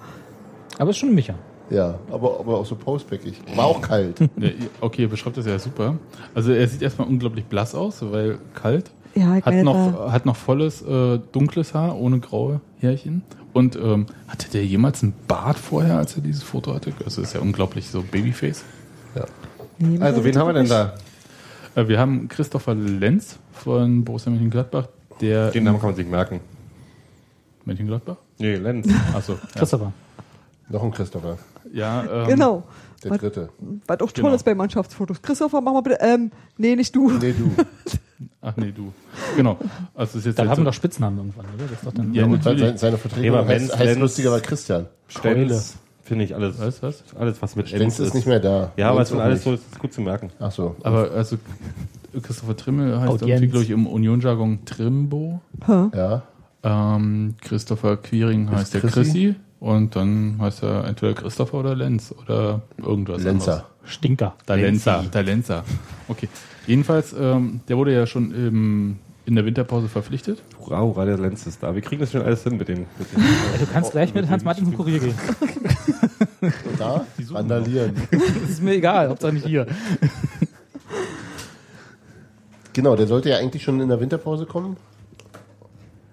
Speaker 1: Aber es ist schon Micha.
Speaker 2: Ja, aber, aber auch so postbackig. War auch kalt.
Speaker 3: Ja, Okay, ihr beschreibt das ja super. Also er sieht erstmal unglaublich blass aus, weil kalt.
Speaker 4: Ja, ich
Speaker 3: hat
Speaker 4: meine,
Speaker 3: noch, hat noch volles, äh, dunkles Haar, ohne graue Härchen. Und ähm, hatte der jemals einen Bart vorher, als er dieses Foto hatte? Das ist ja unglaublich, so Babyface.
Speaker 4: Nee,
Speaker 5: Also, wen haben wir denn da?
Speaker 3: Äh, wir haben Christopher Lenz von Borussia Mönchengladbach, der...
Speaker 5: Den Namen kann man sich merken.
Speaker 3: Mönchengladbach?
Speaker 5: Nee, Lenz.
Speaker 3: Achso, ja.
Speaker 1: Christopher.
Speaker 2: Noch ein Christopher,
Speaker 3: ja ähm,
Speaker 4: Genau.
Speaker 2: der
Speaker 4: Was-
Speaker 2: dritte.
Speaker 4: Was auch toll
Speaker 3: Genau.
Speaker 4: ist bei Mannschaftsfotos. Christopher, mach mal bitte. Ähm, nee, nicht du.
Speaker 2: Nee, du.
Speaker 3: Ach nee, du. Genau. Also ist jetzt
Speaker 1: Dann
Speaker 3: halt
Speaker 1: haben
Speaker 3: so-
Speaker 1: wir doch Spitznamen irgendwann, oder? Das ist doch dann
Speaker 3: Ja,
Speaker 2: Und
Speaker 3: natürlich.
Speaker 2: seine, seine Vertretung
Speaker 5: Eber
Speaker 2: heißt,
Speaker 5: Lenz,
Speaker 2: heißt
Speaker 5: Lenz.
Speaker 2: lustigerweise Christian.
Speaker 5: Stenz. Finde ich alles.
Speaker 3: Was, was?
Speaker 5: Alles, was mit
Speaker 2: Lenz ist nicht mehr da.
Speaker 5: Ja, aber es
Speaker 2: Lenz
Speaker 5: sind
Speaker 2: auch
Speaker 5: alles
Speaker 2: nicht.
Speaker 5: so, es ist gut zu merken.
Speaker 2: Ach so.
Speaker 3: Aber also Christopher Trimmel heißt
Speaker 1: Audienz.
Speaker 3: irgendwie, glaube ich, im Union-Jargon Trimbo.
Speaker 2: Ja.
Speaker 3: Ähm, Christopher Quiring heißt der
Speaker 2: Chrissy?
Speaker 3: Chrissy und dann heißt er entweder Christopher oder Lenz oder irgendwas.
Speaker 2: Lenzer.
Speaker 3: anderes.
Speaker 1: Stinker.
Speaker 3: Der
Speaker 5: Lenzi.
Speaker 3: Lenzer. Der Lenzer. Okay. Jedenfalls, ähm, der wurde ja schon im, in der Winterpause verpflichtet.
Speaker 5: Hurra, hurra, der Lenz ist da. Wir kriegen das schon alles hin mit den. Mit den
Speaker 1: Du kannst gleich mit Hans-Martin zum Kurier gehen.
Speaker 2: Da? Randalieren.
Speaker 1: Das ist mir egal, hauptsache nicht hier.
Speaker 2: [laughs] Genau, der sollte ja eigentlich schon in der Winterpause kommen.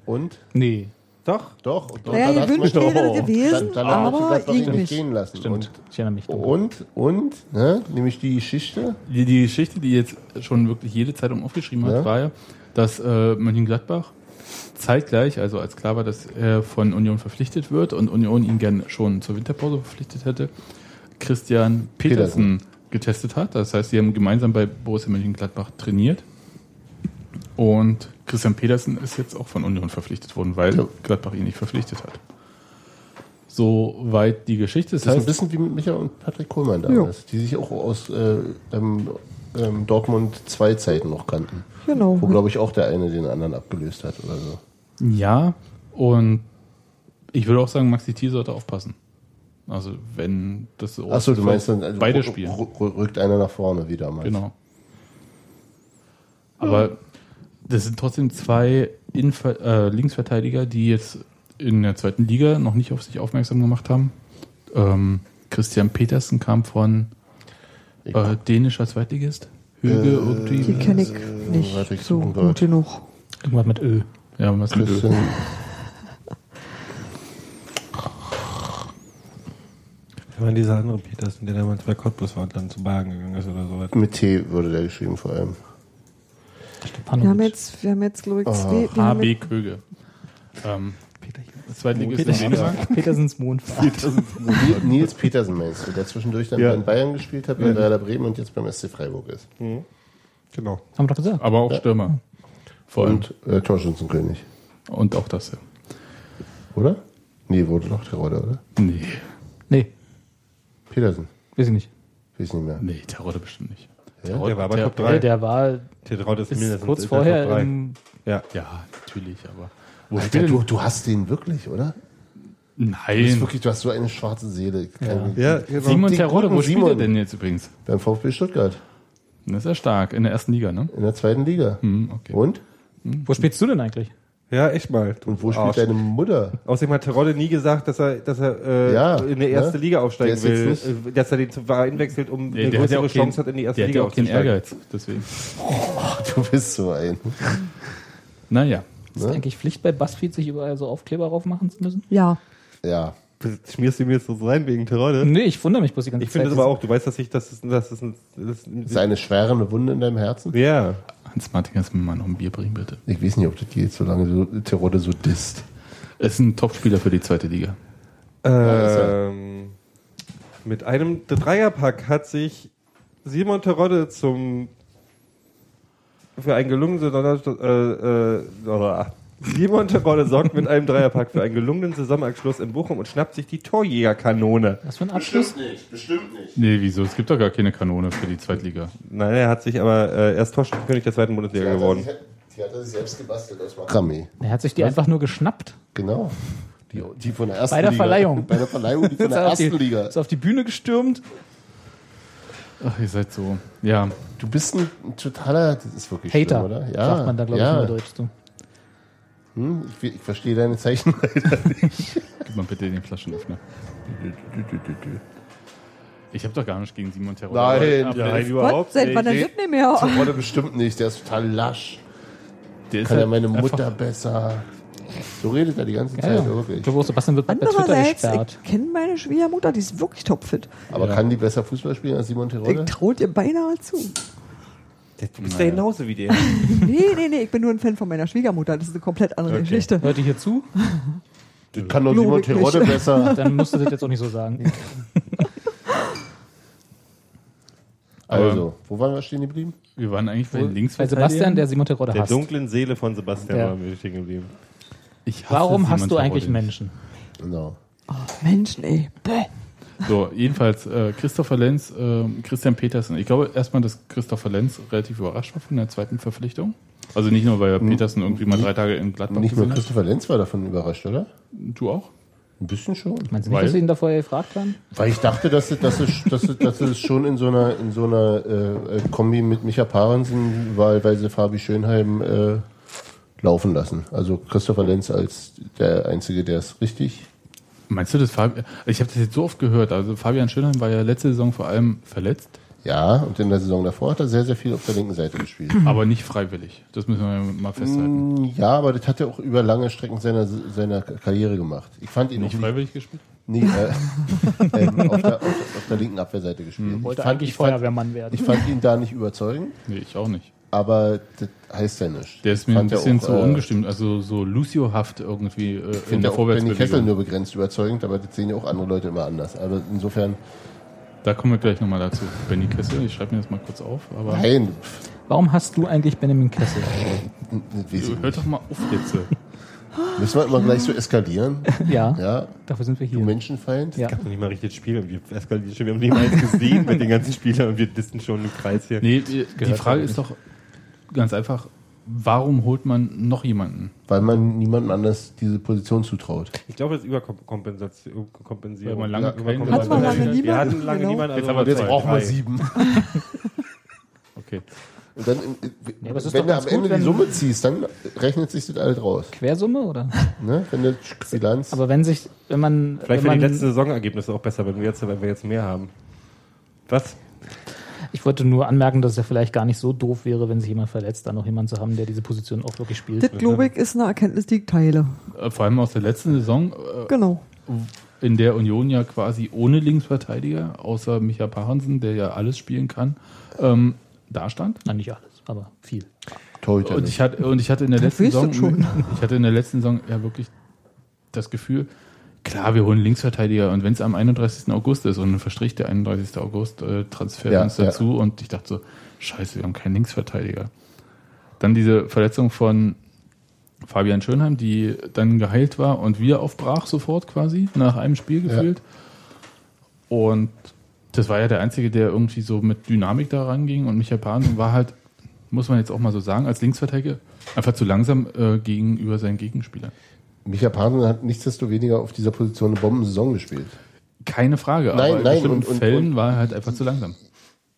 Speaker 2: Und?
Speaker 1: Nee.
Speaker 5: Doch.
Speaker 2: Doch. und doch
Speaker 4: Naja,
Speaker 2: dann
Speaker 4: gewünscht
Speaker 2: hat's-
Speaker 4: wäre das
Speaker 2: Dann,
Speaker 4: gewesen,
Speaker 2: dann
Speaker 4: aber
Speaker 2: hat man
Speaker 4: ich
Speaker 2: ihn nicht
Speaker 4: nicht.
Speaker 2: gehen lassen.
Speaker 1: Stimmt. Ich erinnere mich. dran.
Speaker 2: Und, und, und ne? nämlich die Geschichte.
Speaker 3: Die, die Geschichte, die jetzt schon wirklich jede Zeitung aufgeschrieben hat,
Speaker 2: Ja.
Speaker 3: war ja, dass äh, Mönchengladbach zeitgleich, also als klar war, dass er von Union verpflichtet wird und Union ihn gern schon zur Winterpause verpflichtet hätte, Christian Petersen getestet hat. Das heißt, sie haben gemeinsam bei Borussia Mönchengladbach trainiert. Und Christian Petersen ist jetzt auch von Union verpflichtet worden, weil
Speaker 2: Ja.
Speaker 3: Gladbach ihn nicht verpflichtet hat. Soweit die Geschichte. Das,
Speaker 2: Das ist ein
Speaker 3: heißt,
Speaker 2: bisschen wie mit Micha und Patrick Kohlmann damals, die sich auch aus äh, ähm, ähm, Dortmund zwei Zeiten noch kannten.
Speaker 4: Genau.
Speaker 2: Wo,
Speaker 3: Mhm.
Speaker 2: glaube ich, auch der eine den anderen abgelöst hat oder so.
Speaker 3: Ja, und ich würde auch sagen, Maxi Thiel sollte aufpassen. Also, wenn das so.
Speaker 2: Achso, du meinst dann, also
Speaker 3: beide
Speaker 2: rü-
Speaker 3: spielen.
Speaker 2: rü- rückt einer nach vorne wie damals.
Speaker 3: Genau. Aber das sind trotzdem zwei Innenver äh, Linksverteidiger, die jetzt in der zweiten Liga noch nicht auf sich aufmerksam gemacht haben. Ähm, Christian Petersen kam von
Speaker 2: Ich-
Speaker 3: äh, dänischer Zweitligist. Höge
Speaker 2: Äh,
Speaker 3: irgendwie.
Speaker 4: Die kenne ich
Speaker 2: warte, ich
Speaker 4: nicht so
Speaker 2: guck mal.
Speaker 4: gut genug.
Speaker 1: Irgendwas mit Öl.
Speaker 3: Ja, was mit Höge?
Speaker 2: Christian,
Speaker 5: Wenn man dieser andere Petersen, der damals bei Cottbus war und dann zu Bayern gegangen ist
Speaker 2: [laughs]
Speaker 5: oder so.
Speaker 2: mit T wurde der geschrieben vor allem.
Speaker 4: Wir haben jetzt, wir haben jetzt, glaube ich,
Speaker 2: Ah.
Speaker 4: zwei. wir haben
Speaker 3: HB
Speaker 4: jetzt-
Speaker 3: Köge. Ähm,
Speaker 1: Peter-
Speaker 3: Zweitligist in Dänemark.
Speaker 1: Petersens,
Speaker 5: [laughs]
Speaker 1: Petersens Mondfahrt.
Speaker 2: Nils- Nils Petersen meinst du, der zwischendurch dann
Speaker 5: Ja.
Speaker 2: bei in Bayern gespielt hat, bei Werder Bremen und jetzt beim SC Freiburg ist.
Speaker 5: Genau.
Speaker 1: Haben wir doch gesagt.
Speaker 3: Aber auch Stürmer. Vor allem.
Speaker 2: Und äh, Torschützenkönig,
Speaker 3: Und auch das, ja.
Speaker 2: oder? Nee, wurde noch Terodde, oder?
Speaker 3: Nee,
Speaker 1: Nee,
Speaker 2: Petersen,
Speaker 1: weiß ich nicht.
Speaker 2: weiß nicht mehr.
Speaker 3: nee, Terodde bestimmt nicht.
Speaker 2: Ja?
Speaker 5: Der war aber
Speaker 3: Der-
Speaker 5: Top
Speaker 1: Der,
Speaker 5: 3.
Speaker 1: der war
Speaker 5: Tetraut ist
Speaker 1: bis
Speaker 5: mindestens
Speaker 1: kurz
Speaker 5: in der Top
Speaker 1: vorher
Speaker 5: drei.
Speaker 1: im
Speaker 5: Ja.
Speaker 3: Ja, natürlich, aber. Wo
Speaker 2: Alter,
Speaker 3: spielt
Speaker 2: du,
Speaker 3: denn?
Speaker 2: du hast den wirklich, oder? Du, bist
Speaker 3: Nein.
Speaker 2: wirklich, du hast so eine schwarze Seele. Keine-
Speaker 5: Ja,
Speaker 3: Simon
Speaker 2: Den
Speaker 3: Terodde, wo
Speaker 2: guten
Speaker 3: spielt er
Speaker 2: Simon.
Speaker 3: denn jetzt übrigens?
Speaker 2: Beim VfB Stuttgart,
Speaker 3: Das ist ja stark, in der ersten Liga, ne?
Speaker 2: in der zweiten Liga.
Speaker 3: Hm, Okay.
Speaker 2: Und?
Speaker 1: Wo spielst du denn eigentlich?
Speaker 5: ja, echt mal.
Speaker 2: Und wo spielt deine Mutter?
Speaker 5: Außerdem hat Terodde nie gesagt, dass er, dass er äh,
Speaker 2: Ja,
Speaker 5: in die erste
Speaker 2: ne?
Speaker 5: Liga
Speaker 2: Der
Speaker 5: aufsteigen
Speaker 2: ist jetzt
Speaker 5: will. Äh, Dass er den zum Verein wechselt, um
Speaker 3: Nee,
Speaker 5: eine
Speaker 3: der hat ja
Speaker 5: größere
Speaker 3: auch
Speaker 5: Chance
Speaker 3: keinen-
Speaker 5: hat, in die erste
Speaker 3: Der hat ja
Speaker 5: Liga
Speaker 3: auch keinen
Speaker 5: aufzusteigen.
Speaker 3: Ehrgeiz, deswegen.
Speaker 2: [laughs] Du bist so ein.
Speaker 3: Naja.
Speaker 1: Ist
Speaker 2: Ne?
Speaker 1: eigentlich Pflicht bei BuzzFeed, sich überall so Aufkleber raufmachen zu müssen?
Speaker 4: Ja.
Speaker 2: Ja.
Speaker 5: Das Schmierst du mir jetzt so rein wegen
Speaker 3: Hm.
Speaker 5: Terodde?
Speaker 1: Nee, ich wundere mich bloß die ganze
Speaker 5: Hm? Ich
Speaker 1: Zeit.
Speaker 5: finde das aber auch, du weißt, dass ich, dass es, dass es, ein- dass
Speaker 2: Ist
Speaker 5: es
Speaker 2: eine schwere Wunde in deinem Herzen?
Speaker 5: ja.
Speaker 3: Hans-Martin, kannst du mir mal noch ein Bier bringen, bitte?
Speaker 2: Ich weiß nicht, ob das geht, solange du Terodde so disst.
Speaker 3: Ist ein Topspieler für die zweite Liga.
Speaker 2: ist er.
Speaker 5: Ähm, mit einem Dreierpack hat sich Simon Terodde zum für einen gelungenen Saisonabschluss, äh, äh, oder- Simon Terodde sorgt mit einem Dreierpack für einen gelungenen Saisonabschluss in Bochum und schnappt sich die Torjägerkanone.
Speaker 1: Was für ein Abschluss?
Speaker 2: nicht, bestimmt nicht.
Speaker 3: Nee, wieso? Es gibt doch gar keine Kanone für die Zweitliga.
Speaker 5: Nein, er hat sich aber äh, erst Torschützenkönig der zweiten Bundesliga geworden.
Speaker 2: Die hat er sich selbst gebastelt aus Makramee.
Speaker 1: Er hat sich die einfach nur geschnappt.
Speaker 2: Genau. Die, die von der ersten
Speaker 1: Bei der
Speaker 2: Liga.
Speaker 1: Verleihung.
Speaker 2: Bei der Verleihung,
Speaker 1: [laughs]
Speaker 2: die von der
Speaker 1: Ist auf die-
Speaker 2: ersten Liga.
Speaker 1: Ist auf die Bühne gestürmt.
Speaker 3: Ach, ihr seid so. Ja,
Speaker 2: Du bist ein totaler, das ist wirklich
Speaker 1: Hater,
Speaker 2: schlimm, oder?
Speaker 1: sagt man da, glaube ich,
Speaker 2: ja.
Speaker 1: nur Deutsch zu.
Speaker 2: Hm, ich, ich verstehe deine Zeichen. [laughs]
Speaker 3: gib mal bitte den Flaschenöffner. Ich habe doch gar nicht gegen Simon Terodde.
Speaker 2: Nein,
Speaker 3: aber
Speaker 2: nein,
Speaker 3: der-
Speaker 4: Was? Seit wann denn das nicht [laughs] mehr?
Speaker 2: Terodde bestimmt nicht, der ist total lasch.
Speaker 3: Der ist
Speaker 2: Kann ja
Speaker 3: halt
Speaker 2: meine
Speaker 3: einfach-
Speaker 2: Mutter besser. So redet er die ganze
Speaker 1: Ja, ja.
Speaker 2: Zeit, wirklich.
Speaker 1: Ich glaube, auch Sebastian wird bei Twitter
Speaker 4: Andererseits,
Speaker 1: gesperrt.
Speaker 4: ich kenne meine Schwiegermutter, die ist wirklich topfit.
Speaker 2: Aber kann die besser Fußball spielen als Simon
Speaker 4: Ich
Speaker 2: Terodde?
Speaker 4: traut ihr beinahe zu.
Speaker 5: Du bist ja genauso wie der.
Speaker 4: Nee, nee, nee, ich bin nur ein Fan von meiner Schwiegermutter. Das ist eine komplett andere Geschichte.
Speaker 1: Hört ihr hier zu?
Speaker 2: Das kann doch Simon
Speaker 4: Logisch.
Speaker 2: Terodde besser.
Speaker 1: Dann musst du das jetzt auch nicht so
Speaker 4: [laughs]
Speaker 1: sagen.
Speaker 2: Also, wo waren wir stehen geblieben?
Speaker 3: Wir waren eigentlich bei den
Speaker 1: Bei
Speaker 3: Linksverteidigern.
Speaker 1: Sebastian, der Simon Terodde
Speaker 5: Der
Speaker 1: hasst.
Speaker 5: dunklen Seele von Sebastian
Speaker 1: Ja.
Speaker 5: war mir stehen geblieben.
Speaker 3: Ich hasse
Speaker 1: Warum
Speaker 3: Simon
Speaker 1: hast du eigentlich
Speaker 3: Terodde.
Speaker 1: Menschen?
Speaker 2: Genau.
Speaker 4: Menschen, ey. Bäh.
Speaker 3: So, jedenfalls äh, Christopher Lenz, äh, Christian Petersen. Ich glaube erstmal, dass Christopher Lenz relativ überrascht war von der zweiten Verpflichtung. Also nicht nur, weil er Petersen irgendwie mal drei Tage in Gladbach
Speaker 2: Hm. Nicht nur
Speaker 3: gesehen hat.
Speaker 2: Christopher Lenz war davon überrascht, oder?
Speaker 3: Du auch?
Speaker 2: Ein bisschen schon.
Speaker 1: Meinst du nicht,
Speaker 3: Weil-
Speaker 1: dass sie ihn da vorher gefragt haben?
Speaker 2: Weil ich dachte, dass es, dass es, dass es, dass es schon in so einer, in so einer äh, äh, Kombi mit Micha Parensen wahlweise Fabi Schönheim äh, laufen lassen. Also Christopher Lenz als der Einzige, der es richtig.
Speaker 3: Meinst du, dass Fabian... Ich habe das jetzt so oft gehört. Also Fabian Schönheim war ja letzte Saison vor allem verletzt,
Speaker 2: Ja, und in der Saison davor hat er sehr, sehr viel auf der linken Seite gespielt.
Speaker 3: aber nicht freiwillig. Das müssen wir
Speaker 2: Hm.
Speaker 3: mal festhalten.
Speaker 2: Ja, aber das hat er auch über lange Strecken seiner, seiner Karriere gemacht. Ich fand ihn
Speaker 3: Nicht
Speaker 2: auch
Speaker 3: freiwillig gespielt? [laughs]
Speaker 2: Nee, äh, [laughs] ähm, auf, der, auf, auf der linken Abwehrseite
Speaker 3: Mhm.
Speaker 2: gespielt. Ich
Speaker 1: Wollte
Speaker 2: fand-
Speaker 1: eigentlich
Speaker 2: ich fand,
Speaker 1: Feuerwehrmann werden.
Speaker 2: ich fand ihn da nicht überzeugend,
Speaker 3: Nee, ich auch nicht.
Speaker 2: aber das heißt ja nichts.
Speaker 3: Der ist mir ein
Speaker 2: Fand ja
Speaker 3: bisschen
Speaker 2: auch,
Speaker 3: zu
Speaker 2: äh,
Speaker 3: ungestimmt. Also so Lucio-haft irgendwie äh, in
Speaker 2: finde
Speaker 3: der
Speaker 2: auch Benny Kessel
Speaker 3: Vorwärtsbewegung.
Speaker 2: nur begrenzt überzeugend, aber das sehen ja auch andere Leute immer anders. Aber insofern
Speaker 3: Da kommen wir gleich nochmal dazu. Benny Kessel, ich schreibe mir das mal kurz auf. Aber
Speaker 2: Nein,
Speaker 1: Warum hast du eigentlich Benjamin Kessel?
Speaker 2: das weiß ich
Speaker 3: hört doch mal auf jetzt.
Speaker 2: nicht. Müssen wir immer gleich so
Speaker 3: [laughs]
Speaker 2: eskalieren?
Speaker 1: Ja,
Speaker 2: Ja,
Speaker 1: dafür sind wir
Speaker 2: du
Speaker 1: hier.
Speaker 2: Menschenfeind?
Speaker 1: Ja.
Speaker 5: Noch nicht mal richtig Spiel. Wir, eskalieren schon, wir haben nicht mal eins gesehen mit den ganzen Spielern und wir dissen schon im Kreis hier.
Speaker 3: Nee, die, die Frage
Speaker 2: ja
Speaker 3: ist doch ganz einfach, warum holt man noch jemanden?
Speaker 2: Weil man niemandem anders diese Position zutraut.
Speaker 5: Ich glaube, das ist Überkompensation. Kompensierung.
Speaker 3: Weil man lange
Speaker 5: Ja,
Speaker 3: keinen-
Speaker 5: Überkompensation.
Speaker 4: Hat man lange
Speaker 3: Wir
Speaker 5: Wir
Speaker 4: niemanden?
Speaker 5: hatten lange
Speaker 4: Genau.
Speaker 5: niemanden.
Speaker 3: Jetzt aber
Speaker 5: wir
Speaker 3: jetzt
Speaker 5: zwei,
Speaker 3: brauchen
Speaker 5: drei.
Speaker 2: sieben.
Speaker 3: [laughs] Okay.
Speaker 2: Und dann, äh,
Speaker 1: aber es ist doch
Speaker 2: wenn du
Speaker 1: ganz
Speaker 2: am Ende
Speaker 1: gut,
Speaker 2: die
Speaker 1: wenn-
Speaker 2: Summe ziehst, dann rechnet sich das alles raus.
Speaker 1: Quersumme oder?
Speaker 2: Ne? Wenn du die Bilanz.
Speaker 1: Aber wenn sich, wenn man,
Speaker 5: Vielleicht
Speaker 1: wenn
Speaker 5: wären die
Speaker 1: man
Speaker 5: letzten Saisonergebnisse auch besser, wenn wir jetzt, wenn wir jetzt mehr haben. Was?
Speaker 1: ich wollte nur anmerken, dass es ja vielleicht gar nicht so doof wäre, wenn sich jemand verletzt, dann noch jemanden zu haben, der diese Position auch wirklich spielt.
Speaker 4: Das, glaube ich, ist eine Erkenntnis, die ich teile.
Speaker 3: Äh, Vor allem aus der letzten Saison, äh,
Speaker 4: Genau.
Speaker 3: in der Union ja quasi ohne Linksverteidiger, außer Micha Pahansen, der ja alles spielen kann, ähm, da stand.
Speaker 1: Na, nicht alles, aber viel.
Speaker 2: Torhüter
Speaker 3: Und
Speaker 2: nicht.
Speaker 3: ich hatte, und ich hatte in der letzten
Speaker 4: weißt du
Speaker 3: Saison,
Speaker 4: schon.
Speaker 3: [laughs] ich hatte in der letzten Saison ja wirklich das Gefühl, klar, wir holen Linksverteidiger und wenn es am 31. August ist und dann verstrich der 31. August äh, Transfer
Speaker 2: Ja,
Speaker 3: uns
Speaker 2: ja.
Speaker 3: dazu und ich dachte so, scheiße, wir haben keinen Linksverteidiger. Dann diese Verletzung von Fabian Schönheim, die dann geheilt war und wieder aufbrach sofort quasi, nach einem Spiel gefühlt. Und das war ja der Einzige, der irgendwie so mit Dynamik da ranging und Michael Pan war halt, muss man jetzt auch mal so sagen, als Linksverteidiger einfach zu langsam äh, gegenüber seinen Gegenspielern.
Speaker 2: Also, Micha Pahnsen hat nichtsdestoweniger auf dieser Position eine Bombensaison gespielt.
Speaker 3: Keine Frage,
Speaker 2: Nein,
Speaker 3: in
Speaker 2: nein,
Speaker 3: bestimmten
Speaker 2: und- und-
Speaker 3: Fällen
Speaker 2: und-
Speaker 3: war er halt einfach zu langsam.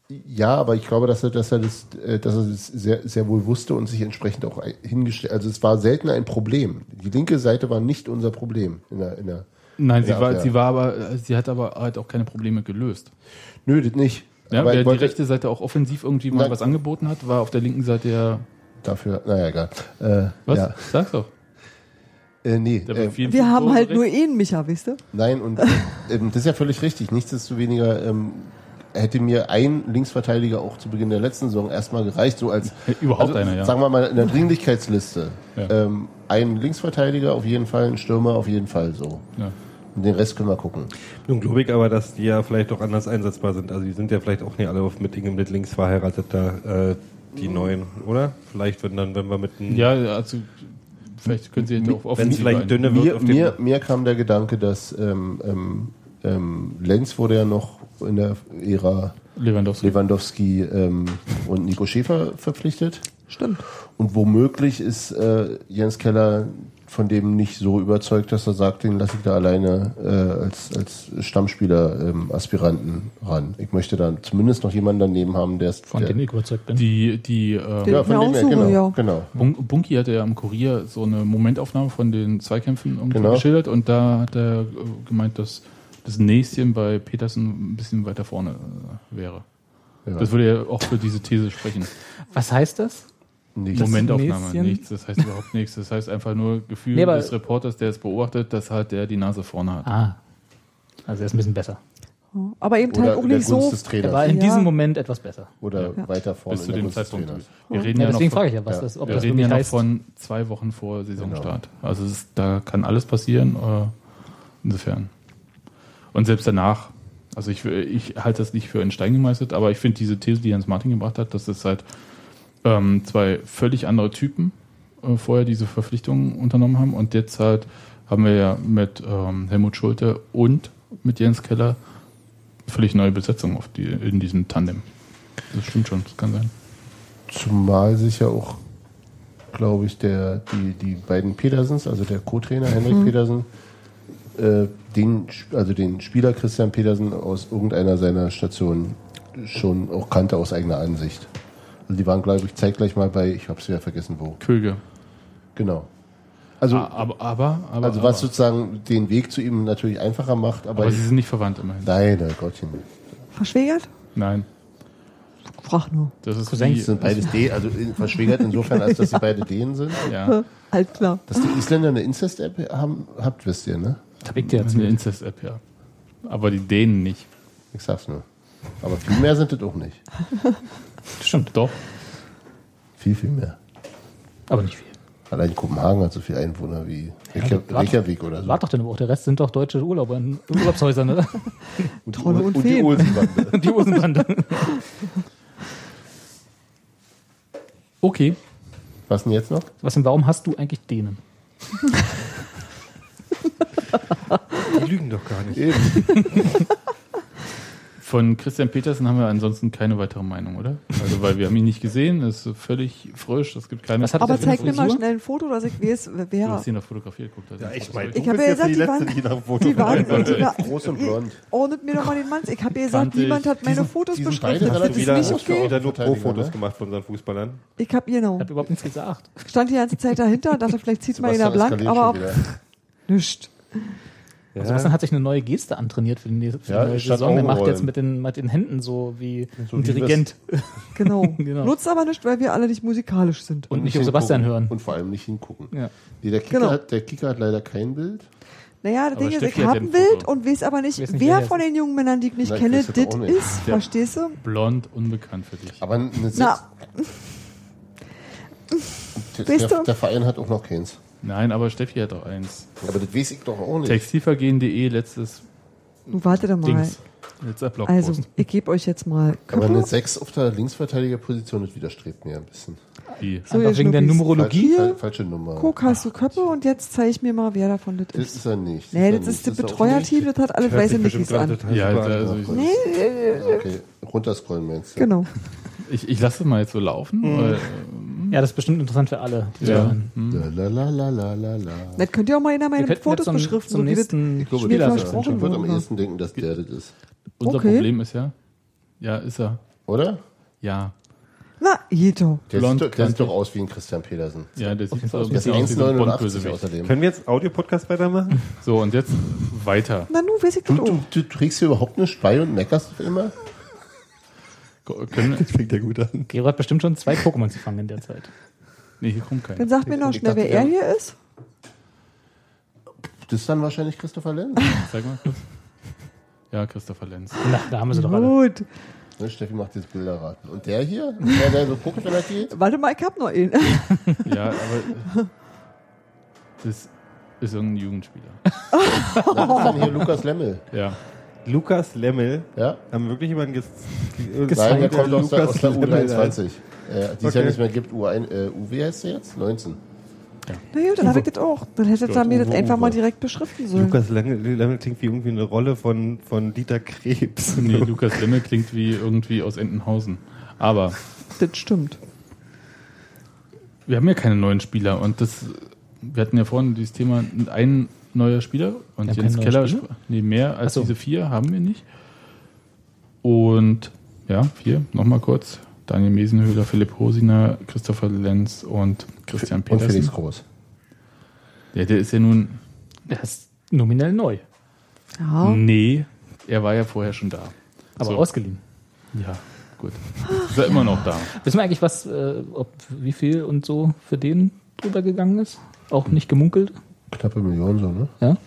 Speaker 2: Ja, aber ich glaube, dass er, dass er das, äh, dass er das sehr, sehr wohl wusste und sich entsprechend auch ein- hingestellt. Also es war selten ein Problem. Die linke Seite war nicht unser Problem in der, in der
Speaker 3: Nein, sie
Speaker 2: Ja,
Speaker 3: war,
Speaker 2: ja.
Speaker 3: sie war aber, sie hat aber halt auch keine Probleme gelöst.
Speaker 2: Nö, das nicht.
Speaker 3: Ja,
Speaker 2: Aber
Speaker 3: weil
Speaker 2: ich wollte-
Speaker 3: die rechte Seite auch offensiv irgendwie mal
Speaker 2: Nein.
Speaker 3: was angeboten hat, war auf der linken Seite ja.
Speaker 2: Dafür, naja, egal. Äh,
Speaker 3: Was?
Speaker 2: Ja.
Speaker 3: Sag's doch.
Speaker 2: Äh, nee,
Speaker 3: Der
Speaker 2: äh,
Speaker 3: war vielen-
Speaker 4: Wir
Speaker 3: vielen
Speaker 4: haben
Speaker 3: Toren
Speaker 4: halt
Speaker 3: recht.
Speaker 4: nur eh einen Micha, weißt du?
Speaker 2: nein, und ähm, das ist ja völlig richtig. Nichtsdestoweniger ähm, hätte mir ein Linksverteidiger auch zu Beginn der letzten Saison erstmal gereicht, so als
Speaker 3: [laughs]
Speaker 2: also,
Speaker 3: Überhaupt einer, ja.
Speaker 2: Sagen wir mal in der Dringlichkeitsliste.
Speaker 3: Ja.
Speaker 2: Ähm, ein Linksverteidiger auf jeden Fall, ein Stürmer auf jeden Fall so.
Speaker 3: ja.
Speaker 2: Und den Rest können wir gucken.
Speaker 5: Nun glaube ich aber, dass die ja vielleicht auch anders einsetzbar sind. Also die sind ja vielleicht auch nicht alle auf- mit Inge mit links verheiratet, da äh, die neuen, oder? Vielleicht, wenn dann, wenn wir mit einem
Speaker 3: Ja, also vielleicht können Sie jetzt auch
Speaker 5: wenn es
Speaker 3: offensiv
Speaker 5: vielleicht
Speaker 3: ein-
Speaker 5: dünne wird
Speaker 2: Mir,
Speaker 5: auf den
Speaker 2: mir, mir kam der Gedanke, dass ähm, ähm, ähm, Lenz wurde ja noch in der Ära
Speaker 3: Lewandowski.
Speaker 2: Lewandowski ähm, und Nico Schäfer verpflichtet.
Speaker 4: Stimmt.
Speaker 2: Und womöglich ist äh, Jens Keller von dem nicht so überzeugt, dass er sagt, den lasse ich da alleine äh, als, als Stammspieler-Aspiranten ran. Ich möchte da zumindest noch jemanden daneben haben, der es
Speaker 1: Von
Speaker 2: der,
Speaker 1: dem ich überzeugt bin.
Speaker 3: Die, die äh,
Speaker 2: ja, von
Speaker 4: Ja,
Speaker 2: dem her,
Speaker 4: auch so,
Speaker 2: genau,
Speaker 4: ja.
Speaker 2: genau.
Speaker 3: Bun Bunky hatte ja am Kurier so eine Momentaufnahme von den Zweikämpfen irgendwie
Speaker 2: Genau.
Speaker 3: geschildert und da hat er äh, gemeint, dass das Näschen bei Petersen ein bisschen weiter vorne äh, wäre.
Speaker 2: Ja.
Speaker 3: Das würde ja auch für diese These sprechen.
Speaker 1: Was heißt das?
Speaker 2: Nichts.
Speaker 3: Momentaufnahme,
Speaker 1: Näschen?
Speaker 3: nichts. Das heißt überhaupt nichts. Das heißt einfach nur Gefühl
Speaker 1: Nee, aber-
Speaker 3: des Reporters, der es beobachtet, dass halt der die Nase vorne hat.
Speaker 1: Ah. Also er ist ein bisschen besser.
Speaker 4: Aber eben
Speaker 2: Oder
Speaker 4: halt auch
Speaker 2: in der
Speaker 4: nicht
Speaker 2: Gunst
Speaker 4: so.
Speaker 2: des
Speaker 1: Er war
Speaker 2: Trainers.
Speaker 1: in
Speaker 4: Ja.
Speaker 1: diesem Moment etwas besser.
Speaker 2: Oder weiter vorne
Speaker 3: Bis zu
Speaker 2: in der
Speaker 3: dem
Speaker 2: Gunst des
Speaker 3: Zeitpunkt.
Speaker 2: Trainers.
Speaker 3: Wir reden
Speaker 1: Ja,
Speaker 3: ja, noch
Speaker 1: deswegen
Speaker 3: von,
Speaker 1: frage ich ja, was
Speaker 2: ja.
Speaker 1: das, ob
Speaker 3: wir
Speaker 1: das
Speaker 3: reden
Speaker 1: wirklich
Speaker 3: ja noch
Speaker 1: heißt. Genau.
Speaker 3: von zwei Wochen vor Saisonstart. Also es ist, da kann alles passieren. Äh, insofern. Und selbst danach, also ich, ich halte das nicht für in Stein gemeißelt, aber ich finde diese These, die Jens Martin gebracht hat, dass es halt ähm, zwei völlig andere Typen äh, vorher diese Verpflichtungen unternommen haben und jetzt halt haben wir ja mit ähm, Helmut Schulte und mit Jens Keller völlig neue Besetzung auf die, in diesem Tandem. Das stimmt schon, das kann sein.
Speaker 2: Zumal sich ja auch, glaube ich, der, die, die beiden Petersens, also der Co-Trainer
Speaker 3: Mhm.
Speaker 2: Henrik Petersen, äh, den, Sp- also den Spieler Christian Petersen aus irgendeiner seiner Stationen schon auch kannte aus eigener Ansicht. Also die waren, glaube ich, zeitgleich mal bei, ich habe es wieder vergessen, wo.
Speaker 3: Köge.
Speaker 2: Genau. Also,
Speaker 3: Ah, aber, aber, aber,
Speaker 2: also
Speaker 3: aber.
Speaker 2: was sozusagen den Weg zu ihm natürlich einfacher macht, aber,
Speaker 3: aber sie sind nicht verwandt immerhin.
Speaker 2: nein, oh Gottchen.
Speaker 4: Verschwägert?
Speaker 3: Nein.
Speaker 4: Frag nur.
Speaker 3: Das ist
Speaker 1: Cousins
Speaker 3: wie-
Speaker 2: sind beides D, also in- verschwägert insofern, als dass sie beide Dänen sind.
Speaker 3: Ja,
Speaker 4: Halt klar.
Speaker 2: Dass die Isländer eine Incest-App haben, habt, wisst ihr, ne?
Speaker 1: Hab ich dir
Speaker 3: das ist eine Inzest-App, ja. Aber die Dänen nicht.
Speaker 2: Ich sag's nur. Aber viel mehr sind das auch nicht.
Speaker 3: Stimmt. Doch.
Speaker 2: Viel, viel mehr.
Speaker 1: Aber nicht viel.
Speaker 2: Allein Kopenhagen hat so viele Einwohner wie Reykja-
Speaker 1: warte.
Speaker 2: Reykjavik oder so.
Speaker 1: Wart doch denn aber auch, der Rest sind doch deutsche Urlauber in Urlaubshäusern, ne?
Speaker 2: Und, die
Speaker 4: Trolle
Speaker 2: Ul-
Speaker 4: und
Speaker 2: und die
Speaker 1: [laughs]
Speaker 4: Feen.
Speaker 2: Olsenbande.
Speaker 1: Die Hosenbande.
Speaker 3: Okay.
Speaker 2: Was denn jetzt noch?
Speaker 1: Sebastian, warum hast du eigentlich Dänen?
Speaker 6: Die lügen doch gar nicht.
Speaker 2: Eben.
Speaker 3: Von Christian Petersen haben wir ansonsten keine weitere Meinung, oder? Also, weil wir haben ihn nicht gesehen, ist völlig frisch, es gibt keine.
Speaker 1: Was hat er
Speaker 4: Aber
Speaker 1: für eine
Speaker 4: zeig mir mal
Speaker 1: Frisur?
Speaker 4: schnell ein Foto, dass ich weiß,
Speaker 3: Du
Speaker 4: wer.
Speaker 3: hast ihn noch fotografiert, guckt das.
Speaker 6: Ja,
Speaker 5: Also,
Speaker 6: echt mal.
Speaker 4: Ich habe ja gesagt, die waren-
Speaker 6: nach Foto
Speaker 4: Die waren, die war, Oh,
Speaker 2: Groß und blond.
Speaker 4: ordnet mir doch mal den Mann. Ich habe ja gesagt,
Speaker 3: Kantig.
Speaker 4: niemand hat meine Fotos
Speaker 2: diesen
Speaker 4: beschrieben.
Speaker 2: beide
Speaker 4: Das ist
Speaker 2: wieder-
Speaker 4: nicht
Speaker 5: hast du
Speaker 4: okay.
Speaker 5: wieder nur
Speaker 2: Verteidiger,
Speaker 5: Pro-Fotos
Speaker 2: ne?
Speaker 5: gemacht von unseren Fußballern.
Speaker 4: Ich habe genau.
Speaker 1: Ich hab überhaupt nichts gesagt.
Speaker 4: Stand die ganze Zeit dahinter, dachte, vielleicht zieht mal jeder blank,
Speaker 2: eskaliert
Speaker 4: aber
Speaker 2: schon wieder.
Speaker 4: nichts.
Speaker 5: Ja.
Speaker 4: Also
Speaker 1: Sebastian hat sich eine neue Geste antrainiert für die nächste für die
Speaker 2: Ja,
Speaker 1: neue
Speaker 2: statt
Speaker 1: Saison. Er macht
Speaker 2: Augenrollen.
Speaker 1: jetzt mit den, mit den Händen so wie
Speaker 2: So
Speaker 1: ein
Speaker 2: wie
Speaker 1: Dirigent
Speaker 4: Genau.
Speaker 1: Genau.
Speaker 4: Nutzt aber nicht, weil wir alle nicht musikalisch sind.
Speaker 1: und nicht auf Sebastian
Speaker 2: hingucken.
Speaker 1: hören.
Speaker 2: Und vor allem nicht hingucken.
Speaker 1: Ja.
Speaker 2: Nee, der, Kicker
Speaker 4: Genau.
Speaker 2: hat, der Kicker hat leider kein Bild.
Speaker 4: Naja, das
Speaker 3: Aber
Speaker 4: Ding ist,
Speaker 3: Steffi
Speaker 4: ich
Speaker 3: hat
Speaker 4: habe
Speaker 3: ja
Speaker 4: ein
Speaker 3: ein Foto.
Speaker 4: Bild und weiß aber nicht,
Speaker 1: Weiß nicht, wer
Speaker 4: wer
Speaker 1: der
Speaker 4: von
Speaker 1: ist.
Speaker 4: den jungen Männern, die ich nicht
Speaker 2: Nein,
Speaker 4: kenne,
Speaker 2: weiß ich
Speaker 4: das
Speaker 2: auch nicht.
Speaker 4: ist. Verstehst du?
Speaker 3: Blond, unbekannt für dich.
Speaker 2: Aber eine Sitz,
Speaker 4: Na,
Speaker 2: der,
Speaker 4: weißt
Speaker 2: der,
Speaker 4: du?
Speaker 2: der Verein hat auch noch keins.
Speaker 3: Nein, aber Steffi hat doch eins.
Speaker 2: Aber das weiß ich doch auch nicht.
Speaker 3: Textilvergehen.de, letztes
Speaker 4: nun warte doch mal.
Speaker 3: Dings. Letzter Blogpost.
Speaker 4: Also, ich gebe euch jetzt mal
Speaker 2: Aber eine
Speaker 4: Köppe.
Speaker 2: 6 auf der Linksverteidigerposition, das widerstrebt mir ein bisschen.
Speaker 3: Wie?
Speaker 4: So,
Speaker 1: Einfach
Speaker 4: ihr
Speaker 1: wegen der
Speaker 4: Schnuppis.
Speaker 1: Numerologie.
Speaker 2: Falsche, falsche Nummer.
Speaker 4: Guck, hast du Köppe und jetzt zeige ich mir mal, wer davon das
Speaker 2: Das
Speaker 4: ist.
Speaker 2: ist er nicht.
Speaker 4: Nee,
Speaker 2: er
Speaker 4: das ist
Speaker 2: nicht.
Speaker 4: das
Speaker 2: er auch
Speaker 4: Betreuerteam, das hat alles weiße Mickeys an.
Speaker 3: Ja,
Speaker 6: ja,
Speaker 3: also ich,
Speaker 4: Nee,
Speaker 2: nicht. Okay, runterscrollen meinst du?
Speaker 4: genau.
Speaker 3: ich, ich lasse mal jetzt so laufen. Weil,
Speaker 1: Ja, das ist bestimmt interessant für alle. Die
Speaker 3: Ja.
Speaker 1: zuhören.
Speaker 2: La, Hm. la, la, la, la, la, la.
Speaker 4: Das könnt ihr auch mal in
Speaker 1: Wir
Speaker 4: meine
Speaker 1: könnten jetzt
Speaker 4: Fotos
Speaker 1: zum,
Speaker 4: beschriften,
Speaker 1: zum
Speaker 4: so wie das
Speaker 1: nächsten
Speaker 2: glaube,
Speaker 4: Spiel
Speaker 1: Spieler
Speaker 2: das
Speaker 1: springen.
Speaker 2: Ich
Speaker 4: versprochen
Speaker 2: würde am
Speaker 4: wurde.
Speaker 2: ehrsten denken, dass der das ist.
Speaker 3: unser
Speaker 4: Okay.
Speaker 3: Problem ist ja. Ja, ist er.
Speaker 2: Oder?
Speaker 3: Ja.
Speaker 4: Na, Jeto.
Speaker 2: Der,
Speaker 3: Blond,
Speaker 2: sieht, doch- der
Speaker 3: kantig.
Speaker 2: sieht doch aus wie ein Christian Petersen.
Speaker 3: Ja, der sieht so
Speaker 1: aus
Speaker 3: ein
Speaker 1: wie
Speaker 2: Das ist
Speaker 3: bisschen aus wie so ein
Speaker 2: 1,89
Speaker 3: Bondbösewicht.
Speaker 2: außerdem.
Speaker 5: Können wir jetzt Audio-Podcast
Speaker 2: [laughs]
Speaker 5: weitermachen?
Speaker 3: So, und jetzt weiter.
Speaker 4: Na, nu weiß ich
Speaker 2: Du,
Speaker 4: das auch.
Speaker 2: du, du trägst hier überhaupt nichts bei und meckerst immer?
Speaker 3: Ko- Können,
Speaker 2: Fängt ja gut an.
Speaker 1: Gero hat bestimmt schon zwei Pokémon zu fangen in der Zeit.
Speaker 3: nee, hier kommt keiner.
Speaker 4: Dann sagt mir noch
Speaker 2: Ich
Speaker 4: schnell, wer
Speaker 2: dachte,
Speaker 4: er
Speaker 2: ja.
Speaker 4: hier ist.
Speaker 2: Das ist dann wahrscheinlich
Speaker 4: [laughs]
Speaker 2: Christopher Lenz.
Speaker 3: Zeig mal kurz. Ja, Christopher Lenz.
Speaker 1: Na, da haben wir sie doch alle.
Speaker 4: Gut.
Speaker 2: Ne, Steffi macht jetzt Bilderraten. Und der hier? Der, der so guckt, wenn
Speaker 4: [laughs]
Speaker 2: er geht?
Speaker 4: Warte mal, ich hab noch einen.
Speaker 3: Ja, aber das ist irgendein Jugendspieler.
Speaker 2: Na, das ist dann hier Lukas Lemmel.
Speaker 3: Ja.
Speaker 5: Lukas Lemmel.
Speaker 2: Ja?
Speaker 5: Haben wirklich jemanden ges
Speaker 2: Nein, der kommt aus der,
Speaker 5: Lukas
Speaker 2: aus der
Speaker 5: Lemmel,
Speaker 2: U23. Äh, die es ja
Speaker 5: Okay.
Speaker 2: nicht mehr gibt. U1, äh, UW heißt der jetzt? 19.
Speaker 4: Na gut, dann hab ich das auch. Dann hättet ihr mir das
Speaker 2: Uwe,
Speaker 4: einfach mal
Speaker 2: Uwe.
Speaker 4: direkt beschriften sollen.
Speaker 5: Lukas Lemmel, Lemmel klingt wie irgendwie eine Rolle von, von Dieter
Speaker 2: [laughs]
Speaker 5: Krebs. [laughs]
Speaker 3: Nee, Lukas Lemme klingt wie irgendwie aus Entenhausen. Aber
Speaker 4: Das stimmt.
Speaker 3: wir haben ja keine neuen Spieler und das, wir hatten ja vorhin dieses Thema ein neuer Spieler und
Speaker 1: Ja,
Speaker 3: Jens
Speaker 1: kein neuer
Speaker 3: Keller,
Speaker 1: Spieler?
Speaker 3: sp- nee, mehr als
Speaker 1: Ach so.
Speaker 3: diese vier haben wir nicht. Und ja, vier, nochmal kurz. Daniel Mesenhöhler, Philipp Hosiner, Christopher Lenz und Christian
Speaker 2: Und
Speaker 3: Petersen.
Speaker 2: Felix Groß.
Speaker 3: Ja, der ist ja nun,
Speaker 1: Der ist nominell neu,
Speaker 4: Ja.
Speaker 1: Hm.
Speaker 3: nee, er war ja vorher schon da.
Speaker 1: aber
Speaker 3: So.
Speaker 1: ausgeliehen.
Speaker 3: Ja, gut. Ist er immer noch da.
Speaker 1: Wissen wir eigentlich, was, äh, ob, wie viel und so für den drüber gegangen ist? Auch nicht gemunkelt?
Speaker 2: Knappe Million so, ne?
Speaker 1: Ja?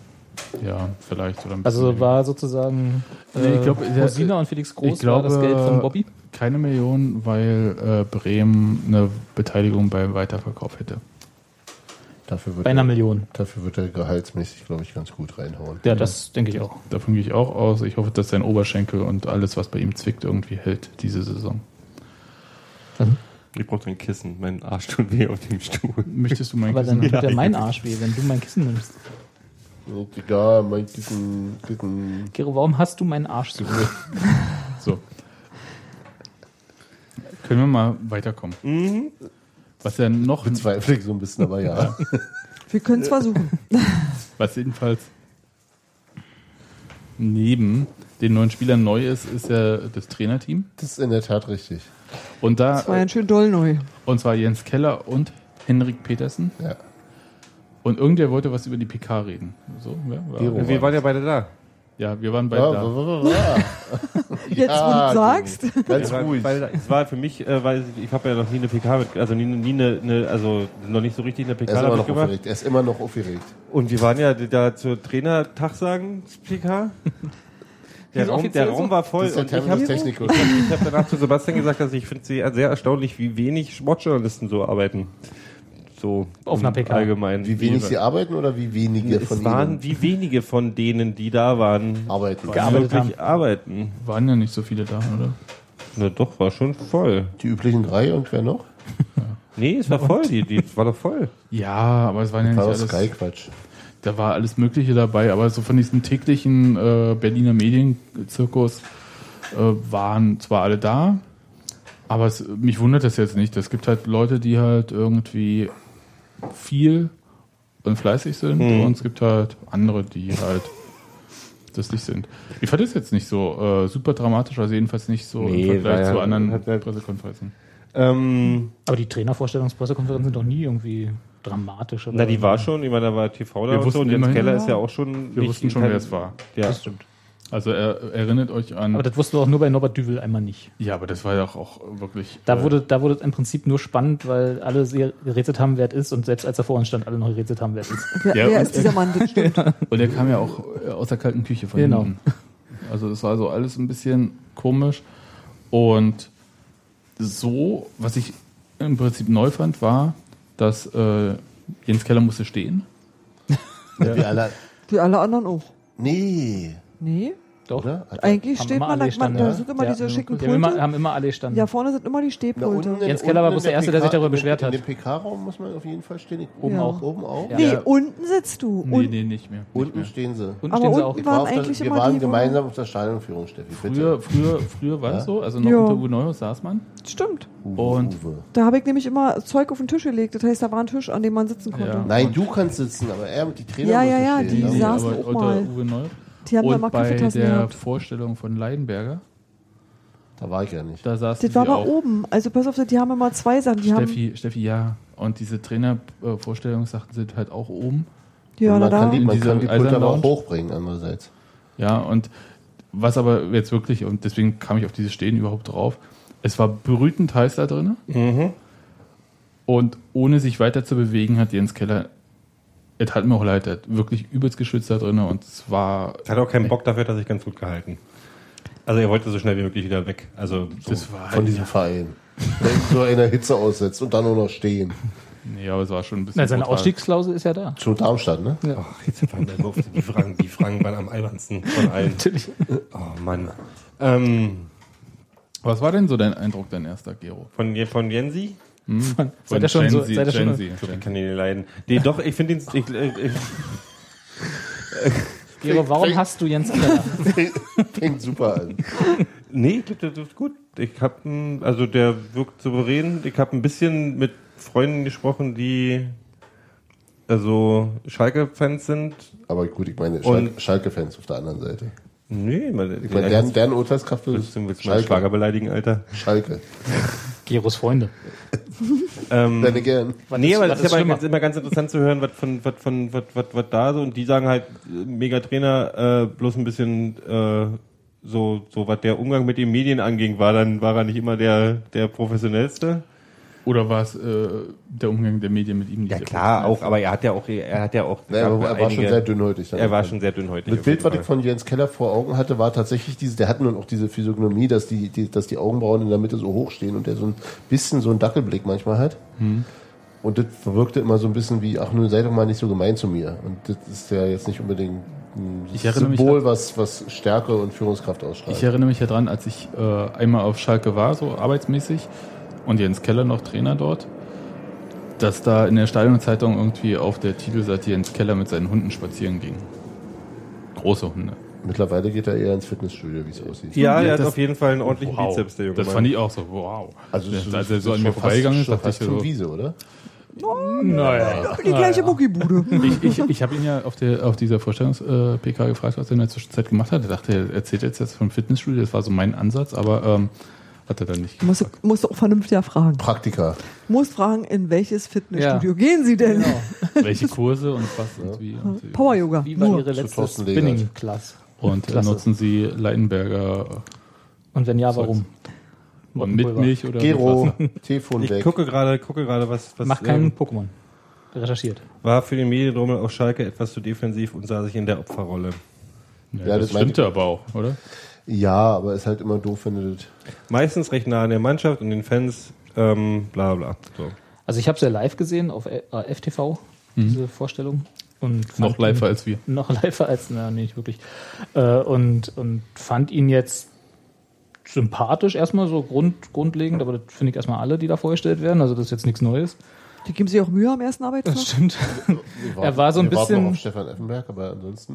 Speaker 3: Ja, vielleicht. Oder ein
Speaker 1: Also
Speaker 3: bisschen
Speaker 1: war sozusagen äh,
Speaker 3: Nee, ich glaub, der-
Speaker 1: Rosina und Felix Groß
Speaker 3: ich
Speaker 1: war
Speaker 3: glaube,
Speaker 1: das Geld von Bobby.
Speaker 3: Keine Million, weil äh, Bremen eine Beteiligung beim Weiterverkauf hätte.
Speaker 2: Dafür wird
Speaker 1: Bei einer Million.
Speaker 2: Dafür wird er gehaltsmäßig, glaube ich, ganz gut reinhauen.
Speaker 1: Ja, das denke ich auch.
Speaker 3: Davon gehe ich auch aus. Ich hoffe, dass sein Oberschenkel und alles, was bei ihm zwickt, irgendwie hält diese Saison.
Speaker 5: Ich brauche so ein Kissen. Mein Arsch tut weh auf dem Stuhl.
Speaker 3: Möchtest du mein
Speaker 1: Aber dann
Speaker 3: Kissen?
Speaker 1: tut
Speaker 3: haben?
Speaker 1: ja mein Arsch weh, wenn du mein Kissen nimmst.
Speaker 2: Und egal, mein dicken, dicken.
Speaker 1: Gero, warum hast du meinen Arsch so?
Speaker 3: So. Können wir mal weiterkommen?
Speaker 2: Mhm.
Speaker 3: Was ja noch,
Speaker 2: Zweifel ich so ein bisschen, aber ja.
Speaker 4: Wir können es versuchen.
Speaker 3: was jedenfalls neben den neuen Spielern neu ist, ist ja das Trainerteam.
Speaker 2: Das ist in der Tat richtig.
Speaker 3: Und da
Speaker 4: Das war ja ein schön doll neu.
Speaker 3: Und zwar Jens Keller und Henrik Petersen.
Speaker 2: Ja.
Speaker 3: Und irgendwer wollte was über die PK reden. So, ja,
Speaker 2: Gero.
Speaker 3: war,
Speaker 5: Wir waren ja beide da.
Speaker 3: ja, wir waren beide
Speaker 2: Ja,
Speaker 3: da.
Speaker 2: wa- wa- wa- wa.
Speaker 4: Jetzt, wo du
Speaker 2: Ja,
Speaker 4: sagst.
Speaker 2: Ganz
Speaker 5: Wir waren
Speaker 2: ruhig.
Speaker 5: beide da. Es war für mich, äh, weil ich habe ja noch nie eine PK mit, also nie, nie eine, eine, also noch nicht so richtig eine
Speaker 2: Er ist
Speaker 5: PK
Speaker 2: immer
Speaker 5: damit
Speaker 2: noch
Speaker 5: gemacht.
Speaker 2: aufgeregt. Er ist immer noch aufgeregt.
Speaker 5: Und wir waren ja da zur
Speaker 2: [laughs]
Speaker 5: Trainertagsagen-PK. Der
Speaker 1: Wieso
Speaker 5: Raum,
Speaker 1: offiziell
Speaker 5: der Raum
Speaker 1: so?
Speaker 5: war voll
Speaker 2: Das ist der
Speaker 5: und ich
Speaker 2: Terminus
Speaker 5: habe
Speaker 2: Technicus.
Speaker 5: ich hab danach zu Sebastian gesagt, dass ich finde es sehr erstaunlich, wie wenig Sportjournalisten so arbeiten. So
Speaker 1: Auf einer
Speaker 5: im
Speaker 1: PK.
Speaker 5: Allgemeinen.
Speaker 2: Wie wenig sie arbeiten oder wie wenige
Speaker 5: es
Speaker 2: von
Speaker 5: waren,
Speaker 2: ihnen
Speaker 5: wie wenige von denen, die da waren,
Speaker 2: arbeiten?
Speaker 1: Gearbeitet
Speaker 5: wirklich arbeiten.
Speaker 3: Waren ja nicht so viele da, oder?
Speaker 5: Na doch, war schon voll.
Speaker 2: Die üblichen drei und wer noch?
Speaker 5: Nee, es war voll, die, die war doch voll.
Speaker 3: Ja, aber es waren ja nicht
Speaker 2: War doch
Speaker 3: alles.
Speaker 2: Sky-Quatsch.
Speaker 3: Da war alles Mögliche dabei, aber so von diesem täglichen äh, Berliner Medienzirkus äh, waren zwar alle da, aber es, mich wundert das jetzt nicht. Es gibt halt Leute, die halt irgendwie viel und fleißig sind
Speaker 5: Mhm.
Speaker 3: und es gibt halt andere, die halt das nicht sind. Ich fand das jetzt nicht so äh, super dramatisch, also jedenfalls nicht so
Speaker 5: Nee,
Speaker 3: im Vergleich
Speaker 5: war ja-
Speaker 3: zu anderen
Speaker 5: hat halt-
Speaker 3: Pressekonferenzen.
Speaker 5: Ähm,
Speaker 1: Aber die Trainervorstellungspressekonferenzen sind doch nie irgendwie dramatisch. oder
Speaker 5: na, die
Speaker 1: so.
Speaker 5: war schon, ich meine, da war TV da
Speaker 3: Wir
Speaker 5: und so.
Speaker 3: wussten
Speaker 5: Und Jens
Speaker 3: immerhin-
Speaker 5: Keller ist ja auch schon.
Speaker 3: Wir
Speaker 5: nicht- halt
Speaker 3: wussten schon,
Speaker 5: kein-
Speaker 3: wer es war.
Speaker 5: Ja.
Speaker 1: Das stimmt.
Speaker 3: Also er, erinnert euch an.
Speaker 1: Aber das wusste auch nur bei Norbert Düvel einmal nicht.
Speaker 3: ja, aber das war ja auch, auch wirklich.
Speaker 1: Da
Speaker 3: äh,
Speaker 1: wurde, da wurde es im Prinzip nur spannend, weil alle sehr gerätselt haben, wer es ist und selbst als er vor uns stand, alle noch gerätselt haben, wer es ist.
Speaker 4: Wer,
Speaker 3: Ja,
Speaker 4: wer
Speaker 3: und-
Speaker 4: ist dieser Mann? Das stimmt.
Speaker 3: Und der kam ja auch äh, aus der kalten Küche von
Speaker 1: Genau.
Speaker 3: hinten. Also es war so alles ein bisschen komisch. Und so, was ich im Prinzip neu fand, war, dass äh, Jens Keller musste stehen.
Speaker 2: Ja. Wir alle,
Speaker 4: Wie alle anderen auch.
Speaker 2: nee,
Speaker 4: Nee,
Speaker 1: Doch.
Speaker 2: oder? Hat er-
Speaker 4: eigentlich
Speaker 1: Haben
Speaker 4: steht
Speaker 1: immer
Speaker 4: man,
Speaker 1: alle
Speaker 4: da, man
Speaker 1: standen,
Speaker 4: da
Speaker 1: ja.
Speaker 4: sind immer
Speaker 1: Ja,
Speaker 4: diese
Speaker 1: ja,
Speaker 4: schicken
Speaker 1: Die haben immer,
Speaker 4: Pulte.
Speaker 1: haben immer alle standen.
Speaker 4: Ja, vorne sind immer die
Speaker 2: Na, unten
Speaker 4: Stehpulte.
Speaker 2: in-
Speaker 1: Jens Keller war
Speaker 2: unten
Speaker 1: bloß
Speaker 2: in
Speaker 1: der Erste, der sich darüber beschwert
Speaker 2: in
Speaker 1: hat.
Speaker 2: In dem PK-Raum muss man auf jeden Fall stehen.
Speaker 1: Oben
Speaker 4: Ja.
Speaker 1: auch.
Speaker 2: Oben auch?
Speaker 1: Ja.
Speaker 4: Nee, unten sitzt du.
Speaker 3: Nee,
Speaker 4: Und
Speaker 3: nee, nicht mehr.
Speaker 2: Unten stehen sie.
Speaker 1: Unten
Speaker 4: Aber
Speaker 1: stehen sie
Speaker 4: unten
Speaker 1: auch.
Speaker 2: Ich war
Speaker 4: waren
Speaker 2: auf der-
Speaker 4: eigentlich
Speaker 2: wir
Speaker 4: immer
Speaker 2: waren
Speaker 4: die, wo-
Speaker 2: gemeinsam auf der Stadionführung, Steffi. Bitte.
Speaker 3: Früher, früher, früher war es so, also noch
Speaker 4: Ja.
Speaker 3: unter Uwe Neuhaus saß man.
Speaker 4: stimmt.
Speaker 3: Und
Speaker 2: Uwe.
Speaker 4: Da habe ich nämlich immer Zeug auf den Tisch gelegt. Das heißt, da war ein Tisch, an dem man sitzen konnte.
Speaker 3: Ja.
Speaker 2: Nein, du kannst sitzen, aber er die Trainer
Speaker 4: Ja,
Speaker 2: müssen
Speaker 4: ja, ja,
Speaker 2: stehen.
Speaker 4: die
Speaker 2: ne?
Speaker 4: saßen auch mal.
Speaker 3: unter Uwe Neuhaus.
Speaker 4: Die haben da immer
Speaker 3: Und bei der
Speaker 4: Kaffeetassen gehabt.
Speaker 3: Vorstellung von Leidenberger,
Speaker 2: Da war ich ja nicht.
Speaker 3: da saßen
Speaker 4: Das war
Speaker 3: sie
Speaker 4: aber
Speaker 3: auch.
Speaker 4: oben. Also pass auf, die haben immer zwei Sachen. Die
Speaker 3: Steffi, Steffi, ja. Und diese Trainervorstellungssachen sind halt auch oben.
Speaker 4: haben, ja,
Speaker 2: Und
Speaker 4: na
Speaker 2: man
Speaker 4: da.
Speaker 2: kann die, man
Speaker 3: In
Speaker 2: kann
Speaker 3: dieser
Speaker 2: die Pult
Speaker 3: Eisern
Speaker 2: aber auch
Speaker 3: Lounge?
Speaker 2: hochbringen, andererseits.
Speaker 3: Ja, und was aber jetzt wirklich, und deswegen kam ich auf dieses Stehen überhaupt drauf, es war brütend heiß da drin. Und ohne sich weiter zu bewegen, hat Jens Keller, es hat mir auch leid, er hat wirklich übelst geschwitzt da drin und es war,
Speaker 5: Ich hatte auch keinen Bock dafür, dass ich ganz gut gehalten. Also er wollte so schnell wie möglich wieder weg. Also so.
Speaker 3: das war
Speaker 2: Von diesem Verein. Der ihn so einer Hitze aussetzt und dann nur noch stehen.
Speaker 3: nee, aber es war schon ein bisschen.
Speaker 1: Na, seine
Speaker 3: brutal.
Speaker 1: Ausstiegsklausel ist ja da.
Speaker 2: Zu Darmstadt, ne?
Speaker 5: Ach, jetzt waren wir nur auf die Fragen. Die Fragen waren am albernsten von allen. Natürlich. Oh Mann. Ähm,
Speaker 3: Was war denn so dein Eindruck, dein erster Gero?
Speaker 5: von, Je- von Jensi?
Speaker 1: Seid ihr schon so,
Speaker 3: Gen Z,
Speaker 1: seid ihr
Speaker 3: Gen
Speaker 1: schon
Speaker 3: Z.
Speaker 5: Ich kann ihn nicht leiden. Nee, doch, ich finde ihn. Ich, äh, ich,
Speaker 1: Gero, warum hast du Jens
Speaker 3: [laughs]
Speaker 1: Keller?
Speaker 2: [laughs] Fängt super an.
Speaker 5: nee, ich glaube, das ist gut. Ich habe, also der wirkt souverän. Ich habe ein bisschen mit Freunden gesprochen, die also Schalke-Fans sind.
Speaker 2: Aber gut, ich meine,
Speaker 5: Und-
Speaker 2: Schalke- Schalke-Fans auf der anderen Seite.
Speaker 5: Nee, man,
Speaker 2: Ich meine, deren, deren Urteilskraft ist
Speaker 5: Willst du meinen Schwager
Speaker 2: Schalke.
Speaker 5: beleidigen, Alter?
Speaker 2: Schalke.
Speaker 1: Geros Freunde.
Speaker 5: Ähm,
Speaker 3: Mhm.
Speaker 2: Deine gern.
Speaker 1: Was
Speaker 5: nee,
Speaker 1: ist-
Speaker 5: aber
Speaker 1: was
Speaker 5: es ist,
Speaker 1: ist
Speaker 5: ja
Speaker 1: schlimmer?
Speaker 5: immer, ganz- immer ganz interessant zu hören, was von was von was was was da so und die sagen halt äh, mega Trainer äh, bloß ein bisschen äh, so so was der Umgang mit den Medien anging, war dann war er nicht immer der der professionellste.
Speaker 3: Oder war es äh, der Umgang der Medien mit ihm? nicht der Professionellste?
Speaker 5: aber er hat ja auch er hat ja auch
Speaker 2: Naja, aber er war schon sehr dünnhäutig.
Speaker 5: er war schon sehr dünnhäutig.
Speaker 2: Das
Speaker 5: auf
Speaker 2: Bild,
Speaker 5: jeden
Speaker 2: was ich
Speaker 5: Fall.
Speaker 2: von Jens Keller vor Augen hatte, war tatsächlich diese, der hat nun auch diese Physiognomie, dass die, die, dass die Augenbrauen in der Mitte so hoch stehen und der so ein bisschen so einen Dackelblick manchmal hat.
Speaker 3: Mhm.
Speaker 2: Und das wirkte immer so ein bisschen wie, ach nun sei doch mal nicht so gemein zu mir. Und das ist ja jetzt nicht unbedingt ein
Speaker 3: Ich erinnere mich
Speaker 2: Symbol, was, was Stärke und Führungskraft ausstrahlt.
Speaker 3: Ich erinnere mich ja dran, als ich äh, einmal auf Schalke war, so arbeitsmäßig, und Jens Keller noch Trainer dort, dass da in der Stadionzeitung irgendwie auf der Titelseite Jens Keller mit seinen Hunden spazieren ging. Große Hunde.
Speaker 2: Mittlerweile geht er eher ins Fitnessstudio, wie es aussieht.
Speaker 5: ja,
Speaker 3: Ja,
Speaker 5: er hat
Speaker 3: das-
Speaker 5: auf jeden Fall einen ordentlichen Bizeps, der Junge.
Speaker 3: das fand ich auch so, wow.
Speaker 2: Also es
Speaker 3: als
Speaker 2: ist-
Speaker 3: als er
Speaker 2: es
Speaker 3: so
Speaker 2: ist
Speaker 3: an mir
Speaker 2: schon
Speaker 3: vorbeigegangen ist,
Speaker 2: fast,
Speaker 3: dachte ich
Speaker 2: schon fast
Speaker 3: so,
Speaker 2: Wiese, oder?
Speaker 1: Naja.
Speaker 4: die
Speaker 3: [laughs]
Speaker 4: gleiche Muckibude.
Speaker 3: ich, ich, ich habe ihn ja auf, der, auf dieser Vorstellungs-PK gefragt, was er in der Zwischenzeit gemacht hat. Er dachte, er erzählt jetzt jetzt vom Fitnessstudio, das war so mein Ansatz, aber ähm, hat er dann nicht
Speaker 4: Musst, du- musst du auch vernünftiger fragen.
Speaker 2: Praktika.
Speaker 4: Musst fragen, in welches Fitnessstudio
Speaker 1: Ja.
Speaker 4: gehen Sie denn?
Speaker 1: Genau.
Speaker 3: Welche Kurse und was und wie. Und wie.
Speaker 4: Power Yoga.
Speaker 1: Wie war
Speaker 4: Nur.
Speaker 1: ihre letzte
Speaker 2: Thorsten Legert.
Speaker 1: Spinning-Class?
Speaker 3: Und äh,
Speaker 1: Klasse.
Speaker 3: nutzen Sie Leidenberger
Speaker 1: Und wenn ja, warum?
Speaker 3: äh, mit
Speaker 1: Pulver.
Speaker 3: Milch oder
Speaker 2: Gero,
Speaker 3: mit
Speaker 2: Telefon
Speaker 5: Ich
Speaker 2: weg.
Speaker 5: gucke gerade, gucke gerade, was, was
Speaker 1: Mach
Speaker 5: ähm,
Speaker 1: keinen Pokémon. Recherchiert.
Speaker 5: war für den Mediendrummel auf Schalke etwas zu defensiv und sah sich in der Opferrolle.
Speaker 3: Wasser?
Speaker 2: Ja,
Speaker 3: Ja,
Speaker 2: das
Speaker 3: das stimmte aber auch, oder?
Speaker 2: Ja, aber ist halt immer doof, wenn du das
Speaker 5: Meistens recht nah an der Mannschaft und den Fans, ähm, bla bla. So.
Speaker 1: Also ich habe es ja live gesehen auf L- äh, FTV, diese Vorstellung. Und
Speaker 3: Mhm. Noch
Speaker 1: fand ihn-
Speaker 3: liver als wir.
Speaker 1: [laughs] Noch liver als, na, nee, nicht wirklich. Äh, und, und fand ihn jetzt sympathisch erstmal so grund, grundlegend, aber das finde ich erstmal alle, die da vorgestellt werden. Also das ist jetzt nichts Neues.
Speaker 4: Die geben sich auch Mühe am ersten Arbeitstag.
Speaker 1: stimmt.
Speaker 2: Wir
Speaker 1: Er war so ein
Speaker 2: wir warten noch
Speaker 1: bisschen-
Speaker 2: auf Stefan Effenberg, aber ansonsten.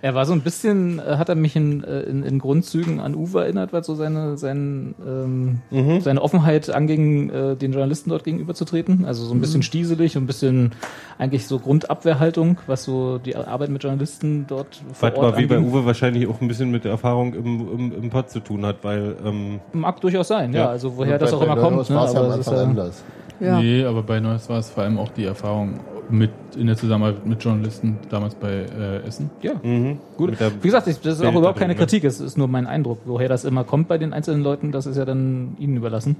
Speaker 1: Er war so ein bisschen, äh, hat er mich in, äh, in, in Grundzügen an Uwe erinnert, was so seine, sein, ähm, seine Offenheit anging, äh, den Journalisten dort gegenüber zu treten. Also so ein bisschen stieselig und ein bisschen eigentlich so Grundabwehrhaltung, was so die Arbeit mit Journalisten dort vor
Speaker 5: Was
Speaker 1: Ort
Speaker 5: mal wie bei
Speaker 1: anging.
Speaker 5: Uwe wahrscheinlich auch ein bisschen mit der Erfahrung im, im, im Pott zu tun hat, weil ähm,
Speaker 1: Mag durchaus sein, ja.
Speaker 5: Ja.
Speaker 1: Also woher
Speaker 2: Bei-
Speaker 1: das auch
Speaker 2: bei
Speaker 1: immer
Speaker 2: Neuhaus
Speaker 1: kommt. Ne?
Speaker 2: war's ja
Speaker 1: Aber es
Speaker 2: am
Speaker 1: ist
Speaker 2: Anfang
Speaker 1: ja-
Speaker 2: anders.
Speaker 4: Ja.
Speaker 3: Nee, aber bei Neues war es vor allem auch die Erfahrung mit in der Zusammenarbeit mit Journalisten damals bei äh, Essen.
Speaker 1: ja,
Speaker 5: mhm,
Speaker 1: gut.
Speaker 5: mit der-
Speaker 1: Wie gesagt, ich, das ist auch
Speaker 5: Bild
Speaker 1: überhaupt
Speaker 5: da drin,
Speaker 1: keine
Speaker 5: ne?
Speaker 1: Kritik, es ist nur mein Eindruck. Woher das immer kommt bei den einzelnen Leuten, das ist ja dann ihnen überlassen.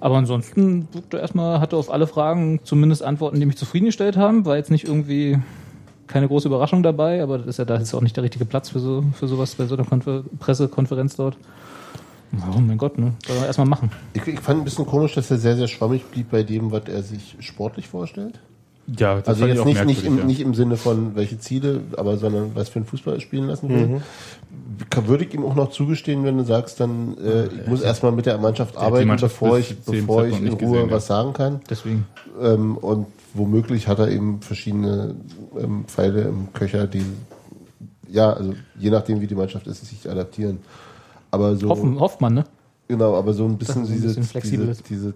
Speaker 1: Aber ansonsten wirkte erstmal, hatte auf alle Fragen zumindest Antworten, die mich zufriedengestellt haben. War jetzt nicht irgendwie keine große Überraschung dabei, aber das ist ja da jetzt auch nicht der richtige Platz für so für sowas bei so einer Konfer Pressekonferenz dort. Oh mein Gott, ne? Soll man erstmal machen.
Speaker 2: Ich, ich fand ein bisschen komisch, dass er sehr, sehr schwammig blieb bei dem, was er sich sportlich vorstellt.
Speaker 3: Ja, das
Speaker 2: also
Speaker 3: fand ich
Speaker 2: jetzt
Speaker 3: auch
Speaker 2: nicht, nicht, im,
Speaker 3: merkwürdig,
Speaker 2: nicht im Sinne von welche Ziele, aber sondern was für einen Fußball er spielen lassen will.
Speaker 1: Mhm.
Speaker 2: Ka- Würde ich ihm auch noch zugestehen, wenn du sagst, dann äh, ich muss erstmal mit der Mannschaft arbeiten,
Speaker 3: Mannschaft
Speaker 2: bevor
Speaker 3: bis
Speaker 2: ich,
Speaker 3: zu dem
Speaker 2: bevor ich in
Speaker 3: Zeitpunkt
Speaker 2: Ruhe
Speaker 3: nicht gesehen, ja.
Speaker 2: was sagen kann.
Speaker 1: Deswegen.
Speaker 2: Ähm, und womöglich hat er eben verschiedene ähm, Pfeile im Köcher, die ja, also je nachdem wie die Mannschaft ist, sich adaptieren. Aber so
Speaker 1: Hoffen, hofft man, ne?
Speaker 2: genau, aber so ein bisschen
Speaker 1: Dass er so ein
Speaker 2: diese,
Speaker 1: bisschen flexibel
Speaker 2: diese,
Speaker 1: ist.
Speaker 2: diese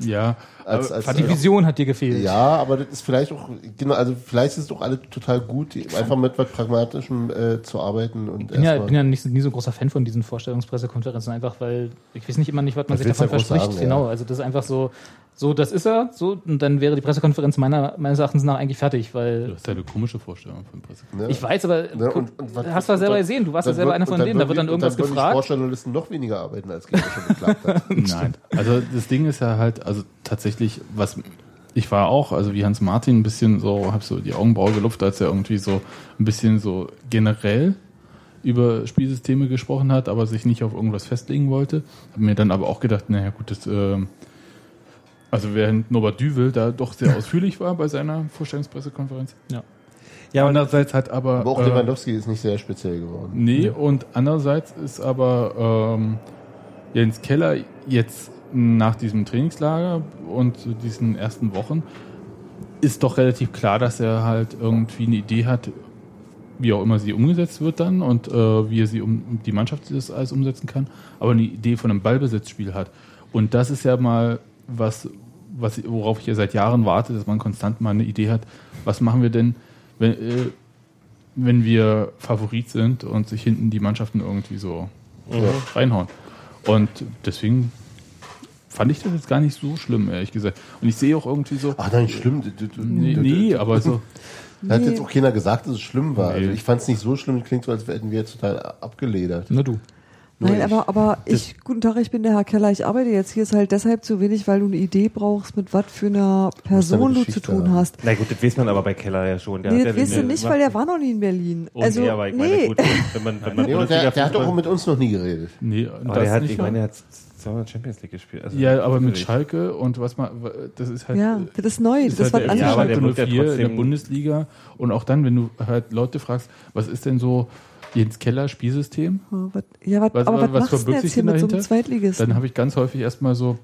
Speaker 3: ja. Ja,
Speaker 2: als,
Speaker 3: aber
Speaker 2: als
Speaker 1: Die Vision hat dir gefehlt.
Speaker 2: ja, aber das ist vielleicht auch, genau, also vielleicht ist es doch alle total gut, die- einfach mit was Pragmatischem äh, zu arbeiten und
Speaker 1: bin ja,
Speaker 2: erstmal.
Speaker 1: bin ja nicht, nie so ein großer Fan von diesen Vorstellungspressekonferenzen, einfach weil ich weiß nicht immer nicht, was man
Speaker 2: Das
Speaker 1: sich
Speaker 2: willst
Speaker 1: davon
Speaker 2: du ja groß
Speaker 1: verspricht.
Speaker 2: sagen,
Speaker 1: genau,
Speaker 2: ja.
Speaker 1: also das ist einfach so, so das ist er, so und dann wäre die Pressekonferenz meiner, meines Erachtens nach eigentlich fertig,
Speaker 3: du
Speaker 1: weil
Speaker 3: hast ja eine komische Vorstellung von Presse.
Speaker 2: ne?
Speaker 1: ich weiß, aber
Speaker 2: Ne,
Speaker 1: guck,
Speaker 2: was-
Speaker 1: hast du ja selber
Speaker 2: dann-
Speaker 1: gesehen, du warst ja
Speaker 2: dann
Speaker 1: selber
Speaker 2: wird-
Speaker 1: einer
Speaker 2: und
Speaker 1: von denen, da wird dann
Speaker 2: würden-
Speaker 1: irgendwas
Speaker 2: dann würden Die
Speaker 1: gefragt.
Speaker 2: Sportjournalisten noch weniger arbeiten, als Gegner schon
Speaker 1: [laughs]
Speaker 2: geklappt hat.
Speaker 3: Nein. Also das Ding ist ja halt, also tatsächlich, was ich war auch, also wie Hans Martin ein bisschen so, hab so die Augenbraue gelupft, als er irgendwie so ein bisschen so generell über Spielsysteme gesprochen hat, aber sich nicht auf irgendwas festlegen wollte. Hab mir dann aber auch gedacht, naja gut, das, ähm, also während Norbert Düvel da doch sehr ausführlich war bei seiner Vorstellungspressekonferenz.
Speaker 6: Ja, und
Speaker 3: Andererseits hat aber...
Speaker 2: Aber auch
Speaker 3: äh,
Speaker 2: Lewandowski ist nicht sehr speziell geworden.
Speaker 3: Nee, und andererseits ist aber ähm, Jens Keller jetzt nach diesem Trainingslager und so diesen ersten Wochen ist doch relativ klar, dass er halt irgendwie eine Idee hat, wie auch immer sie umgesetzt wird dann und äh, wie er sie um um die Mannschaft das alles umsetzen kann, aber eine Idee von einem Ballbesitzspiel hat. Und das ist ja mal was, was worauf ich ja seit Jahren warte, dass man konstant mal eine Idee hat, was machen wir denn, wenn, äh, wenn wir Favorit sind und sich hinten die Mannschaften irgendwie so reinhauen. Und deswegen fand ich das jetzt gar nicht so schlimm, ehrlich gesagt. Und ich sehe auch irgendwie so.
Speaker 5: Ah,
Speaker 2: Ach nein, schlimm. Du- du- du-
Speaker 3: nee,
Speaker 2: du-
Speaker 3: nee,
Speaker 5: [laughs]
Speaker 3: aber so.
Speaker 2: Da hat jetzt auch keiner gesagt, dass es schlimm war. Also
Speaker 3: Nee.
Speaker 2: ich fand es nicht so schlimm, klingt so, als hätten wir jetzt total abgeledert.
Speaker 1: Na du.
Speaker 2: Nur
Speaker 4: Nein,
Speaker 2: ich.
Speaker 4: aber, aber ich, guten Tag, ich bin der Herr Keller, ich arbeite jetzt. Hier ist halt deshalb zu wenig, weil du eine Idee brauchst, mit was für einer Person du zu
Speaker 2: Geschichte
Speaker 4: tun
Speaker 2: haben.
Speaker 4: hast.
Speaker 5: Na gut, das weiß man aber bei Keller ja schon. Der
Speaker 4: nee,
Speaker 5: hat
Speaker 4: das
Speaker 5: ja
Speaker 4: weißt du
Speaker 5: den-
Speaker 4: nicht, weil der war noch nie in Berlin.
Speaker 5: Oh,
Speaker 4: also,
Speaker 5: nee, aber ich meine,
Speaker 4: nee.
Speaker 5: gut, wenn man, wenn man
Speaker 2: Nee, und der, der hat
Speaker 5: Bundesliga-Fußball-
Speaker 2: auch mit uns noch nie geredet.
Speaker 3: Nee,
Speaker 5: aber
Speaker 3: das
Speaker 5: der hat,
Speaker 3: nicht
Speaker 5: ich
Speaker 3: wahr.
Speaker 5: meine, er hat zweimal Champions League gespielt. Also
Speaker 3: Äh, Ja, aber mit
Speaker 5: schwierig.
Speaker 3: Schalke und was man, das ist halt.
Speaker 4: ja, das ist neu, das ist was
Speaker 3: halt der FC
Speaker 5: Ja, aber
Speaker 4: anderes.
Speaker 5: der wird
Speaker 3: Schalke
Speaker 5: ja
Speaker 3: 04 in der
Speaker 5: trotzdem-
Speaker 3: Bundesliga. Und auch dann, wenn du halt Leute fragst, was ist denn so Jens Keller Spielsystem?
Speaker 4: Ja, Oh, was- Ja, was,
Speaker 3: Was-
Speaker 4: aber was,
Speaker 3: was
Speaker 4: machst du denn
Speaker 3: verbirgt
Speaker 4: jetzt
Speaker 3: sich
Speaker 4: hier
Speaker 3: denn
Speaker 4: mit so einem
Speaker 3: dahinter?
Speaker 4: Zweitligisten?
Speaker 3: Dann habe ich ganz häufig erstmal so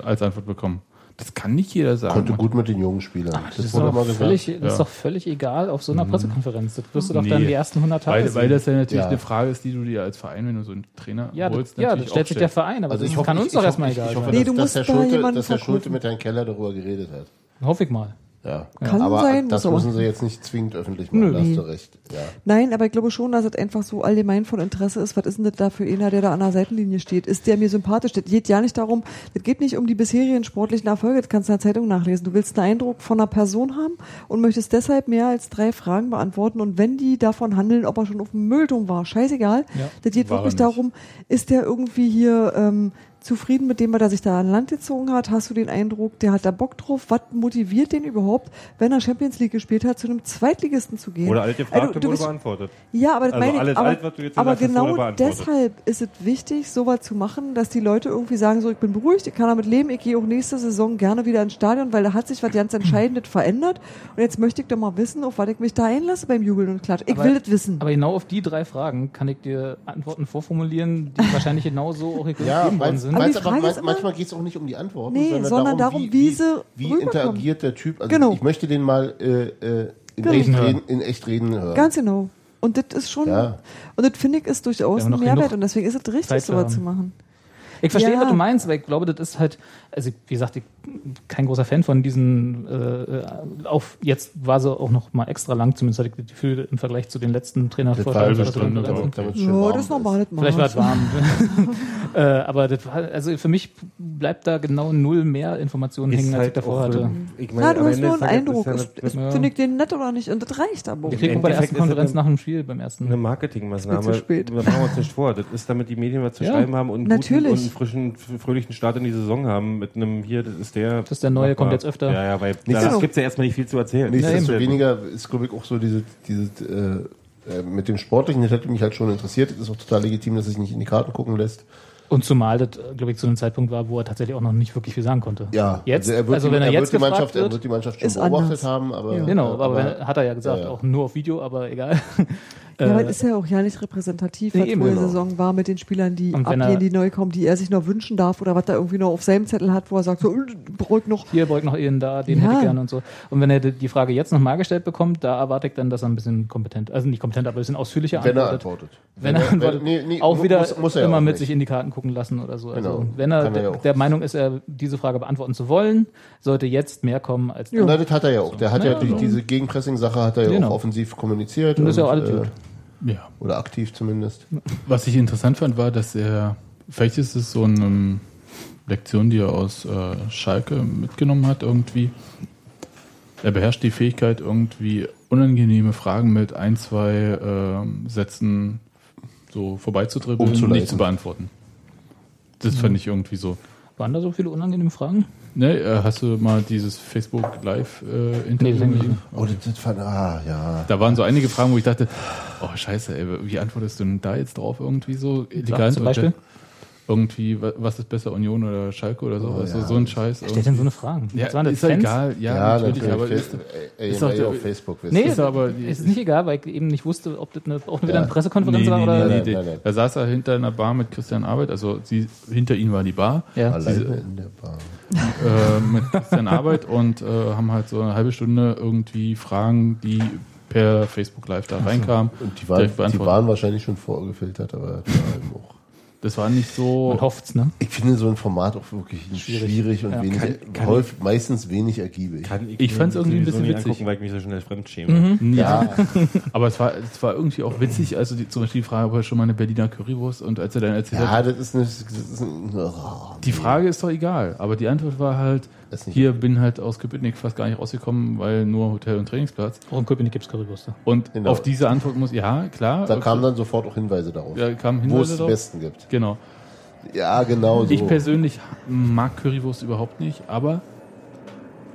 Speaker 3: pff, als Antwort bekommen. Das kann nicht jeder sagen.
Speaker 2: Konnte gut mit den jungen Spielern.
Speaker 1: Das, ist, doch völlig, das
Speaker 3: Ja.
Speaker 1: ist doch völlig egal auf
Speaker 2: Mhm.
Speaker 1: so einer Pressekonferenz. Das wirst du doch
Speaker 3: Nee.
Speaker 1: dann die ersten 100 Tage
Speaker 3: Weil, weil
Speaker 1: sehen.
Speaker 3: das ja natürlich
Speaker 2: Ja.
Speaker 3: eine Frage ist, die du dir als Verein, wenn du so einen Trainer
Speaker 1: ja, das,
Speaker 3: holst,
Speaker 1: ja,
Speaker 3: natürlich
Speaker 1: das stellt sich der
Speaker 3: aufstellst.
Speaker 1: Verein, aber
Speaker 2: Also
Speaker 1: das
Speaker 2: ich hoffe,
Speaker 1: kann
Speaker 2: ich,
Speaker 1: uns
Speaker 2: ich
Speaker 1: doch
Speaker 2: hoffe,
Speaker 1: erstmal
Speaker 2: ich,
Speaker 1: egal
Speaker 2: ich
Speaker 1: sein.
Speaker 2: hoffe,
Speaker 4: Nee,
Speaker 2: dass,
Speaker 4: du
Speaker 2: dass
Speaker 4: musst
Speaker 2: Herr
Speaker 4: da
Speaker 2: Schulte,
Speaker 4: jemanden
Speaker 2: dass Herr Schulte
Speaker 4: verkaufen.
Speaker 2: mit Herrn Keller darüber geredet hat.
Speaker 1: Hoffe ich mal.
Speaker 2: Ja.
Speaker 4: Kann
Speaker 2: aber
Speaker 4: sein,
Speaker 2: das
Speaker 4: muss aber-
Speaker 2: müssen sie jetzt nicht zwingend öffentlich machen, da hast du recht. Ja.
Speaker 4: Nein, aber ich glaube schon, dass es einfach so allgemein von Interesse ist. Was ist denn das da für einer, der da an der Seitenlinie steht? Ist der mir sympathisch? Das geht ja nicht darum, das geht nicht um die bisherigen sportlichen Erfolge. Das kannst du in der Zeitung nachlesen. Du willst einen Eindruck von einer Person haben und möchtest deshalb mehr als drei Fragen beantworten. Und wenn die davon handeln, ob er schon auf dem Müllturm war, scheißegal.
Speaker 1: Ja.
Speaker 4: Das geht
Speaker 3: War er
Speaker 4: wirklich
Speaker 3: nicht.
Speaker 4: darum, ist der irgendwie hier ähm, zufrieden mit dem, was er sich da an Land gezogen hat? Hast du den Eindruck, der hat da Bock drauf? Was motiviert den überhaupt, wenn er Champions League gespielt hat, zu einem Zweitligisten zu gehen?
Speaker 5: Oder alt gefragt
Speaker 4: Also, du
Speaker 5: und wurde
Speaker 4: bist-
Speaker 5: beantwortet.
Speaker 4: Ja, aber das
Speaker 5: Also
Speaker 4: meine ich,
Speaker 5: alles
Speaker 4: aber,
Speaker 5: alt, was du jetzt
Speaker 4: aber
Speaker 5: gesagt hast, wurde
Speaker 4: genau
Speaker 5: beantwortet.
Speaker 4: deshalb ist es wichtig, sowas zu machen, dass die Leute irgendwie sagen, so ich bin beruhigt, ich kann damit leben, ich gehe auch nächste Saison gerne wieder ins Stadion, weil da hat sich was ganz Entscheidendes verändert und jetzt möchte ich doch mal wissen, auf was ich mich da einlasse beim Jubeln und Klatschen. Ich
Speaker 1: Aber-
Speaker 4: will das wissen.
Speaker 1: Aber genau auf die drei Fragen kann ich dir Antworten vorformulieren, die wahrscheinlich genauso auch gegeben
Speaker 2: Ja,
Speaker 1: worden
Speaker 2: meinst,
Speaker 1: sind.
Speaker 4: Aber
Speaker 2: meinst,
Speaker 4: die
Speaker 2: aber
Speaker 4: Frage
Speaker 2: meinst,
Speaker 4: ist immer-
Speaker 2: manchmal geht es auch nicht um die Antworten,
Speaker 4: Nee, sondern darum, wie sie
Speaker 2: wie, wie
Speaker 4: rüberkommen.
Speaker 2: interagiert der Typ. Also
Speaker 4: Genau.
Speaker 2: ich möchte den mal äh, äh, in,
Speaker 4: Genau.
Speaker 2: echt
Speaker 1: Ja.
Speaker 2: reden, in echt reden hören.
Speaker 4: Ganz genau. Und das ist schon,
Speaker 2: Ja.
Speaker 4: und das finde ich ist durchaus
Speaker 1: Wir haben
Speaker 4: ein
Speaker 1: noch
Speaker 4: Mehrwert
Speaker 1: genug
Speaker 4: und deswegen ist es richtig,
Speaker 1: Zeit
Speaker 4: sowas
Speaker 1: haben.
Speaker 4: zu machen.
Speaker 1: Ich verstehe,
Speaker 4: Ja.
Speaker 1: was du meinst, weil ich glaube, das ist halt, also wie gesagt, ich bin kein großer Fan von diesen, äh, auf, jetzt war sie auch noch mal extra lang, zumindest hatte ich das Gefühl im Vergleich zu den letzten Trainer
Speaker 2: Das war eine halbe Stunde
Speaker 1: Konferenzen.
Speaker 2: dauert, damit es schön
Speaker 4: Ja,
Speaker 2: warm
Speaker 4: das ist normal, das
Speaker 1: Vielleicht war
Speaker 4: machen
Speaker 1: es warm. [laughs] äh, aber das war, also für mich bleibt da genau null mehr Informationen hängen,
Speaker 5: halt
Speaker 1: als ich davor
Speaker 6: auch
Speaker 1: hatte.
Speaker 6: so- Ich meine,
Speaker 4: Na, du
Speaker 6: am
Speaker 4: hast
Speaker 6: Ende
Speaker 4: nur einen
Speaker 6: des Tages ist
Speaker 4: Eindruck.
Speaker 6: ja
Speaker 4: Ist- ist-
Speaker 1: Ja.
Speaker 4: Finde ich den nett oder nicht? Und das reicht aber.
Speaker 1: Wir kriegen
Speaker 5: Im
Speaker 1: bei
Speaker 5: Endeffekt
Speaker 1: der ersten
Speaker 5: ist das
Speaker 1: Konferenz
Speaker 5: ein-
Speaker 1: nach dem Spiel, beim
Speaker 5: Eine
Speaker 1: ersten.
Speaker 4: Ist mir zu
Speaker 5: Marketingmaßnahme.
Speaker 4: spät.
Speaker 5: Da machen wir uns nicht vor. Das ist, damit die Medien was zu
Speaker 1: Ja.
Speaker 5: schreiben haben und,
Speaker 4: Natürlich.
Speaker 5: Guten, und einen frischen, f- fröhlichen Start in die Saison haben. Mit einem hier, das ist der.
Speaker 1: Das ist der Neue,
Speaker 5: Mach
Speaker 1: kommt
Speaker 5: mal.
Speaker 1: jetzt öfter.
Speaker 5: Ja, ja, weil
Speaker 2: Nichts-
Speaker 5: da gibt es ja erstmal nicht viel zu erzählen.
Speaker 2: Nichtsdestoweniger ist, glaube ich, auch so diese, diese äh, äh, mit dem Sportlichen, das hätte mich halt schon interessiert. Es ist auch total legitim, dass sich nicht in die Karten gucken lässt.
Speaker 1: Und zumal das, glaube ich, zu einem Zeitpunkt war, wo er tatsächlich auch noch nicht wirklich viel sagen konnte.
Speaker 2: Ja,
Speaker 1: Jetzt,
Speaker 2: also, er
Speaker 1: also,
Speaker 2: wird, die,
Speaker 1: wenn er,
Speaker 2: er,
Speaker 1: jetzt
Speaker 2: wird die
Speaker 1: gefragt
Speaker 2: Mannschaft,
Speaker 1: wird,
Speaker 2: er wird die Mannschaft schon
Speaker 4: ist
Speaker 2: beobachtet
Speaker 4: anders.
Speaker 2: haben, aber. äh,
Speaker 4: Ja.
Speaker 1: Genau, aber,
Speaker 2: aber
Speaker 1: wenn- hat er ja gesagt,
Speaker 2: ja, ja.
Speaker 1: auch nur auf Video, aber egal. [laughs]
Speaker 4: Ja, aber das ist ja auch ja nicht repräsentativ,
Speaker 1: Nee,
Speaker 4: was
Speaker 1: eben,
Speaker 4: vorige
Speaker 1: genau.
Speaker 4: Saison war mit den Spielern, die
Speaker 1: Und wenn er-
Speaker 4: abgehen, die neu kommen, die er sich noch wünschen darf oder was er irgendwie noch auf seinem Zettel hat, wo er sagt, so, äh, beruhigt noch.
Speaker 1: Hier beugt noch ihren da, den
Speaker 4: Ja.
Speaker 1: hätte ich gerne und so. Und wenn er die- die Frage jetzt nochmal gestellt bekommt, da erwarte ich dann, dass er ein bisschen kompetent, also nicht kompetent, aber ein bisschen ausführlicher
Speaker 2: wenn er
Speaker 1: antwortet.
Speaker 2: antwortet.
Speaker 1: Wenn er antwortet,
Speaker 2: nee, nee,
Speaker 1: auch
Speaker 2: mu-
Speaker 1: wieder
Speaker 2: muss- muss er ja
Speaker 1: immer
Speaker 2: auch
Speaker 1: mit
Speaker 2: nicht.
Speaker 1: sich in die Karten gucken lassen oder so. Also
Speaker 2: Genau.
Speaker 1: wenn er,
Speaker 2: Kann er ja
Speaker 1: der,
Speaker 2: auch.
Speaker 1: der Meinung ist, er diese Frage beantworten zu wollen, sollte jetzt mehr kommen als
Speaker 4: Ja.
Speaker 2: Na, das hat er ja auch. Der hat ja,
Speaker 1: Ja,
Speaker 2: durch
Speaker 1: genau.
Speaker 2: diese Gegenpressing-Sache hat er ja
Speaker 1: Genau.
Speaker 2: auch offensiv kommuniziert. äh,
Speaker 1: Und das ist ja auch alles gut.
Speaker 3: Ja.
Speaker 2: oder aktiv zumindest.
Speaker 3: Was ich interessant fand, war, dass er, vielleicht ist es so eine ähm, Lektion, die er aus äh, Schalke mitgenommen hat, irgendwie. Er beherrscht die Fähigkeit, irgendwie unangenehme Fragen mit ein, zwei ähm, Sätzen so vorbeizutribbeln und
Speaker 2: Umzuleiten.
Speaker 3: nicht zu beantworten. Das fand ich irgendwie so.
Speaker 1: Waren da so viele unangenehme Fragen?
Speaker 3: Ne, äh, hast du mal dieses Facebook
Speaker 1: Nee, das
Speaker 3: Live-Interview?
Speaker 1: hab ich nicht.
Speaker 3: gesehen?
Speaker 2: Oh, das, das fand, ah, ja.
Speaker 3: da waren so einige Fragen, wo ich dachte, oh scheiße, ey, wie antwortest du denn da jetzt drauf irgendwie so elegant?
Speaker 1: zum Beispiel?
Speaker 3: Und Irgendwie, wa- was ist besser, Union oder Schalke oder so? also so ein Scheiß.
Speaker 1: Wer stellt denn so eine Frage?
Speaker 3: ja,
Speaker 1: Was waren das,
Speaker 3: ist ja
Speaker 1: Fans?
Speaker 3: egal, ja,
Speaker 2: Ja,
Speaker 3: natürlich,
Speaker 2: natürlich.
Speaker 3: aber ist,
Speaker 2: Face- ey,
Speaker 3: ist
Speaker 2: ey,
Speaker 3: doch der-
Speaker 2: auf Facebook. wisst
Speaker 1: Nee,
Speaker 2: ihr.
Speaker 1: ist,
Speaker 3: ist aber die-
Speaker 1: ist nicht egal, weil ich eben nicht wusste, ob das eine, auch wieder eine
Speaker 2: Ja.
Speaker 1: Pressekonferenz war oder.
Speaker 2: nee.
Speaker 3: die-
Speaker 2: nein, nein.
Speaker 3: Da saß er hinter einer Bar mit Christian Arbeit, also sie, hinter ihm war die Bar
Speaker 1: Ja.
Speaker 2: Alleine in der Bar.
Speaker 3: äh, mit Christian Arbeit und äh, haben halt so eine halbe Stunde irgendwie Fragen, die per Facebook Live da reinkamen.
Speaker 2: Und die
Speaker 3: direkt
Speaker 2: waren, die
Speaker 3: beantwortet.
Speaker 2: waren wahrscheinlich schon vorgefiltert, aber das war eben auch.
Speaker 3: Das war nicht so.
Speaker 1: Man hofft's, ne?
Speaker 2: Ich finde so ein Format auch wirklich schwierig, und wenig,
Speaker 5: Kann- kann
Speaker 2: häufig, meistens wenig ergiebig.
Speaker 5: Kann
Speaker 3: Ich fand's
Speaker 5: mir
Speaker 3: irgendwie ein
Speaker 5: sowieso
Speaker 3: bisschen
Speaker 5: nicht
Speaker 3: witzig.
Speaker 5: Angucken, weil ich mich so schnell fremdschäme.
Speaker 1: Mhm.
Speaker 2: ja,
Speaker 3: Aber es war, es war irgendwie auch witzig, also die, zum Beispiel die Frage, ob er schon mal eine Berliner Currywurst und als er dann erzählt hat,
Speaker 2: ja, das ist eine. Das ist ein, oh,
Speaker 3: die Frage ist doch egal, aber die Antwort war halt,
Speaker 2: Das ist nicht
Speaker 3: hier bin halt aus Köpenick fast gar nicht rausgekommen, weil nur Hotel und Trainingsplatz.
Speaker 1: Auch in Köpenick gibt's Currywürste.
Speaker 3: Und
Speaker 2: Genau.
Speaker 3: auf diese Antwort muss, ja, klar,
Speaker 2: da kamen dann sofort auch Hinweise darauf,
Speaker 3: da kamen
Speaker 2: wo es
Speaker 3: Hinweise
Speaker 2: die
Speaker 3: drauf.
Speaker 2: besten gibt.
Speaker 3: Genau.
Speaker 2: Ja, genau so.
Speaker 3: Ich persönlich mag Currywurst überhaupt nicht, aber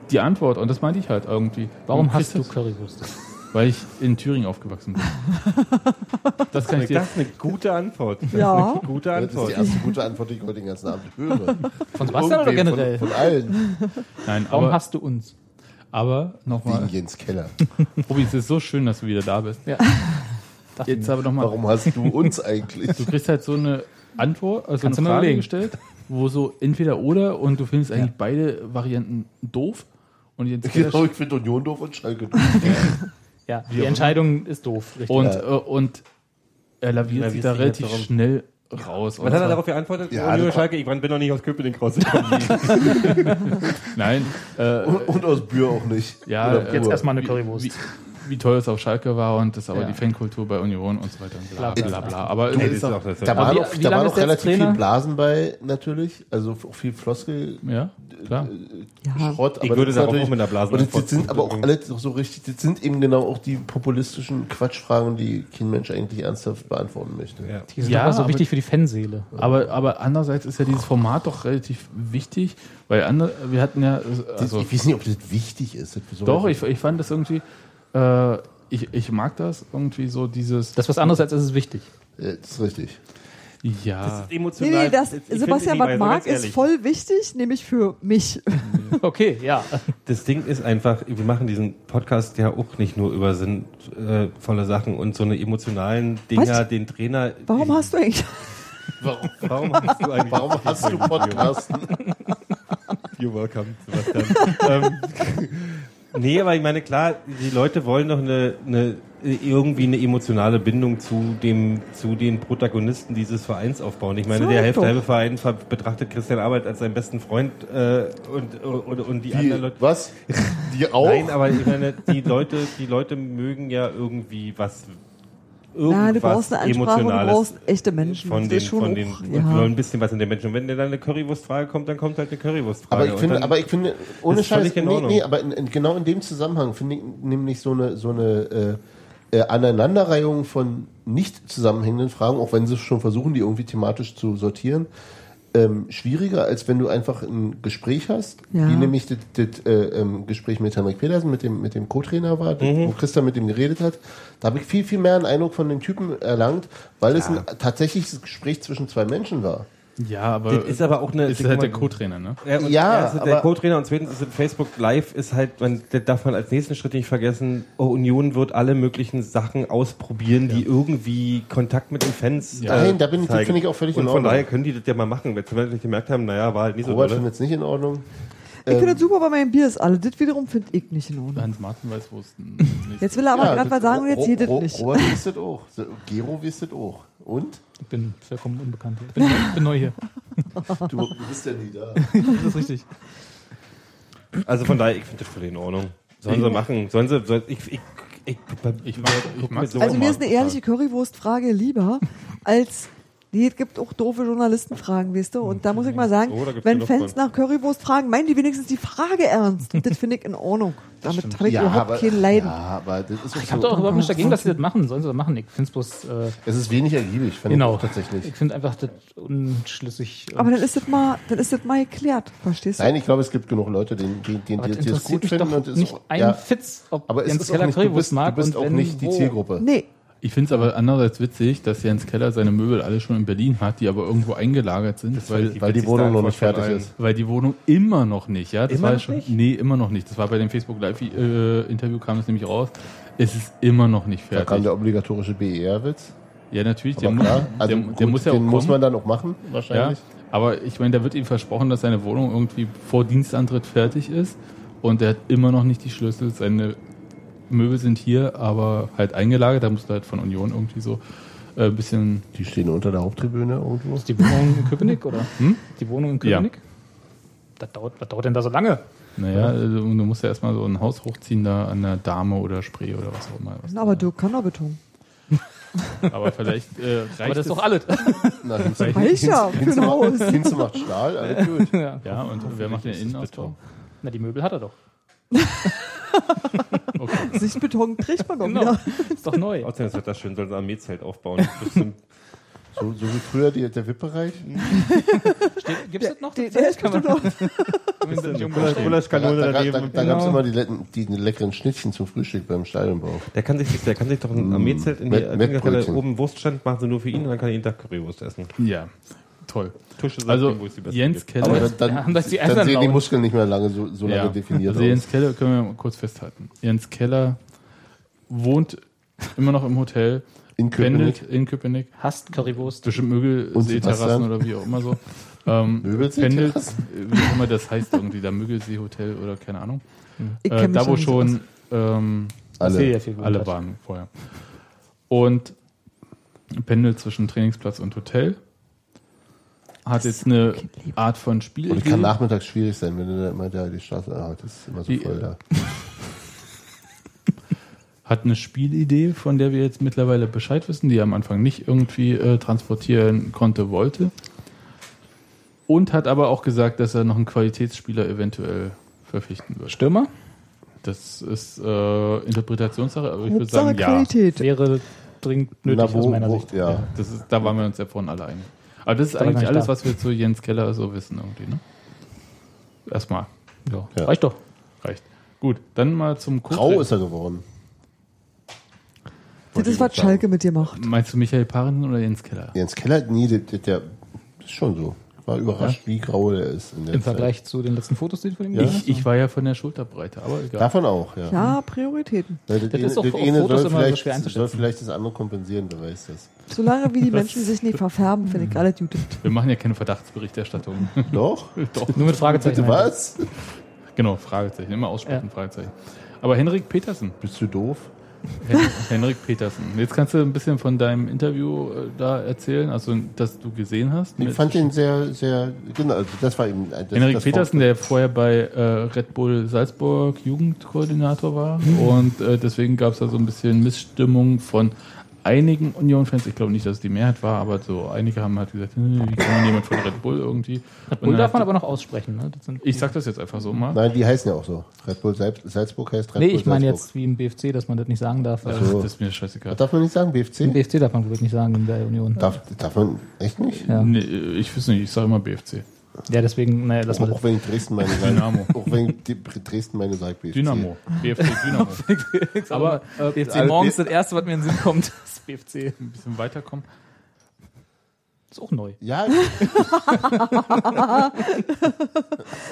Speaker 3: die Antwort, und das meinte ich halt irgendwie.
Speaker 1: Warum hast
Speaker 3: kriegst
Speaker 1: du
Speaker 3: das?
Speaker 1: Currywürste?
Speaker 3: Weil ich in Thüringen aufgewachsen
Speaker 1: [laughs]
Speaker 3: bin. Das kann ich dir.
Speaker 5: Das ist eine gute Antwort. Das
Speaker 4: Ja.
Speaker 5: ist eine gute
Speaker 2: das ist die
Speaker 5: Antwort.
Speaker 2: erste gute Antwort, die ich heute den ganzen Abend höre.
Speaker 5: [laughs]
Speaker 1: Von Sebastian oder
Speaker 2: Irgendwem,
Speaker 1: generell?
Speaker 2: Von, von allen.
Speaker 3: Nein,
Speaker 1: Warum
Speaker 3: aber,
Speaker 1: hast du uns?
Speaker 3: aber nochmal.
Speaker 2: Wegen Jens Keller.
Speaker 3: Robi, es ist so schön, dass du wieder da bist.
Speaker 1: Ja. Dachte
Speaker 3: Jetzt
Speaker 1: mir.
Speaker 3: aber nochmal.
Speaker 2: Warum hast du uns eigentlich?
Speaker 3: Du kriegst halt so eine Antwort, also
Speaker 1: Kannst du
Speaker 3: eine
Speaker 1: mal
Speaker 3: Frage
Speaker 1: überlegen.
Speaker 3: gestellt, wo so entweder oder und du findest eigentlich beide Varianten doof. Und jetzt [laughs]
Speaker 2: [laughs] Genau, ich finde Union doof und Schalke [laughs] doof.
Speaker 1: ja, die Entscheidung ist doof, richtig.
Speaker 3: und, äh, und er laviert sich da
Speaker 5: sich
Speaker 3: relativ
Speaker 5: jetzt darum.
Speaker 3: schnell raus. Also Und
Speaker 5: Was hat er
Speaker 3: zwar-
Speaker 5: darauf geantwortet?
Speaker 2: Ja,
Speaker 5: oh, lieber
Speaker 2: das-
Speaker 5: Schalke, ich bin doch nicht aus Köpenick
Speaker 4: [laughs]
Speaker 5: rausgekommen.
Speaker 3: Nein, äh,
Speaker 2: Und, und aus Bühr auch nicht.
Speaker 3: Ja,
Speaker 2: Oder
Speaker 3: jetzt
Speaker 2: Buhr.
Speaker 1: erstmal eine
Speaker 3: äh, wie,
Speaker 1: Currywurst.
Speaker 3: wie, wie toll es auf Schalke war und das aber
Speaker 1: Ja.
Speaker 3: die Fankultur bei Union und so weiter und bla bla bla. bla. Aber
Speaker 5: Nee,
Speaker 3: es
Speaker 5: das
Speaker 3: ist doch,
Speaker 5: das
Speaker 2: Da
Speaker 1: Aber
Speaker 2: waren
Speaker 1: wie-
Speaker 2: auch,
Speaker 1: wie
Speaker 2: da
Speaker 1: lange
Speaker 2: waren
Speaker 1: ist
Speaker 2: auch
Speaker 1: der jetzt
Speaker 2: relativ
Speaker 1: Trainer?
Speaker 2: viel Blasen bei, natürlich. Also auch viel Floskel,
Speaker 3: ja, klar.
Speaker 4: Ja.
Speaker 2: Schrott.
Speaker 5: Ich
Speaker 2: aber
Speaker 5: würde
Speaker 2: das ist
Speaker 5: da auch
Speaker 2: natürlich-
Speaker 5: mit einer Blasen-
Speaker 2: Und das sind aber auch alle so so richtig, das sind eben genau auch die populistischen Quatschfragen, die kein Mensch eigentlich ernsthaft beantworten möchte.
Speaker 5: Ja.
Speaker 1: Die sind
Speaker 3: Ja,
Speaker 1: aber so
Speaker 3: aber-
Speaker 1: wichtig für die Fanseele.
Speaker 3: Aber, aber andererseits ist ja dieses Format doch relativ wichtig, weil andere, wir hatten ja, äh,
Speaker 2: Das,
Speaker 3: also
Speaker 2: ich weiß nicht, ob das wichtig ist. dass wir so-
Speaker 3: doch, ich, ich fand das irgendwie, äh, ich, ich mag das irgendwie so dieses,
Speaker 1: Das ist was anderes, als es ist wichtig.
Speaker 2: Ja, Das ist richtig.
Speaker 3: ja,
Speaker 4: Nee,
Speaker 5: emotional.
Speaker 4: nee, das,
Speaker 5: Ich find's
Speaker 4: Sebastian,
Speaker 5: nicht, weil so
Speaker 4: was mag,
Speaker 5: ganz
Speaker 4: ist
Speaker 5: ehrlich,
Speaker 4: voll wichtig, nämlich für mich. [laughs]
Speaker 1: Okay, ja.
Speaker 5: Das Ding ist einfach, wir machen diesen Podcast ja auch nicht nur über sinnvolle Sachen und so eine emotionalen Dinger,
Speaker 4: Was?
Speaker 5: den Trainer.
Speaker 4: Warum hast du eigentlich.
Speaker 2: Warum,
Speaker 5: Warum hast du eigentlich?
Speaker 2: [laughs] warum hast du Podcast?
Speaker 5: You're welcome, Sebastian. [laughs] ähm, nee, aber ich meine, klar, die Leute wollen doch eine, eine, irgendwie eine emotionale Bindung zu, dem, zu den Protagonisten dieses Vereins aufbauen. Ich meine,
Speaker 4: So
Speaker 5: der
Speaker 4: doch.
Speaker 5: Hälfte halbe Verein ver- betrachtet Christian Arbeit als seinen besten Freund äh, und, und, und die anderen
Speaker 2: Die,
Speaker 5: Leute.
Speaker 2: was? Die auch?
Speaker 5: Nein, aber ich meine, die Leute, die Leute mögen ja irgendwie was. Irgendwas
Speaker 4: Na, du brauchst eine Ansprache, und du
Speaker 5: Emotionales
Speaker 4: brauchst echte Menschen.
Speaker 5: von
Speaker 4: Das
Speaker 5: den,
Speaker 4: ist schon
Speaker 5: von den,
Speaker 4: auch-
Speaker 5: und wir
Speaker 4: ja.
Speaker 5: wollen ein bisschen was in den Menschen. Und wenn dir dann eine Currywurstfrage kommt, dann kommt halt eine Currywurstfrage.
Speaker 2: Aber ich
Speaker 5: Und
Speaker 2: finde,
Speaker 5: dann-
Speaker 2: aber ich finde, ohne
Speaker 5: ist völlig
Speaker 2: Scheiß,
Speaker 5: in
Speaker 2: nee,
Speaker 5: Ordnung.
Speaker 2: nee, aber in, in, genau in dem Zusammenhang finde ich nämlich so eine, so eine äh, äh, Aneinanderreihung von nicht zusammenhängenden Fragen, auch wenn sie schon versuchen, die irgendwie thematisch zu sortieren, ähm, schwieriger, als wenn du einfach ein Gespräch hast,
Speaker 4: Ja.
Speaker 2: wie nämlich das, das äh, ähm, Gespräch mit Henrik Pedersen, mit dem, mit dem Co-Trainer war, das-
Speaker 5: Mhm.
Speaker 2: wo Christa mit ihm geredet hat. Da habe ich viel, viel mehr einen Eindruck von dem Typen erlangt, weil es ein tatsächliches Gespräch zwischen zwei Menschen war.
Speaker 3: ja, aber
Speaker 5: Das ist aber auch eine.
Speaker 3: ist halt der Co-Trainer, ne?
Speaker 5: Ja, und
Speaker 2: Ja,
Speaker 5: erstens der
Speaker 2: aber-
Speaker 5: Co-Trainer und zweitens ist Facebook Live ist halt, man das darf man als nächsten Schritt nicht vergessen, oh, Union wird alle möglichen Sachen ausprobieren, die irgendwie Kontakt mit den Fans. äh,
Speaker 3: Ja.
Speaker 2: Nein, da bin ich- das finde ich auch völlig
Speaker 5: und
Speaker 2: in
Speaker 5: Von
Speaker 2: Ordnung.
Speaker 5: daher können die das ja mal machen, wenn sie wirklich gemerkt haben, naja, war halt nicht so
Speaker 2: Robert
Speaker 5: dolle.
Speaker 2: findet es nicht in Ordnung.
Speaker 4: Ich finde das super, aber mein Bier ist alle. Das wiederum finde ich nicht in Ordnung.
Speaker 3: Hans Martin weiß,
Speaker 5: [laughs]
Speaker 3: wo es nicht
Speaker 4: Jetzt will er aber
Speaker 2: Ja,
Speaker 4: gerade
Speaker 2: das-
Speaker 4: was sagen und jetzt geht es
Speaker 2: Ro-
Speaker 4: nicht.
Speaker 2: Robert wisst das auch. So, Gero wisst das auch.
Speaker 1: [laughs]
Speaker 2: Und?
Speaker 1: Ich bin vollkommen unbekannt. Ich bin, ich bin neu hier.
Speaker 2: Du bist ja nie da.
Speaker 1: Das ist richtig.
Speaker 5: Also von daher, ich finde das völlig in Ordnung. Sollen sie machen. Sollen sie, soll, ich, ich, ich,
Speaker 3: Ich mag- ich
Speaker 5: guck
Speaker 3: mag-
Speaker 5: mir so
Speaker 4: Also
Speaker 5: mal
Speaker 4: mir ist eine
Speaker 5: an.
Speaker 4: ehrliche Currywurstfrage lieber als Nee, es gibt auch doofe Journalistenfragen, weißt du? Und da muss ich mal sagen,
Speaker 5: Oh, da gibt's
Speaker 4: wenn
Speaker 5: genug
Speaker 4: Fans
Speaker 5: von.
Speaker 4: nach Currywurst fragen, meinen die wenigstens die Frage ernst. Und das finde ich in Ordnung. Damit habe [laughs] ich überhaupt kein Leiden.
Speaker 2: Ja, aber das ist auch
Speaker 1: Ich habe
Speaker 2: so,
Speaker 1: doch überhaupt nichts dagegen, dass sie das machen. Sollen sie das machen? Ich finde es bloß. Äh,
Speaker 2: Es ist wenig ergiebig, fand
Speaker 1: genau.
Speaker 2: ich tatsächlich.
Speaker 1: Ich finde einfach das unschlüssig.
Speaker 4: Aber dann ist das mal, dann ist das mal geklärt, verstehst du?
Speaker 2: Nein, ich glaube, es gibt genug Leute, die, die, die,
Speaker 1: aber
Speaker 2: die,
Speaker 1: das
Speaker 2: die es gut
Speaker 1: interessiert mich
Speaker 2: finden.
Speaker 1: doch
Speaker 2: Und es ist
Speaker 1: nicht
Speaker 2: auch,
Speaker 1: ein
Speaker 2: ja,
Speaker 1: Fitz, ob
Speaker 2: aber es
Speaker 1: Jens
Speaker 2: ist auch
Speaker 1: Keller
Speaker 2: nicht, du
Speaker 1: Currywurst
Speaker 2: bist, du
Speaker 1: mag
Speaker 2: bist
Speaker 1: und
Speaker 2: auch
Speaker 1: wenn,
Speaker 2: nicht die
Speaker 1: wo.
Speaker 2: Zielgruppe.
Speaker 4: Nee,
Speaker 3: Ich finde es aber andererseits witzig, dass Jens Keller seine Möbel alle schon in Berlin hat, die aber irgendwo eingelagert sind, weil,
Speaker 2: Weil die
Speaker 5: witzigste
Speaker 2: Wohnung noch
Speaker 5: Antwort
Speaker 2: nicht
Speaker 5: von
Speaker 2: fertig
Speaker 5: allen.
Speaker 2: ist.
Speaker 3: weil die Wohnung immer noch nicht, ja? Das
Speaker 5: Immer
Speaker 3: war
Speaker 5: noch
Speaker 3: schon,
Speaker 5: nicht?
Speaker 3: Nee, immer noch nicht. Das war bei dem Facebook Live-Interview, kam es nämlich raus. Es ist immer noch nicht
Speaker 2: Da kam
Speaker 3: fertig.
Speaker 2: der obligatorische BER-Witz.
Speaker 3: Ja, natürlich, der,
Speaker 2: Aber
Speaker 3: muss,
Speaker 2: klar, also
Speaker 3: der,
Speaker 2: gut,
Speaker 3: der muss ja auch
Speaker 2: den muss
Speaker 3: kommen,
Speaker 2: man dann auch machen,
Speaker 3: ja?
Speaker 2: wahrscheinlich.
Speaker 3: Aber ich meine, da wird ihm versprochen, dass seine Wohnung irgendwie vor Dienstantritt fertig ist und er hat immer noch nicht die Schlüssel. Seine Möbel sind hier, aber halt eingelagert. Da musst du halt von Union irgendwie so äh, ein bisschen
Speaker 2: Die stehen unter der Haupttribüne irgendwo.
Speaker 1: Ist die Wohnung in Köpenick oder?
Speaker 2: [laughs]
Speaker 1: Hm? Die Wohnung in
Speaker 3: Ja.
Speaker 1: Köpenick? Das dauert, was dauert denn da so lange?
Speaker 3: Naja, also, du musst ja erstmal so ein Haus hochziehen da an der Dame oder Spree oder was auch immer.
Speaker 4: aber Dirk kann doch betonen.
Speaker 3: Aber vielleicht äh, reicht
Speaker 1: Aber das ist
Speaker 3: es.
Speaker 1: doch alles.
Speaker 2: Na, Hinze,
Speaker 4: Reicht ja für ein Haus.
Speaker 2: macht, Hinze macht Stahl, alles gut.
Speaker 1: [laughs]
Speaker 3: Ja, und wer macht den Innenausbau?
Speaker 1: Na, die Möbel hat er doch.
Speaker 3: Okay.
Speaker 4: Sichtbeton kriegt man doch
Speaker 1: Genau.
Speaker 2: [laughs]
Speaker 4: wieder.
Speaker 1: Ist doch neu.
Speaker 5: Außerdem ist das Wetter schön, sollen sie ein Armeezelt aufbauen. Bestimmt.
Speaker 2: So, so wie früher die, der Wippbereich.
Speaker 1: Gibt es das noch?
Speaker 4: Der, der ist bestimmt noch.
Speaker 2: Da,
Speaker 5: Gulaschkanone
Speaker 2: da, da,
Speaker 5: daneben. genau.
Speaker 2: da gab es immer die, letten- die leckeren Schnittchen zum Frühstück beim Stadionbau.
Speaker 5: Der kann sich, der kann sich doch
Speaker 2: Mm,
Speaker 5: ein Armeezelt in die
Speaker 2: Met-
Speaker 5: Dinger, wenn er
Speaker 2: Mettbrötchen.
Speaker 5: oben Wurststand machen sie nur für ihn und dann kann er jeden Tag Currywurst essen.
Speaker 3: Ja, toll.
Speaker 5: Tusche sagt
Speaker 3: Also
Speaker 5: ihm, wo es die beste
Speaker 3: Jens
Speaker 5: gibt.
Speaker 2: Aber
Speaker 3: Keller.
Speaker 1: [laughs]
Speaker 2: dann, dann,
Speaker 1: Ja, [laughs] haben das die
Speaker 2: dann
Speaker 1: anderen
Speaker 2: sehen die
Speaker 1: Laune.
Speaker 2: Muskeln nicht mehr lange so, so lange definiert
Speaker 3: also Jens
Speaker 2: aus.
Speaker 3: Keller können wir mal kurz festhalten. Jens Keller wohnt immer noch im Hotel,
Speaker 2: In [laughs] Köpenick
Speaker 3: pendelt in Köpenick,
Speaker 1: Hasst Currywurst.
Speaker 3: zwischen Mögelseeterrassen
Speaker 2: Sebastian?
Speaker 3: oder wie auch immer
Speaker 2: [laughs]
Speaker 3: so. Ähm, pendelt,
Speaker 2: Möbelseeterrassen?
Speaker 3: wie auch immer das heißt, irgendwie da Mögelsee-Hotel oder keine Ahnung.
Speaker 4: Ich
Speaker 3: Äh,
Speaker 4: kenn mich
Speaker 3: da, wo
Speaker 4: nicht so
Speaker 3: schon ähm,
Speaker 2: alle.
Speaker 1: viel
Speaker 3: Alle waren vorher. Und pendelt zwischen Trainingsplatz und Hotel. Hat jetzt eine Art von Spiel.
Speaker 2: Und es kann nachmittags schwierig
Speaker 1: äh,
Speaker 2: sein, wenn du da immer da die Straße ah, das ist immer so
Speaker 3: Die-
Speaker 2: voll da.
Speaker 3: hat eine Spielidee, von der wir jetzt mittlerweile Bescheid wissen, die er am Anfang nicht irgendwie äh, transportieren konnte, wollte. Und hat aber auch gesagt, dass er noch einen Qualitätsspieler eventuell verpflichten wird.
Speaker 1: Stürmer
Speaker 3: Das ist äh, Interpretationssache, aber ich würde
Speaker 4: Hauptsache
Speaker 3: sagen, ja.
Speaker 4: Qualität.
Speaker 1: wäre dringend nötig
Speaker 2: Na, wo-
Speaker 1: aus meiner
Speaker 2: wo-
Speaker 1: Sicht.
Speaker 2: Ja.
Speaker 3: Das ist, da waren wir uns ja vorhin alle einig. Aber das ist
Speaker 1: Da war
Speaker 3: eigentlich
Speaker 1: gar nicht
Speaker 3: alles,
Speaker 1: da.
Speaker 3: was wir zu Jens Keller so wissen irgendwie, ne? Erstmal.
Speaker 1: Ja.
Speaker 2: Ja.
Speaker 1: Reicht doch.
Speaker 3: Reicht. Gut, dann mal zum
Speaker 2: Grau
Speaker 3: Koblenz.
Speaker 2: ist er geworden.
Speaker 4: Das ist, was Schalke mit dir macht.
Speaker 3: Meinst du Michael Paaren oder Jens Keller?
Speaker 2: Jens Keller, nee, der, der, der ist schon so. Ich war überrascht, wie grau der ist. In der
Speaker 1: Im
Speaker 2: Zeit.
Speaker 1: Vergleich zu den letzten Fotos, die du von ihm gesehen
Speaker 3: Ich, ich war ja von der Schulterbreite, aber egal.
Speaker 2: Davon auch, ja.
Speaker 4: Ja, Prioritäten.
Speaker 2: Das,
Speaker 1: Das ist
Speaker 2: eine-
Speaker 1: auch auf
Speaker 2: eine
Speaker 1: Fotos
Speaker 2: soll
Speaker 1: immer so
Speaker 2: vielleicht,
Speaker 1: schwer einzuschätzen.
Speaker 2: soll vielleicht das andere kompensieren, wer weiß das.
Speaker 4: Solange wie die Menschen sich nicht verfärben, finde ich alles gut.
Speaker 3: Wir machen ja keine Verdachtsberichterstattung. [laughs]
Speaker 1: [laughs]
Speaker 2: Doch?
Speaker 3: Doch.
Speaker 1: hast. Nur mit Fragezeichen.
Speaker 2: Bitte
Speaker 1: dahinter.
Speaker 2: was?
Speaker 3: Genau, Fragezeichen. Immer aussprechen,
Speaker 1: Ja.
Speaker 3: Fragezeichen. Aber Henrik Petersen.
Speaker 2: Bist du doof?
Speaker 3: Hen Henrik Petersen. Jetzt kannst du ein bisschen von deinem Interview äh, da erzählen, also das du gesehen hast.
Speaker 2: Ich
Speaker 3: mit-
Speaker 2: fand den sehr, sehr, genau, also das war eben... Das,
Speaker 3: Henrik
Speaker 2: das
Speaker 3: Petersen, der vorher bei äh, Red Bull Salzburg Jugendkoordinator war.
Speaker 2: Hm.
Speaker 3: Und äh, deswegen gab es da so ein bisschen Missstimmung von einigen Union-Fans. Ich glaube nicht, dass es die Mehrheit war, aber so einige haben halt gesagt, "Hm, wie kann man jemand von Red Bull irgendwie.
Speaker 1: Red
Speaker 3: Und
Speaker 1: Bull
Speaker 3: dann
Speaker 1: darf man
Speaker 3: hat-
Speaker 1: aber noch aussprechen. Ne? Das sind,
Speaker 3: ich sag das jetzt einfach so mal.
Speaker 2: Nein, die heißen ja auch so. Red Bull Salz- Salzburg heißt Red
Speaker 1: nee,
Speaker 2: Bull
Speaker 1: ich meine
Speaker 2: Salzburg.
Speaker 1: jetzt wie im BFC, dass man das nicht sagen darf.
Speaker 2: Ach
Speaker 1: Im
Speaker 2: so.
Speaker 3: Das ist mir scheißegal.
Speaker 2: Darf man nicht sagen, BFC?
Speaker 1: BFC darf man, glaube ich, nicht sagen in der Union.
Speaker 2: Darf, darf man echt nicht?
Speaker 1: Ja.
Speaker 3: Nee, ich weiß nicht, ich sage immer BFC.
Speaker 1: Ja, deswegen, naja, lass mal
Speaker 2: Auch
Speaker 1: das.
Speaker 2: wenn ich Dresden meine sagt.
Speaker 3: Dynamo.
Speaker 2: Auch wenn ich die- Dresden meine sagt, BFC.
Speaker 3: Dynamo. BFC Dynamo. Aber äh,
Speaker 1: BFC
Speaker 2: Also,
Speaker 1: morgens
Speaker 2: B-
Speaker 1: das erste, was mir in den Sinn kommt, [laughs] ist BFC.
Speaker 3: ein bisschen weiterkommen.
Speaker 1: Ist auch neu.
Speaker 2: Ja,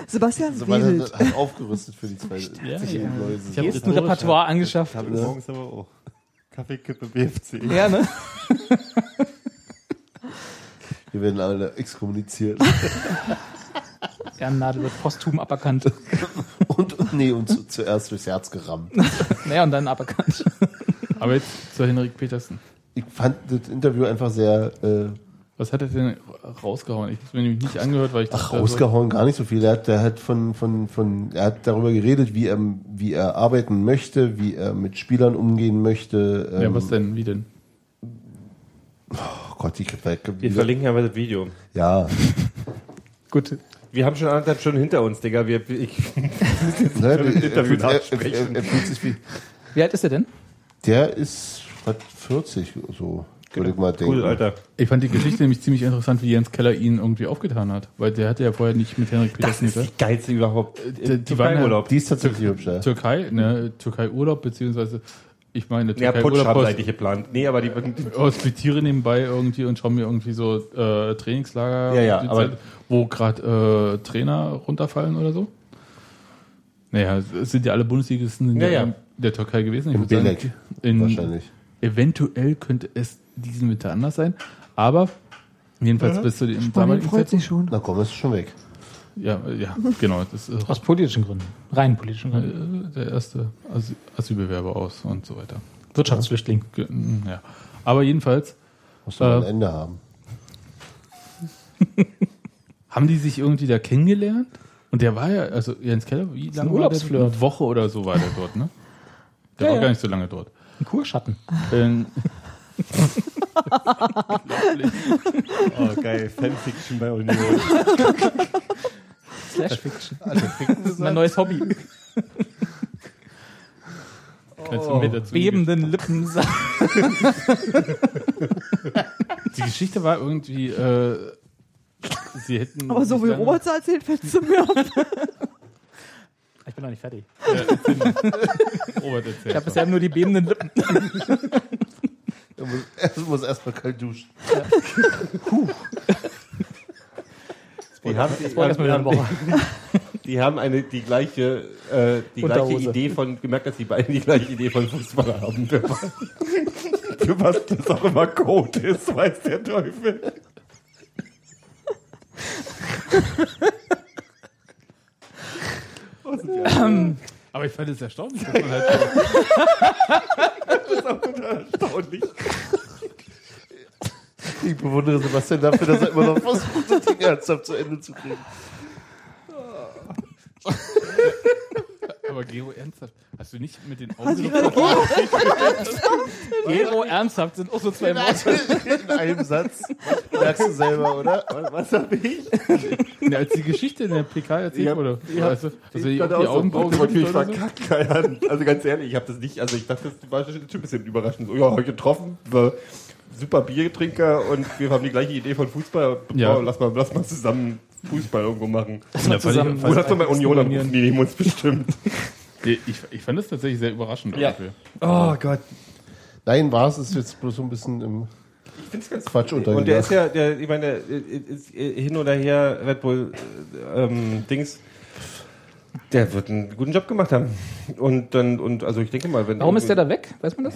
Speaker 4: Sebastian
Speaker 2: so war
Speaker 4: wedelt.
Speaker 2: das also, hat aufgerüstet für die zweite
Speaker 1: Ja,
Speaker 2: für die
Speaker 1: ja.
Speaker 2: neue
Speaker 1: Hier
Speaker 2: Saison.
Speaker 1: ist ein Repertoire angeschafft.
Speaker 5: Habe ich morgens aber auch. Kaffeekippe BFC.
Speaker 1: Ja, ne?
Speaker 2: Wir werden alle exkommuniziert. [laughs]
Speaker 1: Ehrennadel wird posthum [laughs] aberkannt.
Speaker 2: Und, und nee, und zu, zuerst durchs Herz gerammt.
Speaker 1: Naja, und dann aberkannt.
Speaker 3: Aber jetzt zu Henrik Petersen.
Speaker 2: Ich fand das Interview einfach sehr äh,
Speaker 3: Was hat er denn rausgehauen? Ich habe es mir nämlich nicht angehört, weil ich
Speaker 2: Ach,
Speaker 3: dachte, also, so-
Speaker 2: rausgehauen gar nicht so viel. Er hat, er hat von, von, von, er hat darüber geredet, wie er, wie er arbeiten möchte, wie er mit Spielern umgehen möchte.
Speaker 3: Ja,
Speaker 2: Ähm,
Speaker 3: was denn? Wie denn?
Speaker 2: Oh Gott, ich krieg, ich,
Speaker 5: Wir verlinken aber das Video.
Speaker 2: Ja,
Speaker 1: Gut.
Speaker 5: Wir haben schon anderthalb Stunden hinter uns, Digga. Wir, ich,
Speaker 2: ne,
Speaker 5: Im Interview
Speaker 2: er, er,
Speaker 5: nachsprechen.
Speaker 2: er, er fühlt sich wie,
Speaker 1: Wie alt ist er denn?
Speaker 2: der ist was, 40 so, würde ich mal denken.
Speaker 5: cool, Alter.
Speaker 3: Ich fand die Geschichte nämlich ziemlich interessant, wie Jens Keller ihn irgendwie aufgetan hat, weil der hatte ja vorher nicht mit Henrik Petersen gesagt.
Speaker 5: geilste überhaupt.
Speaker 3: die- die waren ja-
Speaker 5: Urlaub.
Speaker 2: Die ist tatsächlich hübsch, ja.
Speaker 3: Türkei, ne? Türkei Urlaub beziehungsweise ich meine
Speaker 5: Ja,
Speaker 3: Türkei
Speaker 5: Putsch haben sie
Speaker 3: Urlaub
Speaker 5: eigentlich geplant. Nee, aber die, die
Speaker 3: hospitiere Oh, nebenbei irgendwie und schaue mir irgendwie so äh, Trainingslager,
Speaker 2: Ja, ja,
Speaker 3: die
Speaker 2: aber-
Speaker 3: Zeit, wo gerade äh, Trainer runterfallen oder so. Naja, es sind ja alle Bundesligisten in
Speaker 5: Ja,
Speaker 3: der,
Speaker 5: ja.
Speaker 3: der Türkei gewesen. Ich
Speaker 2: In
Speaker 3: würd sagen,
Speaker 2: Belek
Speaker 3: in,
Speaker 2: wahrscheinlich.
Speaker 3: Eventuell könnte es diesen Winter anders sein, aber jedenfalls bist du dem
Speaker 4: Spanien
Speaker 3: damaligen
Speaker 4: freut sich
Speaker 3: Zeitpunkt.
Speaker 4: schon.
Speaker 2: Na komm, ist schon weg.
Speaker 3: Ja, äh, ja, genau. Das ist
Speaker 1: Aus politischen Gründen. Rein politischen
Speaker 3: äh,
Speaker 1: Gründen.
Speaker 3: der erste Asyl Asylbewerber aus und so weiter.
Speaker 1: Äh, Wirtschaftsflüchtling.
Speaker 3: Ge- mm, Ja. Aber jedenfalls
Speaker 2: Muss doch mal
Speaker 3: Äh.
Speaker 2: ein Ende haben.
Speaker 3: haben die sich irgendwie da kennengelernt und der war ja, also Jens Keller, wie lange war der?
Speaker 1: Urlaubsflirt.
Speaker 3: Eine Woche oder so war der dort, ne? Der
Speaker 1: Ja,
Speaker 3: war
Speaker 1: ja.
Speaker 3: gar nicht so lange dort.
Speaker 1: Ein Kurschatten.
Speaker 3: Ähm,
Speaker 5: Oh, geil. Fanfiction bei Union.
Speaker 1: Slash Fiction.
Speaker 2: Also, ficken
Speaker 1: Mein neues Hobby.
Speaker 3: [laughs] kannst du mir
Speaker 1: [laughs]
Speaker 3: dazu
Speaker 1: Bebenden Lippen.
Speaker 3: Die Geschichte war irgendwie, äh, sie hätten.
Speaker 4: Aber so
Speaker 3: sich
Speaker 4: wie
Speaker 3: lange-
Speaker 4: Robert erzählt, fällst du mir auf.
Speaker 1: Ich bin noch nicht fertig.
Speaker 3: Robert erzählt.
Speaker 1: Ich habe bisher nur die bebenden Lippen.
Speaker 2: [laughs] Er muss, er muss erstmal kalt duschen.
Speaker 5: Die haben,
Speaker 1: Das war erstmal wieder [laughs] eine Woche.
Speaker 5: die haben eine, die gleiche, äh, die gleiche
Speaker 1: Unterhose.
Speaker 5: Idee von, gemerkt, dass die beiden die gleiche Idee von Fußball haben. Für was, für was das auch immer Code ist, weiß der Teufel.
Speaker 3: Aber ich fand es erstaunlich, dass man halt
Speaker 5: Erstaunlich.
Speaker 2: Ich bewundere Sebastian dafür, dass er immer noch versucht, das Ding ernsthaft zu Ende zu kriegen.
Speaker 3: aber Gero ernsthaft. Hast du nicht mit den
Speaker 4: Hast
Speaker 3: Augen
Speaker 4: du
Speaker 3: geguckt?
Speaker 1: Gero oh, ernsthaft sind auch so zwei Worte.
Speaker 2: Also, In einem Satz. Merkst du selber, oder?
Speaker 6: Was, was hab ich?
Speaker 3: Nee, als die Geschichte in der PK erzählt
Speaker 6: Ja,
Speaker 3: wurde.
Speaker 6: ja.
Speaker 3: weißt du, hast du
Speaker 6: ich
Speaker 3: nicht auch
Speaker 6: dachte
Speaker 3: die
Speaker 6: auch so,
Speaker 3: Augenbrauen
Speaker 6: Gott, hab ich mich
Speaker 3: gehoben oder so?
Speaker 6: verkackt, keine Ahnung. Also ganz ehrlich, ich habe das nicht, also ich dachte, das war schon ein bisschen überraschend. So, ja, hab ich getroffen, war super Biertrinker und wir haben die gleiche Idee von Fußball.
Speaker 3: Ja. Also
Speaker 6: Ja. lass, mal, lass mal zusammen Fußball irgendwo machen. Also
Speaker 1: Mal zusammen-
Speaker 6: Oder lass mal bei Union anrufen, die nehmen uns bestimmt.
Speaker 3: Nee, Ich, ich fand das tatsächlich sehr überraschend.
Speaker 6: Ja.
Speaker 3: dafür.
Speaker 6: Oh Gott.
Speaker 2: Nein, war es, ist jetzt bloß so ein bisschen im
Speaker 6: Ich find's ganz
Speaker 2: Quatsch
Speaker 5: Und der
Speaker 2: untergegangen.
Speaker 5: ist ja, der, ich meine, der
Speaker 6: äh,
Speaker 5: ist hin oder her Red Bull äh, ähm, Dings. Der wird einen guten Job gemacht haben. Und dann, und also ich denke mal, wenn.
Speaker 1: Warum ist der da weg? Weiß man das?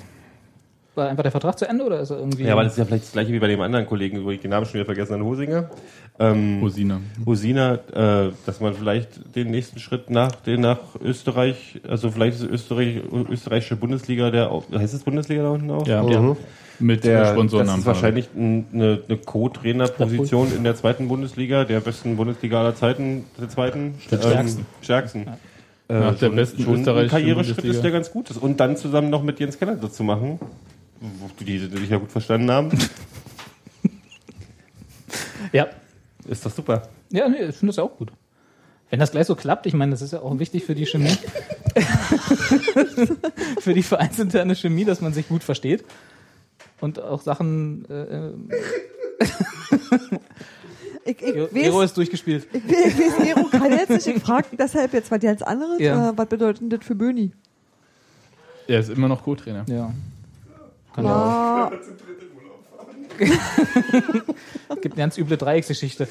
Speaker 1: War einfach der Vertrag zu Ende oder ist er irgendwie.
Speaker 5: Ja, aber das ist ja vielleicht das gleiche wie bei dem anderen Kollegen, wo ich den Namen schon wieder vergessen habe, Hosinger. Ähm,
Speaker 3: Rosina.
Speaker 5: Hosina, äh, dass man vielleicht den nächsten Schritt nach, den nach Österreich, also vielleicht ist Österreich, österreichische Bundesliga, der auch, heißt es Bundesliga da unten auch?
Speaker 3: Ja.
Speaker 2: Mhm.
Speaker 3: Mit
Speaker 5: Der, das
Speaker 3: Sponsornamen.
Speaker 5: ist wahrscheinlich ne, ein, eine, eine Co-Trainer-Position in der zweiten Bundesliga, der besten Bundesliga aller Zeiten, der zweiten, ähm,
Speaker 1: stärksten.
Speaker 5: stärksten. Äh,
Speaker 3: Nach der
Speaker 5: schon-
Speaker 3: besten
Speaker 5: schon
Speaker 3: österreichischen
Speaker 5: ein Karriereschritt
Speaker 3: Bundesliga.
Speaker 5: ist der ganz gut ist. Und dann zusammen noch mit Jens Keller das zu machen, wo die sich ja gut verstanden haben,
Speaker 1: ja.
Speaker 5: ist doch super.
Speaker 1: ja, nee, ich finde das ja auch gut. Wenn das gleich so klappt, ich meine, das ist ja auch wichtig für die Chemie. [laughs] für die vereinsinterne Chemie, dass man sich gut versteht. Und auch Sachen. Äh, äh,
Speaker 4: Ich, ich,
Speaker 1: Gero
Speaker 4: weiß,
Speaker 1: ist durchgespielt.
Speaker 4: ich, we- ich weiß, Nero kann jetzt nicht. Ich frage deshalb jetzt, was ganz anderes.
Speaker 1: Ja.
Speaker 4: Äh, was bedeutet denn das für Böni?
Speaker 3: er ist immer noch Co-Trainer.
Speaker 1: Ja. Kann ja.
Speaker 4: Ah,
Speaker 1: auch. Gibt eine ganz üble Dreiecksgeschichte.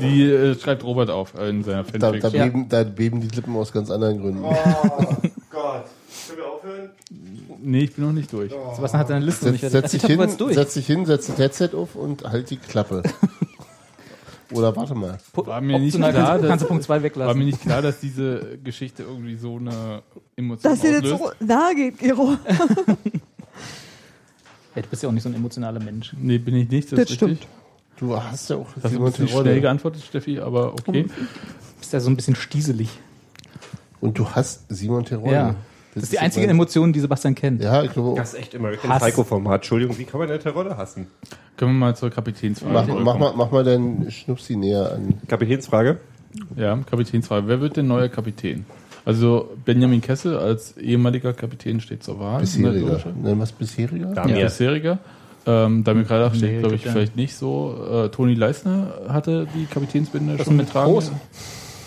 Speaker 3: Die äh, schreibt Robert auf äh, in seiner
Speaker 2: Da, da,
Speaker 3: Fanfiction.
Speaker 1: Ja.
Speaker 2: beben, da beben die Lippen aus ganz anderen Gründen.
Speaker 6: Gott. Können wir aufhören?
Speaker 3: Nee, ich bin noch nicht durch.
Speaker 1: Sebastian hat seine Liste
Speaker 2: Setz,
Speaker 1: nicht
Speaker 2: setz, dich
Speaker 1: dachte, du
Speaker 2: hin,
Speaker 1: warst durch.
Speaker 2: setz dich hin, setz das Headset auf und halt die Klappe. Oder warte mal.
Speaker 3: War mir nicht
Speaker 1: Optional
Speaker 3: klar,
Speaker 1: kannst, du-
Speaker 3: dass,
Speaker 1: kannst du Punkt 2
Speaker 3: war mir
Speaker 1: weglassen.
Speaker 3: nicht klar, dass diese Geschichte irgendwie so eine Emotion
Speaker 4: dass dir das
Speaker 3: auslöst.
Speaker 4: so nahe geht, Gero.
Speaker 1: Ey, du bist ja auch nicht so ein emotionaler Mensch.
Speaker 3: Nee, bin ich nicht. Das,
Speaker 4: Das
Speaker 3: ist richtig.
Speaker 4: stimmt.
Speaker 2: Du hast ja auch
Speaker 3: Das ist ein
Speaker 2: Simon
Speaker 3: bisschen
Speaker 2: Tirol.
Speaker 3: schnell geantwortet, Steffi, aber okay.
Speaker 1: Du bist ja so ein bisschen stieselig.
Speaker 2: Und du hast Simon Tirol.
Speaker 1: Ja. Das ist die einzige
Speaker 2: mein-
Speaker 1: Emotion, die Sebastian kennt.
Speaker 2: ne? Ja, ich glaube, auch.
Speaker 6: Das ist echt American
Speaker 1: Hass.
Speaker 6: Psycho-Format. Entschuldigung, wie kann man eine Terrolle hassen?
Speaker 3: Können wir mal zur Kapitänsfrage
Speaker 2: mach,
Speaker 3: zurückkommen.
Speaker 2: mach, mal, mach mal deinen Schnupsi näher an.
Speaker 6: Kapitänsfrage.
Speaker 3: Ja, Kapitänsfrage. Wer wird denn neuer Kapitän? Also Benjamin Kessel als ehemaliger Kapitän steht zur Wahl.
Speaker 2: Bisheriger.
Speaker 3: Ne,
Speaker 2: Nenn was bisheriger?
Speaker 3: Ja,
Speaker 6: Ja.
Speaker 3: bisheriger. Ähm, Damir Kreidach steht,
Speaker 1: Nee,
Speaker 3: glaube ich,
Speaker 1: glaub, ja.
Speaker 3: vielleicht nicht so. Äh, Toni Leisner hatte die Kapitänsbinde schon
Speaker 1: mit
Speaker 3: getragen.
Speaker 1: Groß?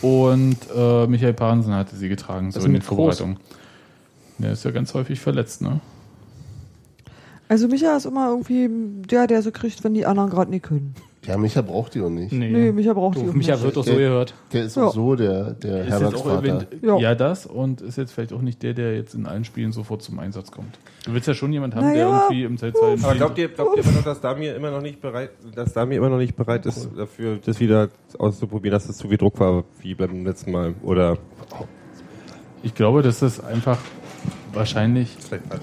Speaker 3: Und äh, Michael Parensen hatte sie getragen, so
Speaker 1: ist
Speaker 3: in den
Speaker 1: mit Groß?
Speaker 3: Vorbereitungen. Der ist ja ganz häufig verletzt, ne?
Speaker 4: Also Micha ist immer irgendwie der, der so kriegt, wenn die anderen gerade nicht können.
Speaker 2: Ja, Micha braucht die auch nicht.
Speaker 4: Nee, Micha braucht die
Speaker 1: Du,
Speaker 4: auch
Speaker 1: Micha
Speaker 4: nicht.
Speaker 1: wird doch so gehört.
Speaker 2: Der ist
Speaker 4: Ja.
Speaker 2: auch so der, der
Speaker 3: Ist jetzt
Speaker 2: Herberts
Speaker 3: auch
Speaker 2: Vater.
Speaker 3: event-
Speaker 4: Ja.
Speaker 3: ja, das und ist jetzt vielleicht auch nicht der, der jetzt in allen Spielen sofort zum Einsatz kommt. Du willst ja schon jemanden haben, der
Speaker 4: Naja.
Speaker 3: irgendwie im Zeitzeichen.
Speaker 5: Aber glaubt ihr, glaubt ihr immer noch, dass Damir immer noch nicht bereit, dass Damir immer noch nicht bereit ist, dafür das wieder auszuprobieren, dass es zu viel Druck war, wie beim letzten Mal? Oder
Speaker 3: Ich glaube, dass das einfach wahrscheinlich.
Speaker 6: Vielleicht falsch.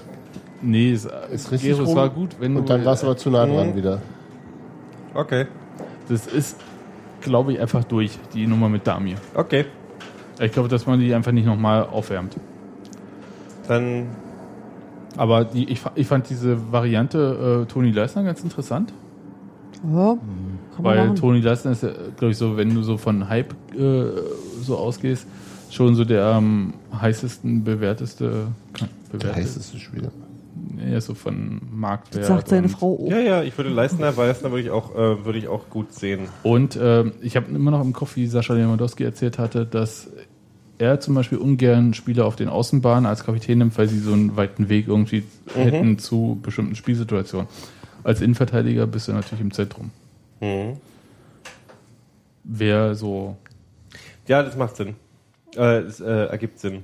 Speaker 3: Nee, es,
Speaker 2: Ist richtig
Speaker 3: Gero, es
Speaker 2: rum.
Speaker 3: war gut, wenn
Speaker 2: Und
Speaker 3: du.
Speaker 2: dann war es aber zu nah dran
Speaker 5: Mhm.
Speaker 2: wieder.
Speaker 5: Okay,
Speaker 3: das ist, glaube ich, einfach durch, die Nummer mit Damir.
Speaker 5: okay.
Speaker 3: Ich glaube, dass man die einfach nicht nochmal aufwärmt.
Speaker 5: Dann
Speaker 3: Aber die, ich, fa- ich fand diese Variante äh, Toni Leisner ganz interessant.
Speaker 4: Ja,
Speaker 1: Mhm.
Speaker 4: kann man
Speaker 3: Weil
Speaker 4: machen.
Speaker 3: Toni Lassen ist, glaube ich, so, wenn du so von Hype äh, so ausgehst, schon so der am heißesten, bewährteste. kann-
Speaker 2: Der
Speaker 3: bewährteste
Speaker 2: heißeste Spieler.
Speaker 3: ja, so von Marktwert.
Speaker 4: Das sagt seine
Speaker 3: und-
Speaker 4: Frau oh. auch.
Speaker 5: ja, ja, ich würde Leistner, weil Leistner würde ich auch, äh, würde ich auch gut sehen.
Speaker 3: Und ähm, ich habe immer noch im Kopf, wie Sascha Lewandowski erzählt hatte, dass er zum Beispiel ungern Spieler auf den Außenbahnen als Kapitän nimmt, weil sie so einen weiten Weg irgendwie
Speaker 2: Mhm.
Speaker 3: hätten zu bestimmten Spielsituationen. Als Innenverteidiger bist du natürlich im Zentrum.
Speaker 2: Mhm.
Speaker 3: Wer so
Speaker 5: Ja, das macht Sinn. Äh, es äh, ergibt Sinn.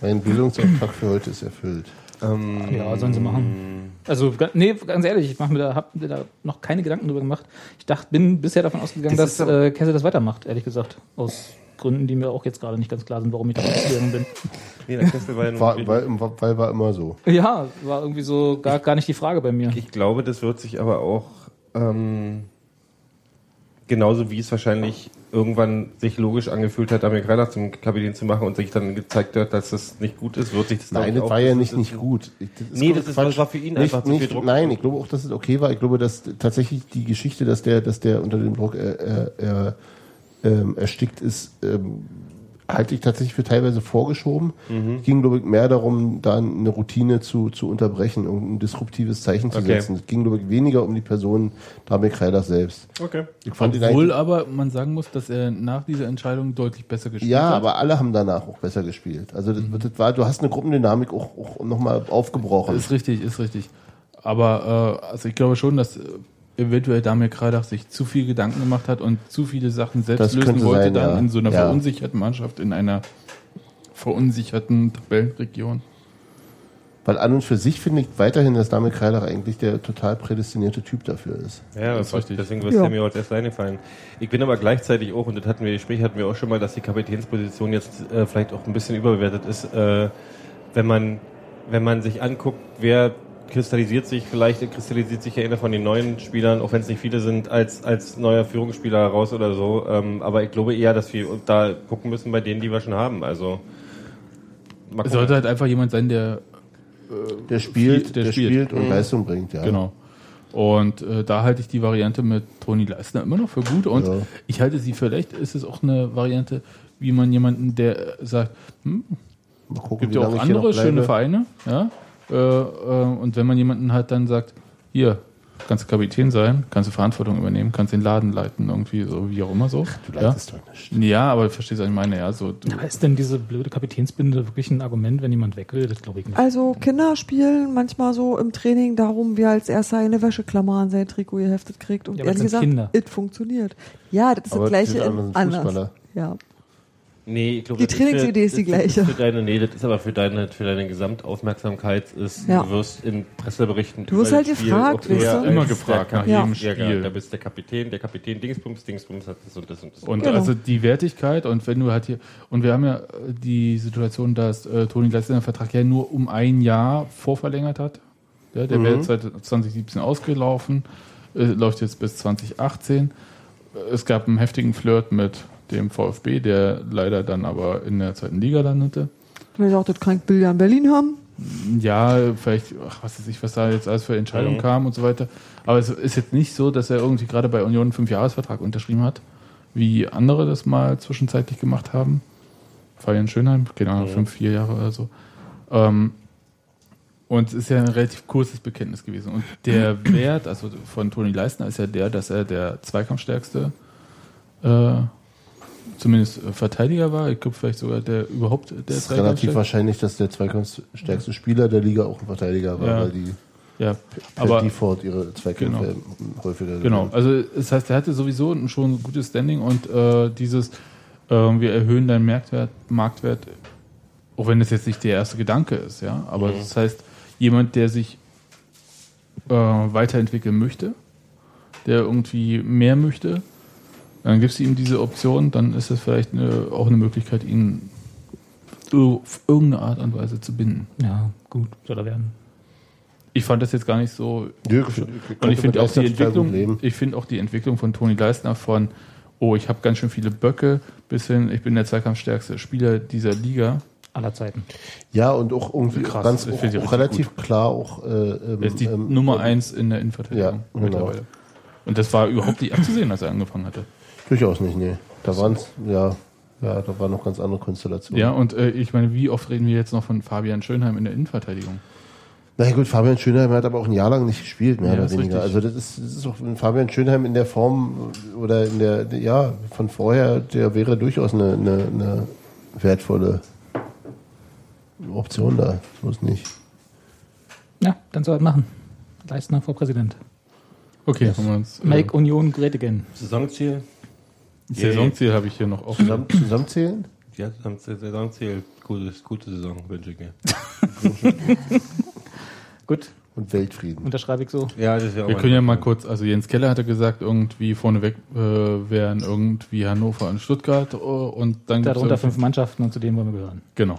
Speaker 2: Mein Bildungsauftrag für heute ist erfüllt.
Speaker 5: Ähm,
Speaker 1: Ja, sollen sie machen. Also, ga- nee, ganz ehrlich, ich mache mir da, hab mir da noch keine Gedanken drüber gemacht. Ich dachte, bin bisher davon ausgegangen,
Speaker 5: Das ist
Speaker 1: dass äh, Kessel das weitermacht, ehrlich gesagt. Aus Gründen, die mir auch jetzt gerade nicht ganz klar sind, warum ich davon ausgegangen bin.
Speaker 5: nee, der Kessel war ja
Speaker 2: War,
Speaker 5: noch-
Speaker 2: weil, weil war immer so.
Speaker 1: [laughs] Ja, war irgendwie so gar, gar nicht die Frage bei mir.
Speaker 5: Ich glaube, das wird sich aber auch ähm, Genauso wie es wahrscheinlich irgendwann sich logisch angefühlt hat, Amerikaner zum Kapitän zu machen und sich dann gezeigt hat, dass das nicht gut ist, wird sich das glaube ich,
Speaker 2: Nein, das
Speaker 5: auch-
Speaker 2: war ja nicht, nicht gut. Ich- ist
Speaker 5: Nee,
Speaker 2: Quatsch.
Speaker 5: das ist- das war für ihn einfach zu viel Druck.
Speaker 2: Nein, ich glaube auch, dass es okay war. Ich glaube, dass tatsächlich die Geschichte, dass der, dass der unter dem Druck äh, äh, äh, ähm, erstickt ist, ähm, halte ich tatsächlich für teilweise vorgeschoben.
Speaker 5: Mhm.
Speaker 2: Es ging, glaube ich, mehr darum, da eine Routine zu, zu unterbrechen und ein disruptives Zeichen zu
Speaker 5: Okay.
Speaker 2: setzen. Es ging, glaube ich, weniger um die Person Damir Kreidach selbst.
Speaker 5: Okay.
Speaker 2: Ich fand ihn
Speaker 3: Obwohl
Speaker 2: eigentlich,
Speaker 3: aber man sagen muss, dass er nach dieser Entscheidung deutlich besser gespielt
Speaker 2: ja,
Speaker 3: hat.
Speaker 2: aber alle haben danach auch besser gespielt. Also das,
Speaker 3: Mhm.
Speaker 2: das war, du hast eine Gruppendynamik auch, auch nochmal aufgebrochen.
Speaker 3: Ist richtig, ist richtig. Aber äh, also ich glaube schon, dass äh, eventuell Damir Kradach sich zu viel Gedanken gemacht hat und zu viele Sachen selbst
Speaker 2: Das
Speaker 3: lösen
Speaker 2: könnte
Speaker 3: wollte,
Speaker 2: sein,
Speaker 3: dann
Speaker 2: ja.
Speaker 3: in so einer
Speaker 2: Ja.
Speaker 3: verunsicherten Mannschaft, in einer verunsicherten Tabellenregion.
Speaker 2: Weil an und für sich finde ich weiterhin, dass Damir Kreilach eigentlich der total prädestinierte Typ dafür ist.
Speaker 5: Ja,
Speaker 3: Das ist
Speaker 5: das
Speaker 3: richtig.
Speaker 5: deswegen wird
Speaker 4: Ja.
Speaker 5: ja. mir heute erst eingefallen. Ich bin aber gleichzeitig auch, und das hatten wir, Gespräch hatten wir auch schon mal, dass die Kapitänsposition jetzt äh, vielleicht auch ein bisschen überbewertet ist, äh, wenn man, wenn man sich anguckt, wer kristallisiert sich, vielleicht kristallisiert sich ja einer von den neuen Spielern, auch wenn es nicht viele sind, als, als neuer Führungsspieler heraus oder so. Ähm, aber ich glaube eher, dass wir da gucken müssen bei denen, die wir schon haben. Also, mal
Speaker 3: Es
Speaker 5: gucken.
Speaker 3: sollte halt einfach jemand sein, der
Speaker 2: Der spielt,
Speaker 3: der
Speaker 2: der,
Speaker 3: spielt. Mhm.
Speaker 2: spielt. und Leistung bringt, ja.
Speaker 3: Genau. Und äh, da halte ich die Variante mit Toni Leistner immer noch für gut. Und
Speaker 2: Ja.
Speaker 3: ich halte sie vielleicht, ist es auch eine Variante, wie man jemanden, der äh, sagt, hm,
Speaker 2: Mal gucken,
Speaker 3: gibt ja auch
Speaker 2: lange ich hier
Speaker 3: andere
Speaker 2: noch bleibe.
Speaker 3: schöne Vereine, ja. Äh, äh, und wenn man jemanden halt dann sagt, hier, kannst du Kapitän sein, kannst du Verantwortung übernehmen, kannst den Laden leiten, irgendwie so, wie auch immer so.
Speaker 2: Du
Speaker 3: ja.
Speaker 2: leitest doch nicht.
Speaker 3: ja, aber du verstehst, was ich meine, ja, so du,
Speaker 1: Aber Ist denn diese blöde Kapitänsbinde wirklich ein Argument, wenn jemand weg will? Das glaube ich nicht.
Speaker 4: Also Kinder spielen manchmal so im Training darum, wer als erster eine Wäscheklammer an sein Trikot geheftet kriegt. Und
Speaker 1: Ja, aber
Speaker 4: ehrlich
Speaker 1: das sind
Speaker 4: gesagt,
Speaker 1: Kinder.
Speaker 4: es funktioniert. Ja, das ist
Speaker 2: Aber
Speaker 4: das gleiche
Speaker 2: diese
Speaker 4: in-
Speaker 2: anderen sind
Speaker 4: anders.
Speaker 2: Fußballer.
Speaker 4: Ja.
Speaker 5: Nee, ich glaube,
Speaker 4: Die
Speaker 5: das
Speaker 4: Trainingsidee ist
Speaker 5: für-
Speaker 4: die
Speaker 5: das
Speaker 4: gleiche.
Speaker 5: Für deine, nee, das ist aber für deine, für deine Gesamtaufmerksamkeit. Ist,
Speaker 4: Ja.
Speaker 5: Du wirst in Presseberichten.
Speaker 4: Du wirst
Speaker 5: über
Speaker 4: halt
Speaker 5: das Spiel
Speaker 4: gefragt,
Speaker 5: auch
Speaker 4: weißt
Speaker 5: eher
Speaker 4: du?
Speaker 5: als
Speaker 3: Immer
Speaker 5: der
Speaker 3: gefragt nach
Speaker 5: Kapitän.
Speaker 4: jedem
Speaker 5: Ja, genau,
Speaker 3: Spiel.
Speaker 5: Da bist der Kapitän, der Kapitän Dingsbums, Dingsbums hat das und das und das.
Speaker 3: Und
Speaker 4: Genau.
Speaker 3: also die Wertigkeit und wenn du halt hier, und wir haben ja äh, die Situation, dass äh, Toni Gleis seinen Vertrag ja nur um ein Jahr vorverlängert hat. Ja, der wäre jetzt seit 2017 ausgelaufen, äh, läuft jetzt bis 2018. Äh, Es gab einen heftigen Flirt mit dem VfB, der leider dann aber in der zweiten Liga landete.
Speaker 4: Wer sagt, das kann ich Bilder in Berlin haben.
Speaker 3: Ja, vielleicht, ach, was weiß ich, was da jetzt alles für Entscheidungen kam und so weiter. Aber es ist jetzt nicht so, dass er irgendwie gerade bei Union einen Fünfjahresvertrag unterschrieben hat, wie andere das mal zwischenzeitlich gemacht haben. Fabian Schönheim, keine Ahnung, fünf, vier Jahre oder so. Ähm, und es ist ja ein relativ kurzes Bekenntnis gewesen. Und der Wert, also von Toni Leistner, ist ja der, dass er der zweikampfstärkste, äh, zumindest äh, Verteidiger war. Ich glaube, vielleicht sogar der überhaupt der
Speaker 2: Es ist relativ
Speaker 3: Zweikampfstärkste.
Speaker 2: wahrscheinlich, dass der zweikampfstärkste Spieler der Liga auch ein Verteidiger war,
Speaker 3: Ja.
Speaker 2: weil die
Speaker 3: Ja,
Speaker 2: per Default ihre Zweikämpfe häufiger
Speaker 3: Genau,
Speaker 2: gewinnen.
Speaker 3: also das heißt, er hatte sowieso ein schon ein gutes Standing und äh, dieses, äh, wir erhöhen deinen Marktwert, Marktwert, auch wenn das jetzt nicht der erste Gedanke ist, ja, aber das heißt, jemand, der sich äh, weiterentwickeln möchte, der irgendwie mehr möchte, dann gibst du ihm diese Option, dann ist das vielleicht eine, auch eine Möglichkeit, ihn auf irgendeine Art und Weise zu binden.
Speaker 1: Ja, gut, soll er werden.
Speaker 3: Ich fand das jetzt gar nicht so
Speaker 2: Dirk,
Speaker 3: Und ich finde auch die Entwicklung,
Speaker 2: Leben.
Speaker 3: ich finde auch die Entwicklung von Toni Leistner von, oh, ich habe ganz schön viele Böcke, bis hin, ich bin der zweikampfstärkste Spieler dieser Liga.
Speaker 1: Aller Zeiten.
Speaker 2: Ja, und auch irgendwie
Speaker 3: Krass,
Speaker 2: ganz
Speaker 3: ich
Speaker 2: auch,
Speaker 3: find die richtig
Speaker 2: auch relativ klar auch äh, ähm,
Speaker 3: Er ist die
Speaker 2: ähm,
Speaker 3: Nummer eins in der Innenverteidigung
Speaker 2: Ja, genau.
Speaker 3: mittlerweile. Und das war überhaupt nicht abzusehen, als er angefangen hatte.
Speaker 2: Durchaus nicht, nee. Da waren's, ja, ja, da waren noch ganz andere Konstellationen.
Speaker 3: Ja, und äh, ich meine, wie oft reden wir jetzt noch von Fabian Schönheim in der Innenverteidigung?
Speaker 2: Na ja, gut, Fabian Schönheim hat aber auch ein Jahr lang nicht gespielt, mehr
Speaker 3: Ja,
Speaker 2: oder
Speaker 3: ist richtig.
Speaker 2: weniger. Also das ist, das ist auch wenn Fabian Schönheim in der Form oder in der, ja, von vorher, der wäre durchaus eine, eine, eine wertvolle Option da. So ist nicht.
Speaker 1: Ja, dann soll er machen. Leistner vor Präsident.
Speaker 3: Okay, haben wir uns. Äh,
Speaker 1: Make Union great again.
Speaker 5: Saisonziel?
Speaker 3: Saisonziel habe ich hier noch offen.
Speaker 2: Zusammen, zusammenzählen?
Speaker 5: Ja, Saison- Saisonziel. Gutes, gute Saison wünsche ich mir.
Speaker 1: Gut,
Speaker 2: Und Weltfrieden.
Speaker 1: unterschreibe ich so.
Speaker 5: Ja, das wäre
Speaker 3: Wir können ja mal kurz, also Jens Keller hatte gesagt, irgendwie vorneweg äh, wären irgendwie Hannover und Stuttgart äh, und dann gibt's
Speaker 1: Darunter
Speaker 3: irgendwie-
Speaker 1: fünf Mannschaften und zu denen wollen wir gehören.
Speaker 3: Genau.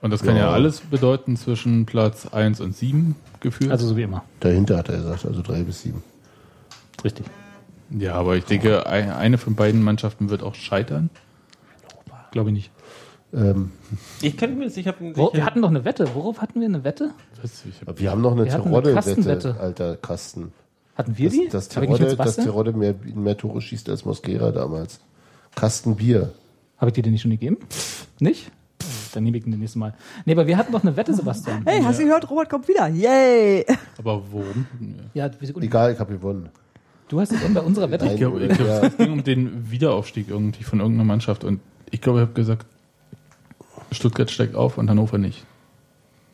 Speaker 3: Und das kann ja,
Speaker 2: Ja.
Speaker 3: alles bedeuten zwischen Platz 1 und 7 gefühlt.
Speaker 1: Also so wie immer.
Speaker 2: Dahinter hat er gesagt, also drei bis sieben.
Speaker 1: Richtig.
Speaker 3: Ja, aber ich denke, ein- eine von beiden Mannschaften wird auch scheitern.
Speaker 1: Glaube ich nicht.
Speaker 2: Ähm,
Speaker 5: Ich kann mir das, ich habe
Speaker 3: Oh,
Speaker 1: Wo, wir hatten doch eine Wette. Worauf hatten wir eine Wette?
Speaker 3: Was, ich hab,
Speaker 2: wir haben noch eine
Speaker 1: Wir hatten eine
Speaker 2: Terodde-Wette,
Speaker 1: Kastenwette.
Speaker 2: alter Kasten.
Speaker 1: Hatten wir
Speaker 2: Dass,
Speaker 1: die?
Speaker 2: dass
Speaker 1: Habe ich nicht mit
Speaker 2: Terodde, dass
Speaker 1: Sebastian?
Speaker 2: Terodde mehr, mehr Tore schießt als Mosquera damals. Kastenbier.
Speaker 1: Habe ich dir den nicht schon gegeben? Nicht? Dann nehme ich ihn das nächste Mal. Nee, aber wir hatten doch eine Wette, Sebastian.
Speaker 4: Hey, hast du gehört? Robert kommt wieder. Yay! [laughs]
Speaker 3: aber worum?
Speaker 1: Ja, wieso-
Speaker 2: Egal, ich habe gewonnen.
Speaker 1: du hast es bei unserer Wette.
Speaker 3: Ich glaube, ich glaub, es ging um den Wiederaufstieg irgendwie von irgendeiner Mannschaft und ich glaube, ich habe gesagt, Stuttgart steigt auf und Hannover nicht.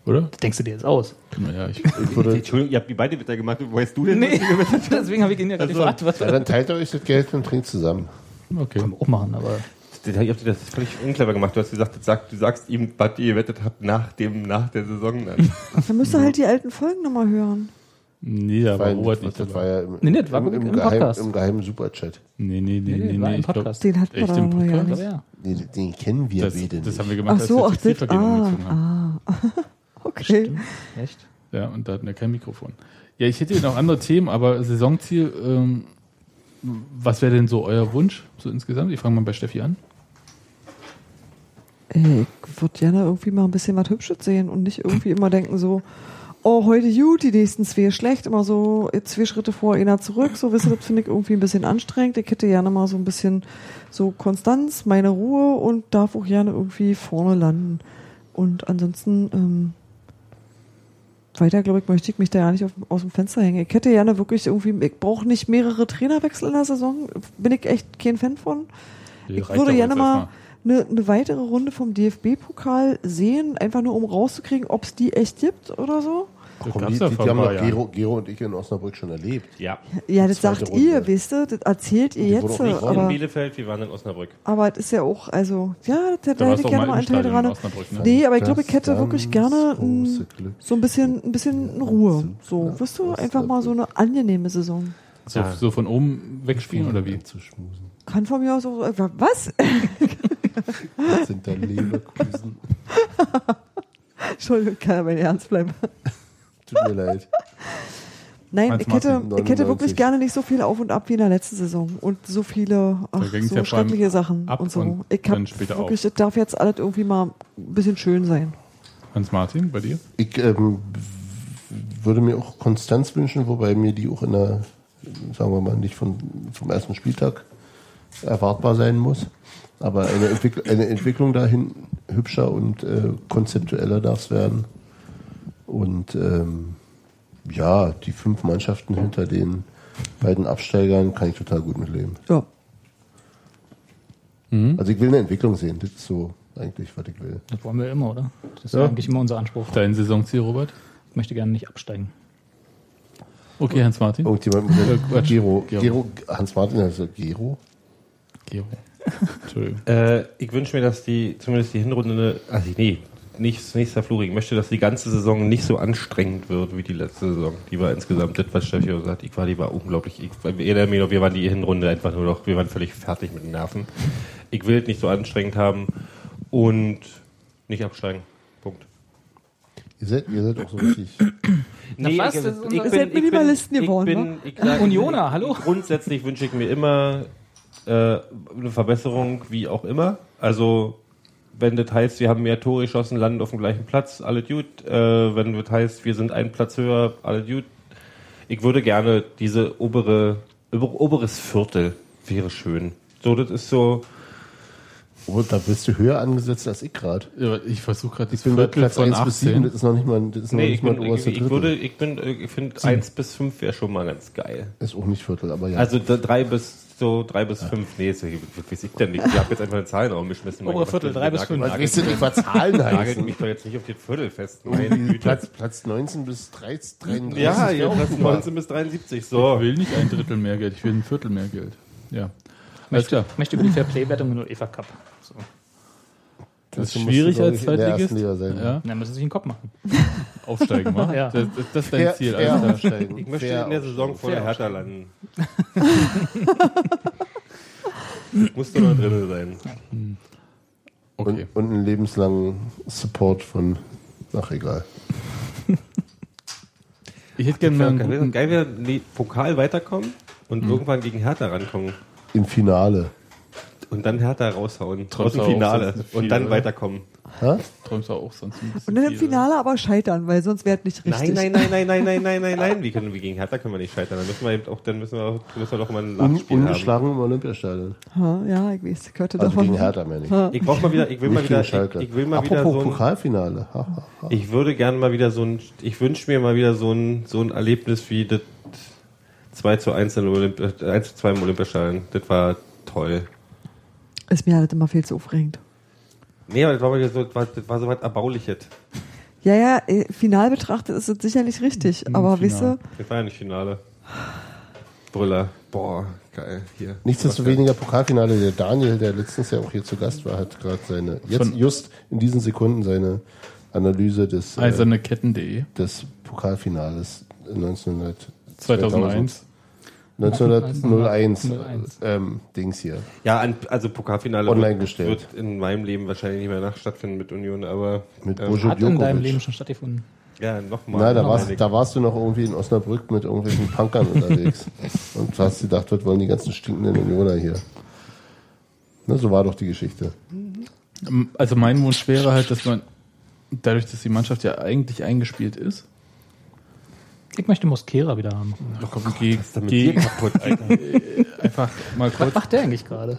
Speaker 3: Oder?
Speaker 1: Das denkst du dir jetzt aus?
Speaker 3: Naja, ich,
Speaker 2: Ich würde,
Speaker 6: Entschuldigung, ihr habt die beide Wetter gemacht. Wo hast du denn?
Speaker 1: Nee, deswegen habe ich ihn ja gerade gefragt, was
Speaker 2: ja,
Speaker 1: wir
Speaker 2: dann teilt euch das Geld und trinkt zusammen.
Speaker 3: okay.
Speaker 1: können wir auch machen, aber
Speaker 5: Ich hab dir das völlig unclever gemacht. Du hast gesagt, das sagt- du sagst ihm, was ihr gewettet habt nach, dem, nach der Saison. Dann.
Speaker 4: Dann müsst ihr halt die alten Folgen nochmal hören.
Speaker 3: Nee, da war
Speaker 2: Weil
Speaker 3: Robert
Speaker 2: das
Speaker 3: nicht
Speaker 2: das
Speaker 3: dabei.
Speaker 2: war ja im,
Speaker 1: Nee, nee, das war
Speaker 2: im,
Speaker 1: wirklich
Speaker 2: im,
Speaker 1: im
Speaker 2: geheimen,
Speaker 1: Podcast.
Speaker 2: im geheimen Superchat.
Speaker 3: Nee, nee, nee,
Speaker 1: nee,
Speaker 3: nee, nee,
Speaker 1: war im
Speaker 3: ich glaub,
Speaker 1: Podcast.
Speaker 4: Den hatten wir
Speaker 3: Echt
Speaker 4: da
Speaker 3: im
Speaker 4: noch ja
Speaker 1: ich
Speaker 3: Podcast?
Speaker 4: nicht.
Speaker 1: glaube ja.
Speaker 2: Den, den kennen wir
Speaker 3: das,
Speaker 2: beide
Speaker 3: das
Speaker 2: nicht.
Speaker 3: haben wir gemacht,
Speaker 4: Ach so, ach,
Speaker 3: als wir die
Speaker 4: das,
Speaker 3: FIFA-Game angezogen haben.
Speaker 4: ah, ah, okay.
Speaker 1: Echt?
Speaker 3: Ja, und da hatten wir kein Mikrofon. Ja, ich hätte hier noch andere Themen, aber Saisonziel, ähm, was wäre denn so euer Wunsch so insgesamt? Ich fange mal bei Steffi an.
Speaker 4: Ey, Ich würde gerne irgendwie mal ein bisschen was Hübsches sehen und nicht irgendwie immer denken so, oh, heute gut, die nächsten zwei schlecht, immer so eh, zwei Schritte vor, einer zurück, so, wisst ihr, das finde ich irgendwie ein bisschen anstrengend. Ich hätte gerne mal so ein bisschen so Konstanz, meine Ruhe und darf auch gerne irgendwie vorne landen. Und ansonsten, ähm, weiter, glaube ich, möchte ich mich da ja nicht auf, aus dem Fenster hängen. Ich hätte gerne wirklich irgendwie, ich brauche nicht mehrere Trainerwechsel in der Saison, bin ich echt kein Fan von ich würde gerne mal eine, eine weitere Runde vom DFB-Pokal sehen, einfach nur um rauszukriegen, ob es die echt gibt oder so.
Speaker 3: Da
Speaker 2: Komm,
Speaker 3: gab's
Speaker 2: die,
Speaker 3: ja
Speaker 2: die, die
Speaker 3: vor ein
Speaker 2: haben
Speaker 3: paar
Speaker 2: doch
Speaker 3: Jahren.
Speaker 2: Gero, Gero und ich in Osnabrück schon erlebt.
Speaker 5: Ja.
Speaker 4: Ja, das
Speaker 2: Zweite
Speaker 4: sagt
Speaker 2: Runde.
Speaker 4: ihr, wisst ihr, das erzählt ihr
Speaker 2: Die
Speaker 4: jetzt.
Speaker 2: wurde auch nicht raus.
Speaker 5: In
Speaker 4: Aber,
Speaker 5: Bielefeld, wir waren in Osnabrück.
Speaker 4: aber es ist ja auch, also, ja, da, da
Speaker 3: warst
Speaker 4: hätte
Speaker 3: du
Speaker 4: ich
Speaker 3: auch mal
Speaker 4: gerne mal einen
Speaker 3: im
Speaker 4: Teil
Speaker 3: Stadion in
Speaker 4: dran.
Speaker 3: Osnabrück, ne?
Speaker 4: Nee, aber ich glaube,
Speaker 2: Das
Speaker 4: ich hätte wirklich
Speaker 2: ganz
Speaker 4: gerne
Speaker 2: große
Speaker 4: ein,
Speaker 2: Glück.
Speaker 4: so ein bisschen, ein bisschen Ruhe. So, wisst ihr, einfach mal so eine angenehme Saison.
Speaker 3: So, so von oben wegspielen oder wie?
Speaker 2: Zu schmusen.
Speaker 4: Kann von mir aus auch einfach, was? [laughs]
Speaker 2: Das sind dann Leverkusen. [laughs]
Speaker 4: Entschuldigung, kann aber nicht ernst bleiben.
Speaker 2: Tut mir leid.
Speaker 4: Nein,
Speaker 3: Hans
Speaker 4: ich hätte,
Speaker 2: Martin,
Speaker 4: ich hätte
Speaker 2: 99.
Speaker 4: wirklich gerne nicht so viel auf und ab wie in der letzten Saison und so viele ach,
Speaker 3: ging's
Speaker 4: so
Speaker 3: ja vor allem
Speaker 4: schreckliche Sachen
Speaker 3: ab
Speaker 4: und so.
Speaker 3: und
Speaker 4: ich hab
Speaker 3: dann später
Speaker 4: wirklich, es darf jetzt alles irgendwie mal ein bisschen schön sein.
Speaker 3: Hans-Martin, bei dir?
Speaker 2: Ich ähm, w- würde mir auch Konstanz wünschen, wobei mir die auch in der, sagen wir mal, nicht von, vom ersten Spieltag erwartbar sein muss. Aber eine, Entwick eine Entwicklung dahin hübscher und äh, konzeptueller darf es werden. Und ähm, ja, die fünf Mannschaften hinter den beiden Absteigern kann ich total gut mitleben.
Speaker 4: Ja.
Speaker 2: Also ich will eine Entwicklung sehen. Das ist so eigentlich, was ich will.
Speaker 1: Das wollen wir immer, oder? Das ist ja.
Speaker 2: Ja.
Speaker 1: eigentlich immer unser Anspruch.
Speaker 3: Dein Saisonziel, Robert?
Speaker 1: Ich möchte gerne nicht absteigen.
Speaker 3: Okay, Hans-Martin.
Speaker 2: Irgendjemand mit
Speaker 3: Äh,
Speaker 2: dem
Speaker 3: Quatsch.
Speaker 2: Gero,
Speaker 3: Gero.
Speaker 2: Gero, Hans-Martin, also Gero.
Speaker 3: Gero. Entschuldigung.
Speaker 5: Äh, ich wünsche mir, dass die, zumindest die Hinrunde, also nee, nichts, nichts verflurig. Ich möchte, dass die ganze Saison nicht so anstrengend wird wie die letzte Saison. Die war insgesamt, das, was Steffi auch sagt, ich war, die war unglaublich. Ich erinnere mich noch, wir waren die Hinrunde einfach nur noch, wir waren völlig fertig mit den Nerven. Ich will es nicht so anstrengend haben und nicht absteigen. Punkt.
Speaker 2: Ihr seid, ihr seid auch so richtig.
Speaker 1: Na was, das ist unser- Ihr
Speaker 4: seid Minimalisten geworden,
Speaker 5: ich
Speaker 2: ne?
Speaker 4: wa?
Speaker 5: bin, ich sag,
Speaker 1: [laughs] Unioner, hallo?
Speaker 5: Grundsätzlich wünsche ich mir immer äh, eine Verbesserung, wie auch immer. Also, wenn das heißt, wir haben mehr Tore geschossen, landen auf dem gleichen Platz, alle gut. Äh, wenn das heißt, wir sind einen Platz höher, alle gut. Ich würde gerne diese obere, ober, oberes Viertel wäre schön. So, das ist so.
Speaker 2: Oh, da bist du höher angesetzt als ich gerade.
Speaker 3: Ja, Ich versuche gerade das
Speaker 2: Ich bin bei Platz 1 bis 7,
Speaker 3: 18.
Speaker 2: das ist noch nicht mal, das ist noch
Speaker 5: Nee,
Speaker 2: nicht
Speaker 5: ich,
Speaker 2: mal
Speaker 5: bin,
Speaker 2: ein
Speaker 5: ich,
Speaker 2: oberster
Speaker 5: ich,
Speaker 2: Drittel.
Speaker 5: würde, ich bin, äh, ich finde, eins bis fünf wäre schon mal ganz geil.
Speaker 2: ist auch nicht Viertel, aber ja.
Speaker 5: Also d- drei bis so drei bis fünf. Nee, so, was weiß ich denn nicht. Ich habe jetzt einfach eine Zahl in den Raum geschmissen.
Speaker 1: Obere Viertel, drei bis fünf.
Speaker 2: was willst du denn über Zahlen
Speaker 5: Nagelt
Speaker 2: heißen?
Speaker 5: mich doch jetzt nicht auf den Viertel fest. Meine
Speaker 2: Irgendwie
Speaker 5: Güte.
Speaker 2: [laughs] Platz, Platz 19 bis 13, 33.
Speaker 5: ja,
Speaker 2: ist
Speaker 5: ja,
Speaker 2: auch
Speaker 5: Platz
Speaker 2: super.
Speaker 5: 19 bis 73.
Speaker 3: Ich
Speaker 5: So.
Speaker 3: will nicht ein Drittel mehr Geld, ich will ein Viertel mehr Geld. Ja. Alles
Speaker 1: Ich
Speaker 3: klar.
Speaker 1: möchte über die Fairplay-Wertung nur UEFA Cup. So.
Speaker 3: Das ist
Speaker 2: musst du,
Speaker 3: schwierig
Speaker 2: glaub
Speaker 3: als
Speaker 2: ich, in der
Speaker 3: Zweitligist.
Speaker 2: ersten Liga sein.
Speaker 3: Ja,
Speaker 1: Dann müssen sie sich einen Kopf machen.
Speaker 3: aufsteigen, wa?
Speaker 1: Ja.
Speaker 3: das, das, das ist dein
Speaker 2: Fair,
Speaker 3: Ziel.
Speaker 2: fair
Speaker 3: Alles klar.
Speaker 2: aufsteigen.
Speaker 5: also. Ich möchte
Speaker 2: fair
Speaker 5: in der Saison
Speaker 2: aufsteigen.
Speaker 5: vor der Hertha landen. [laughs] Muss doch noch drin sein.
Speaker 3: Okay.
Speaker 2: Und, und einen lebenslangen Support von, ach egal.
Speaker 3: Ich hätte gerne mal einen
Speaker 5: Geil
Speaker 3: guten,
Speaker 5: wäre, wenn die Pokal weiterkommen und
Speaker 3: Hm.
Speaker 5: irgendwann gegen Hertha rankommen
Speaker 2: Im Finale.
Speaker 5: und dann Hertha raushauen. Trotz
Speaker 3: Trotz
Speaker 5: dem
Speaker 3: auch
Speaker 5: Finale
Speaker 3: sonst viel,
Speaker 5: und dann
Speaker 3: oder?
Speaker 5: weiterkommen.
Speaker 2: Hä?
Speaker 3: Träumst du auch sonst ein bisschen
Speaker 4: Und dann im
Speaker 3: viel.
Speaker 4: Finale aber scheitern, weil sonst wäre es nicht richtig.
Speaker 5: Nein, nein, nein, nein, nein, nein, nein, nein, nein. Wie können wir gegen Hertha können wir nicht scheitern? Dann müssen wir eben auch, dann müssen wir, auch- müssen wir doch mal ein
Speaker 2: Un
Speaker 5: Nachspiel haben.
Speaker 2: ungeschlagen im Olympiastadion.
Speaker 4: Ha, ja, ich weiß, ich hörte
Speaker 2: Also
Speaker 4: davon.
Speaker 2: gegen Hertha, meine ich.
Speaker 5: Ich brauch mal wieder, ich will
Speaker 2: Nicht
Speaker 5: mal wieder,
Speaker 2: gegen Schalke.
Speaker 5: ich, ich will mal
Speaker 2: Apropos
Speaker 5: wieder so ein,
Speaker 2: Pokalfinale. Ha, ha, ha.
Speaker 5: Ich würde gerne mal wieder so ein, ich wünsche mir mal wieder so ein, so ein Erlebnis wie das 2 zu 1 in Olymp, äh, 1 zu 2 im Olympiastadion. Das war toll.
Speaker 4: Ist mir halt immer viel zu aufregend.
Speaker 5: Nee, aber das war, mal wieder so, das war, das war so was Erbauliches.
Speaker 4: Ja, ja, eh, final betrachtet ist es sicherlich richtig, aber
Speaker 3: Hm, final.
Speaker 4: weißt du,
Speaker 5: Das war ja nicht Finale. Brüller. Boah, geil. Hier.
Speaker 2: Nichtsdestoweniger Pokalfinale, der Daniel, der letztens ja auch hier zu Gast war, hat gerade seine, jetzt
Speaker 3: Von-
Speaker 2: just in diesen Sekunden seine Analyse des, äh,
Speaker 3: Eiserne Ketten.de
Speaker 2: des Pokalfinales 1900,
Speaker 3: 2001.
Speaker 2: 1901
Speaker 1: 01.
Speaker 2: ähm, Dings hier.
Speaker 5: Ja, an, also Pokalfinale
Speaker 2: Online
Speaker 5: wird,
Speaker 2: gestellt.
Speaker 5: wird in meinem Leben wahrscheinlich nicht mehr nach stattfinden mit Union, aber
Speaker 2: Mit
Speaker 5: ähm,
Speaker 2: Bojo
Speaker 1: Hat in deinem Leben
Speaker 2: Djokovic.
Speaker 1: schon stattgefunden.
Speaker 5: ja, nochmal.
Speaker 2: Na, da warst, da warst du noch irgendwie in Osnabrück mit irgendwelchen
Speaker 5: [laughs]
Speaker 2: Punkern unterwegs. Und hast gedacht, dort wollen die ganzen stinkenden Unioner hier. Ne, so war doch die Geschichte.
Speaker 3: Also mein Wunsch wäre halt, dass man, dadurch, dass die Mannschaft ja eigentlich eingespielt ist,
Speaker 1: Ich möchte Mosquera wieder haben.
Speaker 3: oh geh,
Speaker 5: damit [laughs]
Speaker 3: geh,
Speaker 5: dir kaputt, Alter.
Speaker 3: einfach mal
Speaker 1: Was
Speaker 3: kurz
Speaker 1: macht der eigentlich gerade?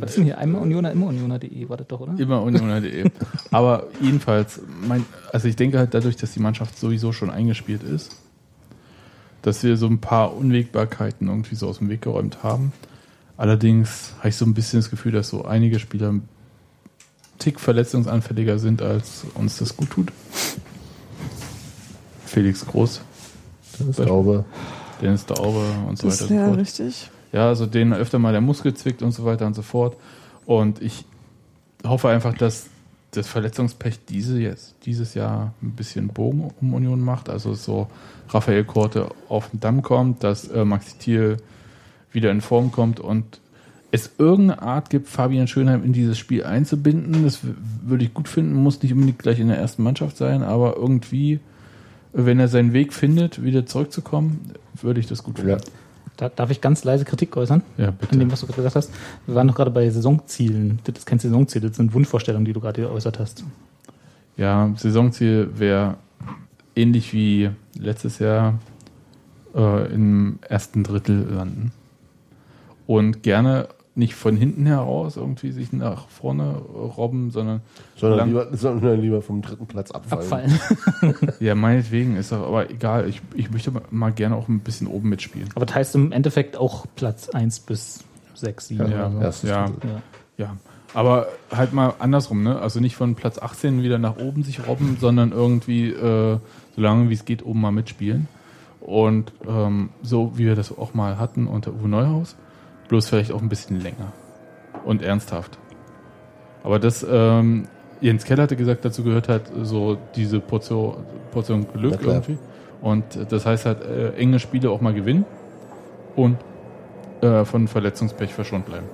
Speaker 1: Was ist denn hier? Einmal Unioner, immer Unioner.de, wartet doch, oder?
Speaker 3: Immer Union.de. E Aber jedenfalls, mein, also ich denke halt dadurch, dass die Mannschaft sowieso schon eingespielt ist, dass wir so ein paar Unwägbarkeiten irgendwie so aus dem Weg geräumt haben. Allerdings habe ich so ein bisschen das Gefühl, dass so einige Spieler ein tick verletzungsanfälliger sind, als uns das gut tut. Felix Groß,
Speaker 2: Ich glaube,
Speaker 3: Dennis Daube und so weiter.
Speaker 4: das ist
Speaker 3: und so
Speaker 4: ja
Speaker 3: fort.
Speaker 4: richtig.
Speaker 3: Ja, also denen öfter mal der Muskel zwickt und so weiter und so fort. Und ich hoffe einfach, dass das Verletzungspech diese jetzt, dieses Jahr ein bisschen Bogen um Union macht. Also so Raphael Korte auf den Damm kommt, dass äh, Maxi Thiel wieder in Form kommt und es irgendeine Art gibt, Fabian Schönheim in dieses Spiel einzubinden. Das w- würde ich gut finden. Muss nicht unbedingt gleich in der ersten Mannschaft sein, aber irgendwie, wenn er seinen Weg findet, wieder zurückzukommen, würde ich das gut
Speaker 2: ja.
Speaker 3: finden.
Speaker 1: Da, darf ich ganz leise Kritik äußern?
Speaker 3: Ja, bitte.
Speaker 1: An dem, was du gerade gesagt hast. Wir waren doch gerade bei Saisonzielen. Das ist kein Saisonziel, das sind Wunschvorstellungen, die du gerade geäußert hast.
Speaker 3: Ja, Saisonziel wäre ähnlich wie letztes Jahr äh, im ersten Drittel landen. Und gerne nicht von hinten heraus irgendwie sich nach vorne äh, robben, sondern
Speaker 2: Sondern
Speaker 3: lang-
Speaker 2: lieber, sondern lieber vom dritten Platz abfallen.
Speaker 1: Abfallen. [laughs]
Speaker 3: ja, meinetwegen ist doch aber egal. Ich, ich möchte ma- mal gerne auch ein bisschen oben mitspielen.
Speaker 1: Aber das heißt im Endeffekt auch Platz 1 bis 6, 7.
Speaker 3: Ja,
Speaker 1: oder
Speaker 2: erstes
Speaker 3: ja,
Speaker 2: Drittel.
Speaker 1: Ja.
Speaker 3: ja. Aber halt mal andersrum, ne? Also nicht von Platz 18 wieder nach oben sich robben, sondern irgendwie, äh, so lange wie es geht, oben mal mitspielen. Und ähm, so wie wir das auch mal hatten unter Uwe Neuhaus, bloß vielleicht auch ein bisschen länger und ernsthaft. Aber das, ähm, Jens Keller hatte gesagt, dazu gehört halt so diese Portion, Portion
Speaker 2: Na
Speaker 3: Glück
Speaker 2: klar.
Speaker 3: irgendwie. Und äh, das heißt halt, äh, enge Spiele auch mal gewinnen und äh, von Verletzungspech verschont bleiben.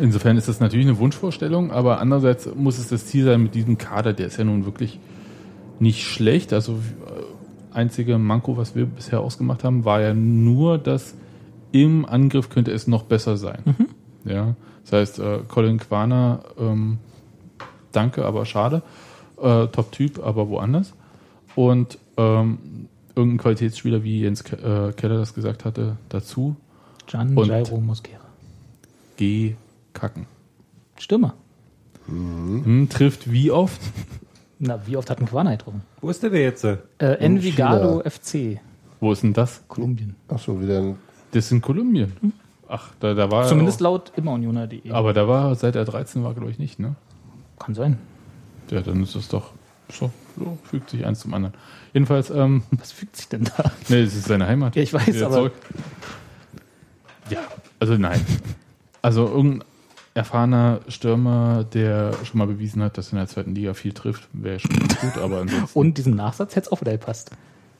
Speaker 3: Insofern ist das natürlich eine Wunschvorstellung, aber andererseits muss es das Ziel sein mit diesem Kader, der ist ja nun wirklich nicht schlecht. Also äh, einzige Manko, was wir bisher ausgemacht haben, war ja nur, dass im Angriff könnte es noch besser sein. Ja, das heißt, äh, Colin Quaner, ähm, danke, aber schade. Äh, Top-Typ, aber woanders. Und ähm, irgendein Qualitätsspieler, wie Jens Ke äh, Keller das gesagt hatte, dazu.
Speaker 1: Gian
Speaker 3: Und-
Speaker 1: Jairo Mosquera.
Speaker 3: Geh kacken.
Speaker 1: Stürmer.
Speaker 3: Hm, trifft wie oft?
Speaker 1: Na, wie oft hat ein Quana getroffen?
Speaker 5: Wo ist denn der jetzt? Genau,
Speaker 1: Äh,
Speaker 3: Hm,
Speaker 1: Envigado
Speaker 2: Chile.
Speaker 1: FC,
Speaker 3: Wo ist denn das?
Speaker 1: Kolumbien.
Speaker 2: Ach so, wieder ein
Speaker 3: Das ist in Kolumbien. Ach, da, da war. er
Speaker 1: Zumindest
Speaker 3: auch,
Speaker 1: laut immerunioner.de.
Speaker 3: aber da war er, seit er 13 war, glaube ich, nicht, ne?
Speaker 1: Kann sein.
Speaker 3: Ja, dann ist das doch. So, so fügt sich eins zum anderen. Jedenfalls, ähm, [laughs]
Speaker 1: Was fügt sich denn da?
Speaker 3: nee, es ist seine Heimat.
Speaker 1: Ja, ich weiß,
Speaker 3: Wieder
Speaker 1: aber-
Speaker 3: Ja, also nein. Also irgendein erfahrener Stürmer, der schon mal bewiesen hat, dass er in der zweiten Liga viel trifft, wäre schon ganz gut,
Speaker 1: [laughs]
Speaker 3: aber ansonsten.
Speaker 1: Und diesen Nachsatz hätte es auch wieder gepasst.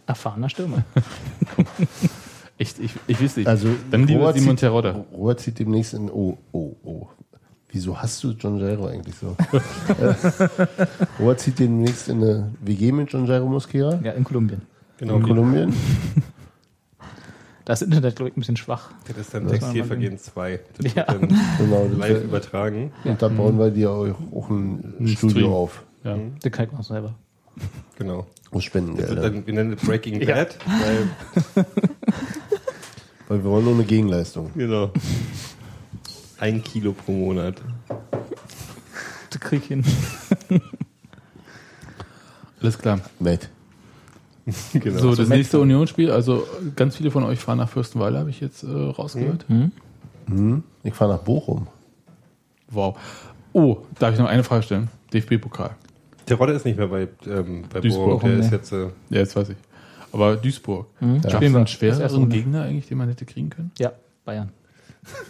Speaker 1: Erfahrener Stürmer.
Speaker 3: Echt, ich, ich weiß nicht.
Speaker 2: Also,
Speaker 3: dann lieber
Speaker 2: Robert
Speaker 3: Simon
Speaker 2: zieht-
Speaker 1: Oh,
Speaker 3: Terodda.
Speaker 2: Robert zieht demnächst in. Oh, oh, oh. Wieso hast du John Jairo
Speaker 3: [laughs]
Speaker 2: eigentlich so? Robert zieht demnächst in eine WG mit John Jairo Mosquera
Speaker 3: genau.
Speaker 1: Ja, in Kolumbien.
Speaker 2: in Kolumbien.
Speaker 1: Da ist das Internet, glaube ich, ein bisschen schwach.
Speaker 5: Das ist dann
Speaker 1: Das
Speaker 5: Textilvergehen 2. Das
Speaker 1: Ja.
Speaker 5: wird dann
Speaker 2: Genau,
Speaker 5: live
Speaker 2: und,
Speaker 5: übertragen.
Speaker 2: und da bauen wir dir auch auch ein Studio
Speaker 3: Stream.
Speaker 2: auf.
Speaker 3: Ja.
Speaker 1: Den kann ich auch selber.
Speaker 5: Genau.
Speaker 2: Aus
Speaker 5: Das wird
Speaker 2: Spendengelder.
Speaker 5: dann, wir nennen es Breaking
Speaker 1: Ja.
Speaker 5: Bad. Weil,
Speaker 2: Weil wir wollen nur eine Gegenleistung.
Speaker 5: genau. Ein Kilo pro Monat.
Speaker 1: Das krieg ich hin.
Speaker 3: Alles klar.
Speaker 2: Matt.
Speaker 5: Genau.
Speaker 3: so,
Speaker 1: also
Speaker 3: das nächste Unionsspiel, also ganz viele von euch fahren nach Fürstenwalde, habe ich jetzt äh, rausgehört.
Speaker 1: Mhm.
Speaker 2: Ich fahre nach Bochum.
Speaker 3: Wow. Oh, darf ich noch eine Frage stellen? DFB-Pokal.
Speaker 5: Der Rodde ist nicht mehr bei, ähm, bei
Speaker 3: Duisburg,
Speaker 5: Bochum. Der
Speaker 1: ne?
Speaker 5: ist jetzt. Äh,
Speaker 3: Ja, jetzt weiß ich. Aber Duisburg.
Speaker 2: Ja.
Speaker 3: Spielen wir einen
Speaker 1: Das
Speaker 3: schwereren
Speaker 1: erste
Speaker 3: Gegner eigentlich, den man hätte kriegen können?
Speaker 1: Ja, Bayern.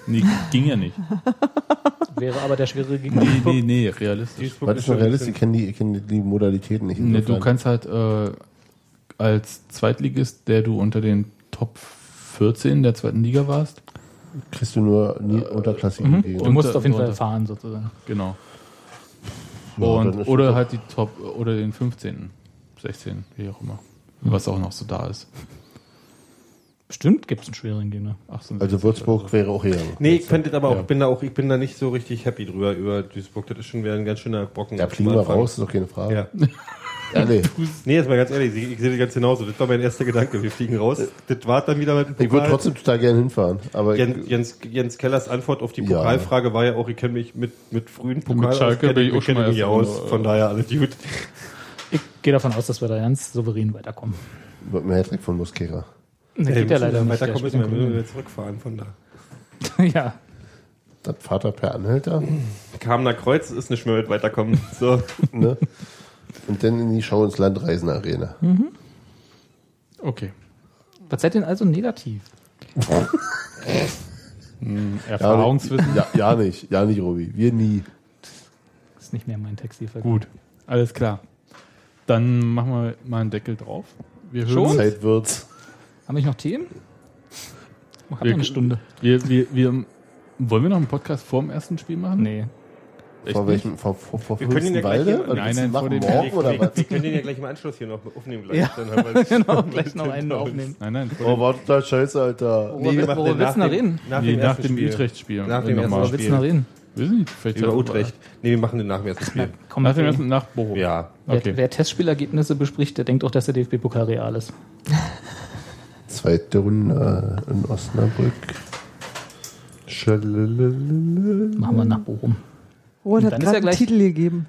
Speaker 3: Nee, ging ja nicht.
Speaker 1: Wäre aber der schwere Gegner.
Speaker 3: [laughs] Nee, nee, nee, realistisch.
Speaker 5: Duisburg
Speaker 2: Was ist noch
Speaker 5: schon ein
Speaker 2: realistisch? Ich kenne die, ich kenn die Modalitäten nicht.
Speaker 3: Nee, du
Speaker 2: Insofern-
Speaker 3: kannst halt äh, als Zweitligist, der du unter den Top 14 der zweiten Liga warst,
Speaker 2: kriegst du nur nie unterklassige
Speaker 1: Mhm.
Speaker 2: Gegner.
Speaker 1: Du musst
Speaker 3: Unter-
Speaker 1: auf jeden Fall
Speaker 3: unter.
Speaker 1: fahren, sozusagen.
Speaker 3: genau.
Speaker 2: Ja, dann
Speaker 3: Und,
Speaker 2: ist
Speaker 3: oder
Speaker 2: das-
Speaker 3: halt die Top oder den 15., 16., wie auch immer. Was auch noch so da ist.
Speaker 1: Bestimmt gibt es einen schweren Gegner.
Speaker 3: Ach so,
Speaker 2: Also Würzburg wäre auch hier.
Speaker 5: Nee, ich fand das aber auch,
Speaker 3: Ja.
Speaker 5: ich bin da auch, ich bin da nicht so richtig happy drüber über Duisburg. Das ist schon wieder ein ganz schöner Brocken.
Speaker 2: Da fliegen wir raus, ist doch keine Frage.
Speaker 5: Ja.
Speaker 2: Ja, nee.
Speaker 5: Nee, jetzt mal ganz ehrlich, ich, ich sehe das ganz genauso. Das war mein erster Gedanke. Wir fliegen raus. Das war dann wieder mit dem
Speaker 2: Ich würde trotzdem total gerne hinfahren. Aber
Speaker 5: Jens, Jens, Jens Kellers Antwort auf die
Speaker 2: Ja.
Speaker 5: Pokalfrage war ja auch, ich kenne mich mit, mit frühen Pokal
Speaker 3: Mit Schalke
Speaker 5: aus,
Speaker 3: bin ich auch schon mal äh,
Speaker 5: mich
Speaker 3: erfahren,
Speaker 5: aus.
Speaker 3: aber-
Speaker 5: Von daher alles gut. Äh,
Speaker 1: Ich gehe davon aus, dass wir da ganz souverän weiterkommen.
Speaker 2: ich würde mir Hattrick von Muskera.
Speaker 1: Nee,
Speaker 5: Ey,
Speaker 1: geht ja
Speaker 5: müssen
Speaker 1: leider
Speaker 5: wir
Speaker 1: nicht.
Speaker 5: Weiterkommen
Speaker 1: Der
Speaker 5: müssen wir, müssen
Speaker 1: spielt
Speaker 5: wir zurückfahren von da.
Speaker 1: in Köln. Ja,
Speaker 2: Das Vater per Anhalter.
Speaker 5: Kamener Kreuz ist nicht mehr mit weiterkommen.
Speaker 2: [laughs]
Speaker 5: So.
Speaker 2: ne? Und dann in die Schau ins Land reisen Arena.
Speaker 3: Hm. Okay.
Speaker 1: was seid denn also negativ?
Speaker 3: Erfahrungswissen.
Speaker 2: Ja, ja nicht, ja nicht, Robi. Wir nie.
Speaker 1: Das ist nicht mehr mein Text hier.
Speaker 3: Gut, alles klar. Dann machen wir mal einen Deckel drauf. Wir hören
Speaker 1: Schon?
Speaker 3: uns-
Speaker 2: Zeit wird's.
Speaker 1: Haben wir noch Themen? Ich hab
Speaker 3: Wir-
Speaker 1: noch eine Stunde.
Speaker 3: Wir, wir, wir, wollen wir noch einen Podcast vor dem ersten Spiel
Speaker 5: [laughs]
Speaker 3: machen?
Speaker 1: Nee.
Speaker 3: Echt
Speaker 2: vor
Speaker 3: nicht?
Speaker 2: welchem? Vor, vor, vor
Speaker 5: Wir können ihn ja gleich
Speaker 2: Fürstenwalde?
Speaker 5: hier-
Speaker 2: Was
Speaker 3: Nein,
Speaker 2: willst du
Speaker 3: nein, vor
Speaker 2: machen?
Speaker 3: dem-
Speaker 2: morgen oder
Speaker 5: wir, wir
Speaker 2: was?
Speaker 5: können den ja gleich mal Anschluss hier noch aufnehmen gleich.
Speaker 1: Ja.
Speaker 5: Dann
Speaker 1: [laughs]
Speaker 5: haben wir
Speaker 1: Genau,
Speaker 5: [laughs]
Speaker 1: gleich noch einen aufnehmen.
Speaker 3: Nein, nein. vor
Speaker 2: Oh, war total scheiße, Alter.
Speaker 3: Oh.
Speaker 1: Worüber-
Speaker 5: wir machen
Speaker 1: worüber
Speaker 5: den
Speaker 1: willst du
Speaker 5: nach
Speaker 1: denn
Speaker 5: dem-
Speaker 1: reden?
Speaker 5: Nach
Speaker 3: nee,
Speaker 5: dem
Speaker 3: nach
Speaker 5: ersten
Speaker 3: dem
Speaker 5: Spiel.
Speaker 3: Utrecht-Spiel. Äh,
Speaker 5: Nach dem
Speaker 3: Nochmal.
Speaker 1: Worüber
Speaker 5: ersten
Speaker 1: willst du
Speaker 5: Spiel.
Speaker 1: noch reden?
Speaker 3: Wissen nicht, vielleicht
Speaker 5: Über
Speaker 3: hat-
Speaker 5: Utrecht. Nee, wir machen den nach dem ersten Spiel.
Speaker 1: Komm,
Speaker 3: Nach dem
Speaker 1: Matthias.
Speaker 3: ersten, nach Bochum.
Speaker 5: Ja.
Speaker 1: Wer,
Speaker 3: Okay.
Speaker 1: wer Testspielergebnisse bespricht, der denkt auch, dass der DFB-Pokal real ist.
Speaker 2: Zweite Runde äh, in Osnabrück. Schalalala.
Speaker 1: Machen wir nach Bochum.
Speaker 4: Roland
Speaker 1: Dann
Speaker 4: hat
Speaker 1: ist
Speaker 4: gerade
Speaker 1: ja
Speaker 4: einen
Speaker 1: gleich-
Speaker 4: Titel gegeben.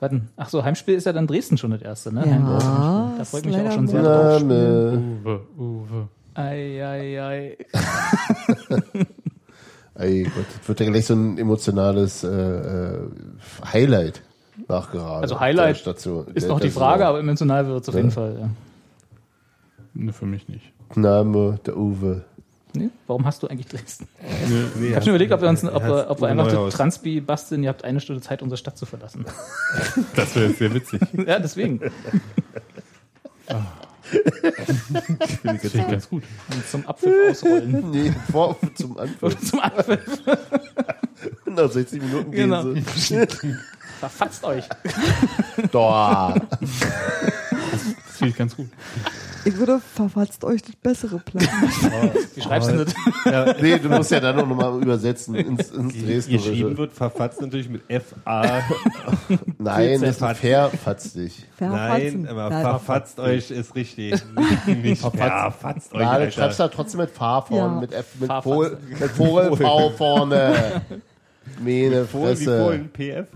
Speaker 1: Warten. Ach so, Heimspiel ist ja dann Dresden schon das erste, ne?
Speaker 4: Ja,
Speaker 1: Heimspiel. Da
Speaker 4: ist
Speaker 1: freut mich auch
Speaker 4: leider
Speaker 1: schon sehr
Speaker 4: gut.
Speaker 1: drauf.
Speaker 2: Name.
Speaker 3: Uwe, Uwe.
Speaker 1: Ei, ei, ei.
Speaker 2: Ey Gott, das wird ja gleich so ein emotionales äh, äh, Highlight nachgerade.
Speaker 1: Also Highlight
Speaker 2: der Station,
Speaker 1: Ist
Speaker 2: der-
Speaker 1: noch die
Speaker 2: der
Speaker 1: Frage,
Speaker 2: Saison.
Speaker 1: aber emotional wird es auf jeden
Speaker 2: Ja.
Speaker 1: Fall. Ja.
Speaker 3: Ne, für mich nicht.
Speaker 2: Name der Uwe. [laughs]
Speaker 1: Nee? Warum hast du eigentlich Dresden?
Speaker 5: Nee,
Speaker 1: Ich habe schon überlegt, ob wir uns, ob wir, ob wir einfach zu
Speaker 5: Neuhaus.
Speaker 1: Transpi basteln, ihr habt eine Stunde Zeit, unsere Stadt zu verlassen.
Speaker 3: Das wäre sehr witzig.
Speaker 5: [laughs]
Speaker 1: ja, deswegen.
Speaker 3: das klingt ganz gut.
Speaker 1: Und zum Apfel
Speaker 2: [laughs]
Speaker 1: ausrollen.
Speaker 2: Nee, vor zum
Speaker 1: [laughs]
Speaker 2: Anfang.
Speaker 1: Zum Apfel.
Speaker 2: Nach 60 Minuten gehen
Speaker 1: Genau.
Speaker 2: sie. [laughs]
Speaker 1: Verfatzt euch.
Speaker 2: Doch.
Speaker 3: Das klingt ganz gut.
Speaker 4: Ich würde verfatzt euch das bessere
Speaker 3: [laughs]
Speaker 4: Plan.
Speaker 1: Wie schreibst du denn das?
Speaker 2: Nee, du musst ja dann auch nochmal übersetzen ins, ins
Speaker 5: Geschrieben
Speaker 2: Dresden.
Speaker 5: wird verfatzt natürlich mit [laughs] F-A.
Speaker 2: Nein, das
Speaker 5: Verfatzt.
Speaker 2: ist fair, fatz dich.
Speaker 4: Verfatzen.
Speaker 5: Nein, aber
Speaker 4: Nein.
Speaker 5: verfatzt euch ist richtig. Nicht [laughs] verfatzt euch,
Speaker 2: Ja, du schreibst
Speaker 5: Alter.
Speaker 2: da trotzdem mit Fahr vorne,
Speaker 4: Ja.
Speaker 2: mit F, mit
Speaker 1: Fahr
Speaker 2: Vogel, mit Vogel V vorne.
Speaker 5: [laughs]
Speaker 2: Mene
Speaker 5: Polen wie
Speaker 2: Fresse.
Speaker 5: Polen, PF.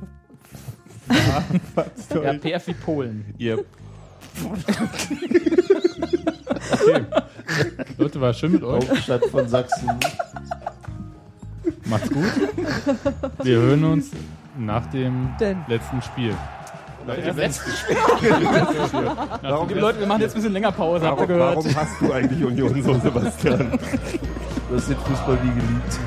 Speaker 1: Ja, PF wie Polen.
Speaker 3: Ihr. Okay. Leute, war schön mit
Speaker 5: Oh.
Speaker 3: euch.
Speaker 2: Hauptstadt von Sachsen.
Speaker 3: Macht's gut. Wir hören uns nach dem
Speaker 4: Denn.
Speaker 3: letzten Spiel.
Speaker 1: Warum, liebe Leute, wir machen jetzt ein bisschen länger Pause, habt ihr gehört?
Speaker 5: Warum hast du eigentlich Union so, Sebastian?
Speaker 2: Du hast den Fußball nie geliebt.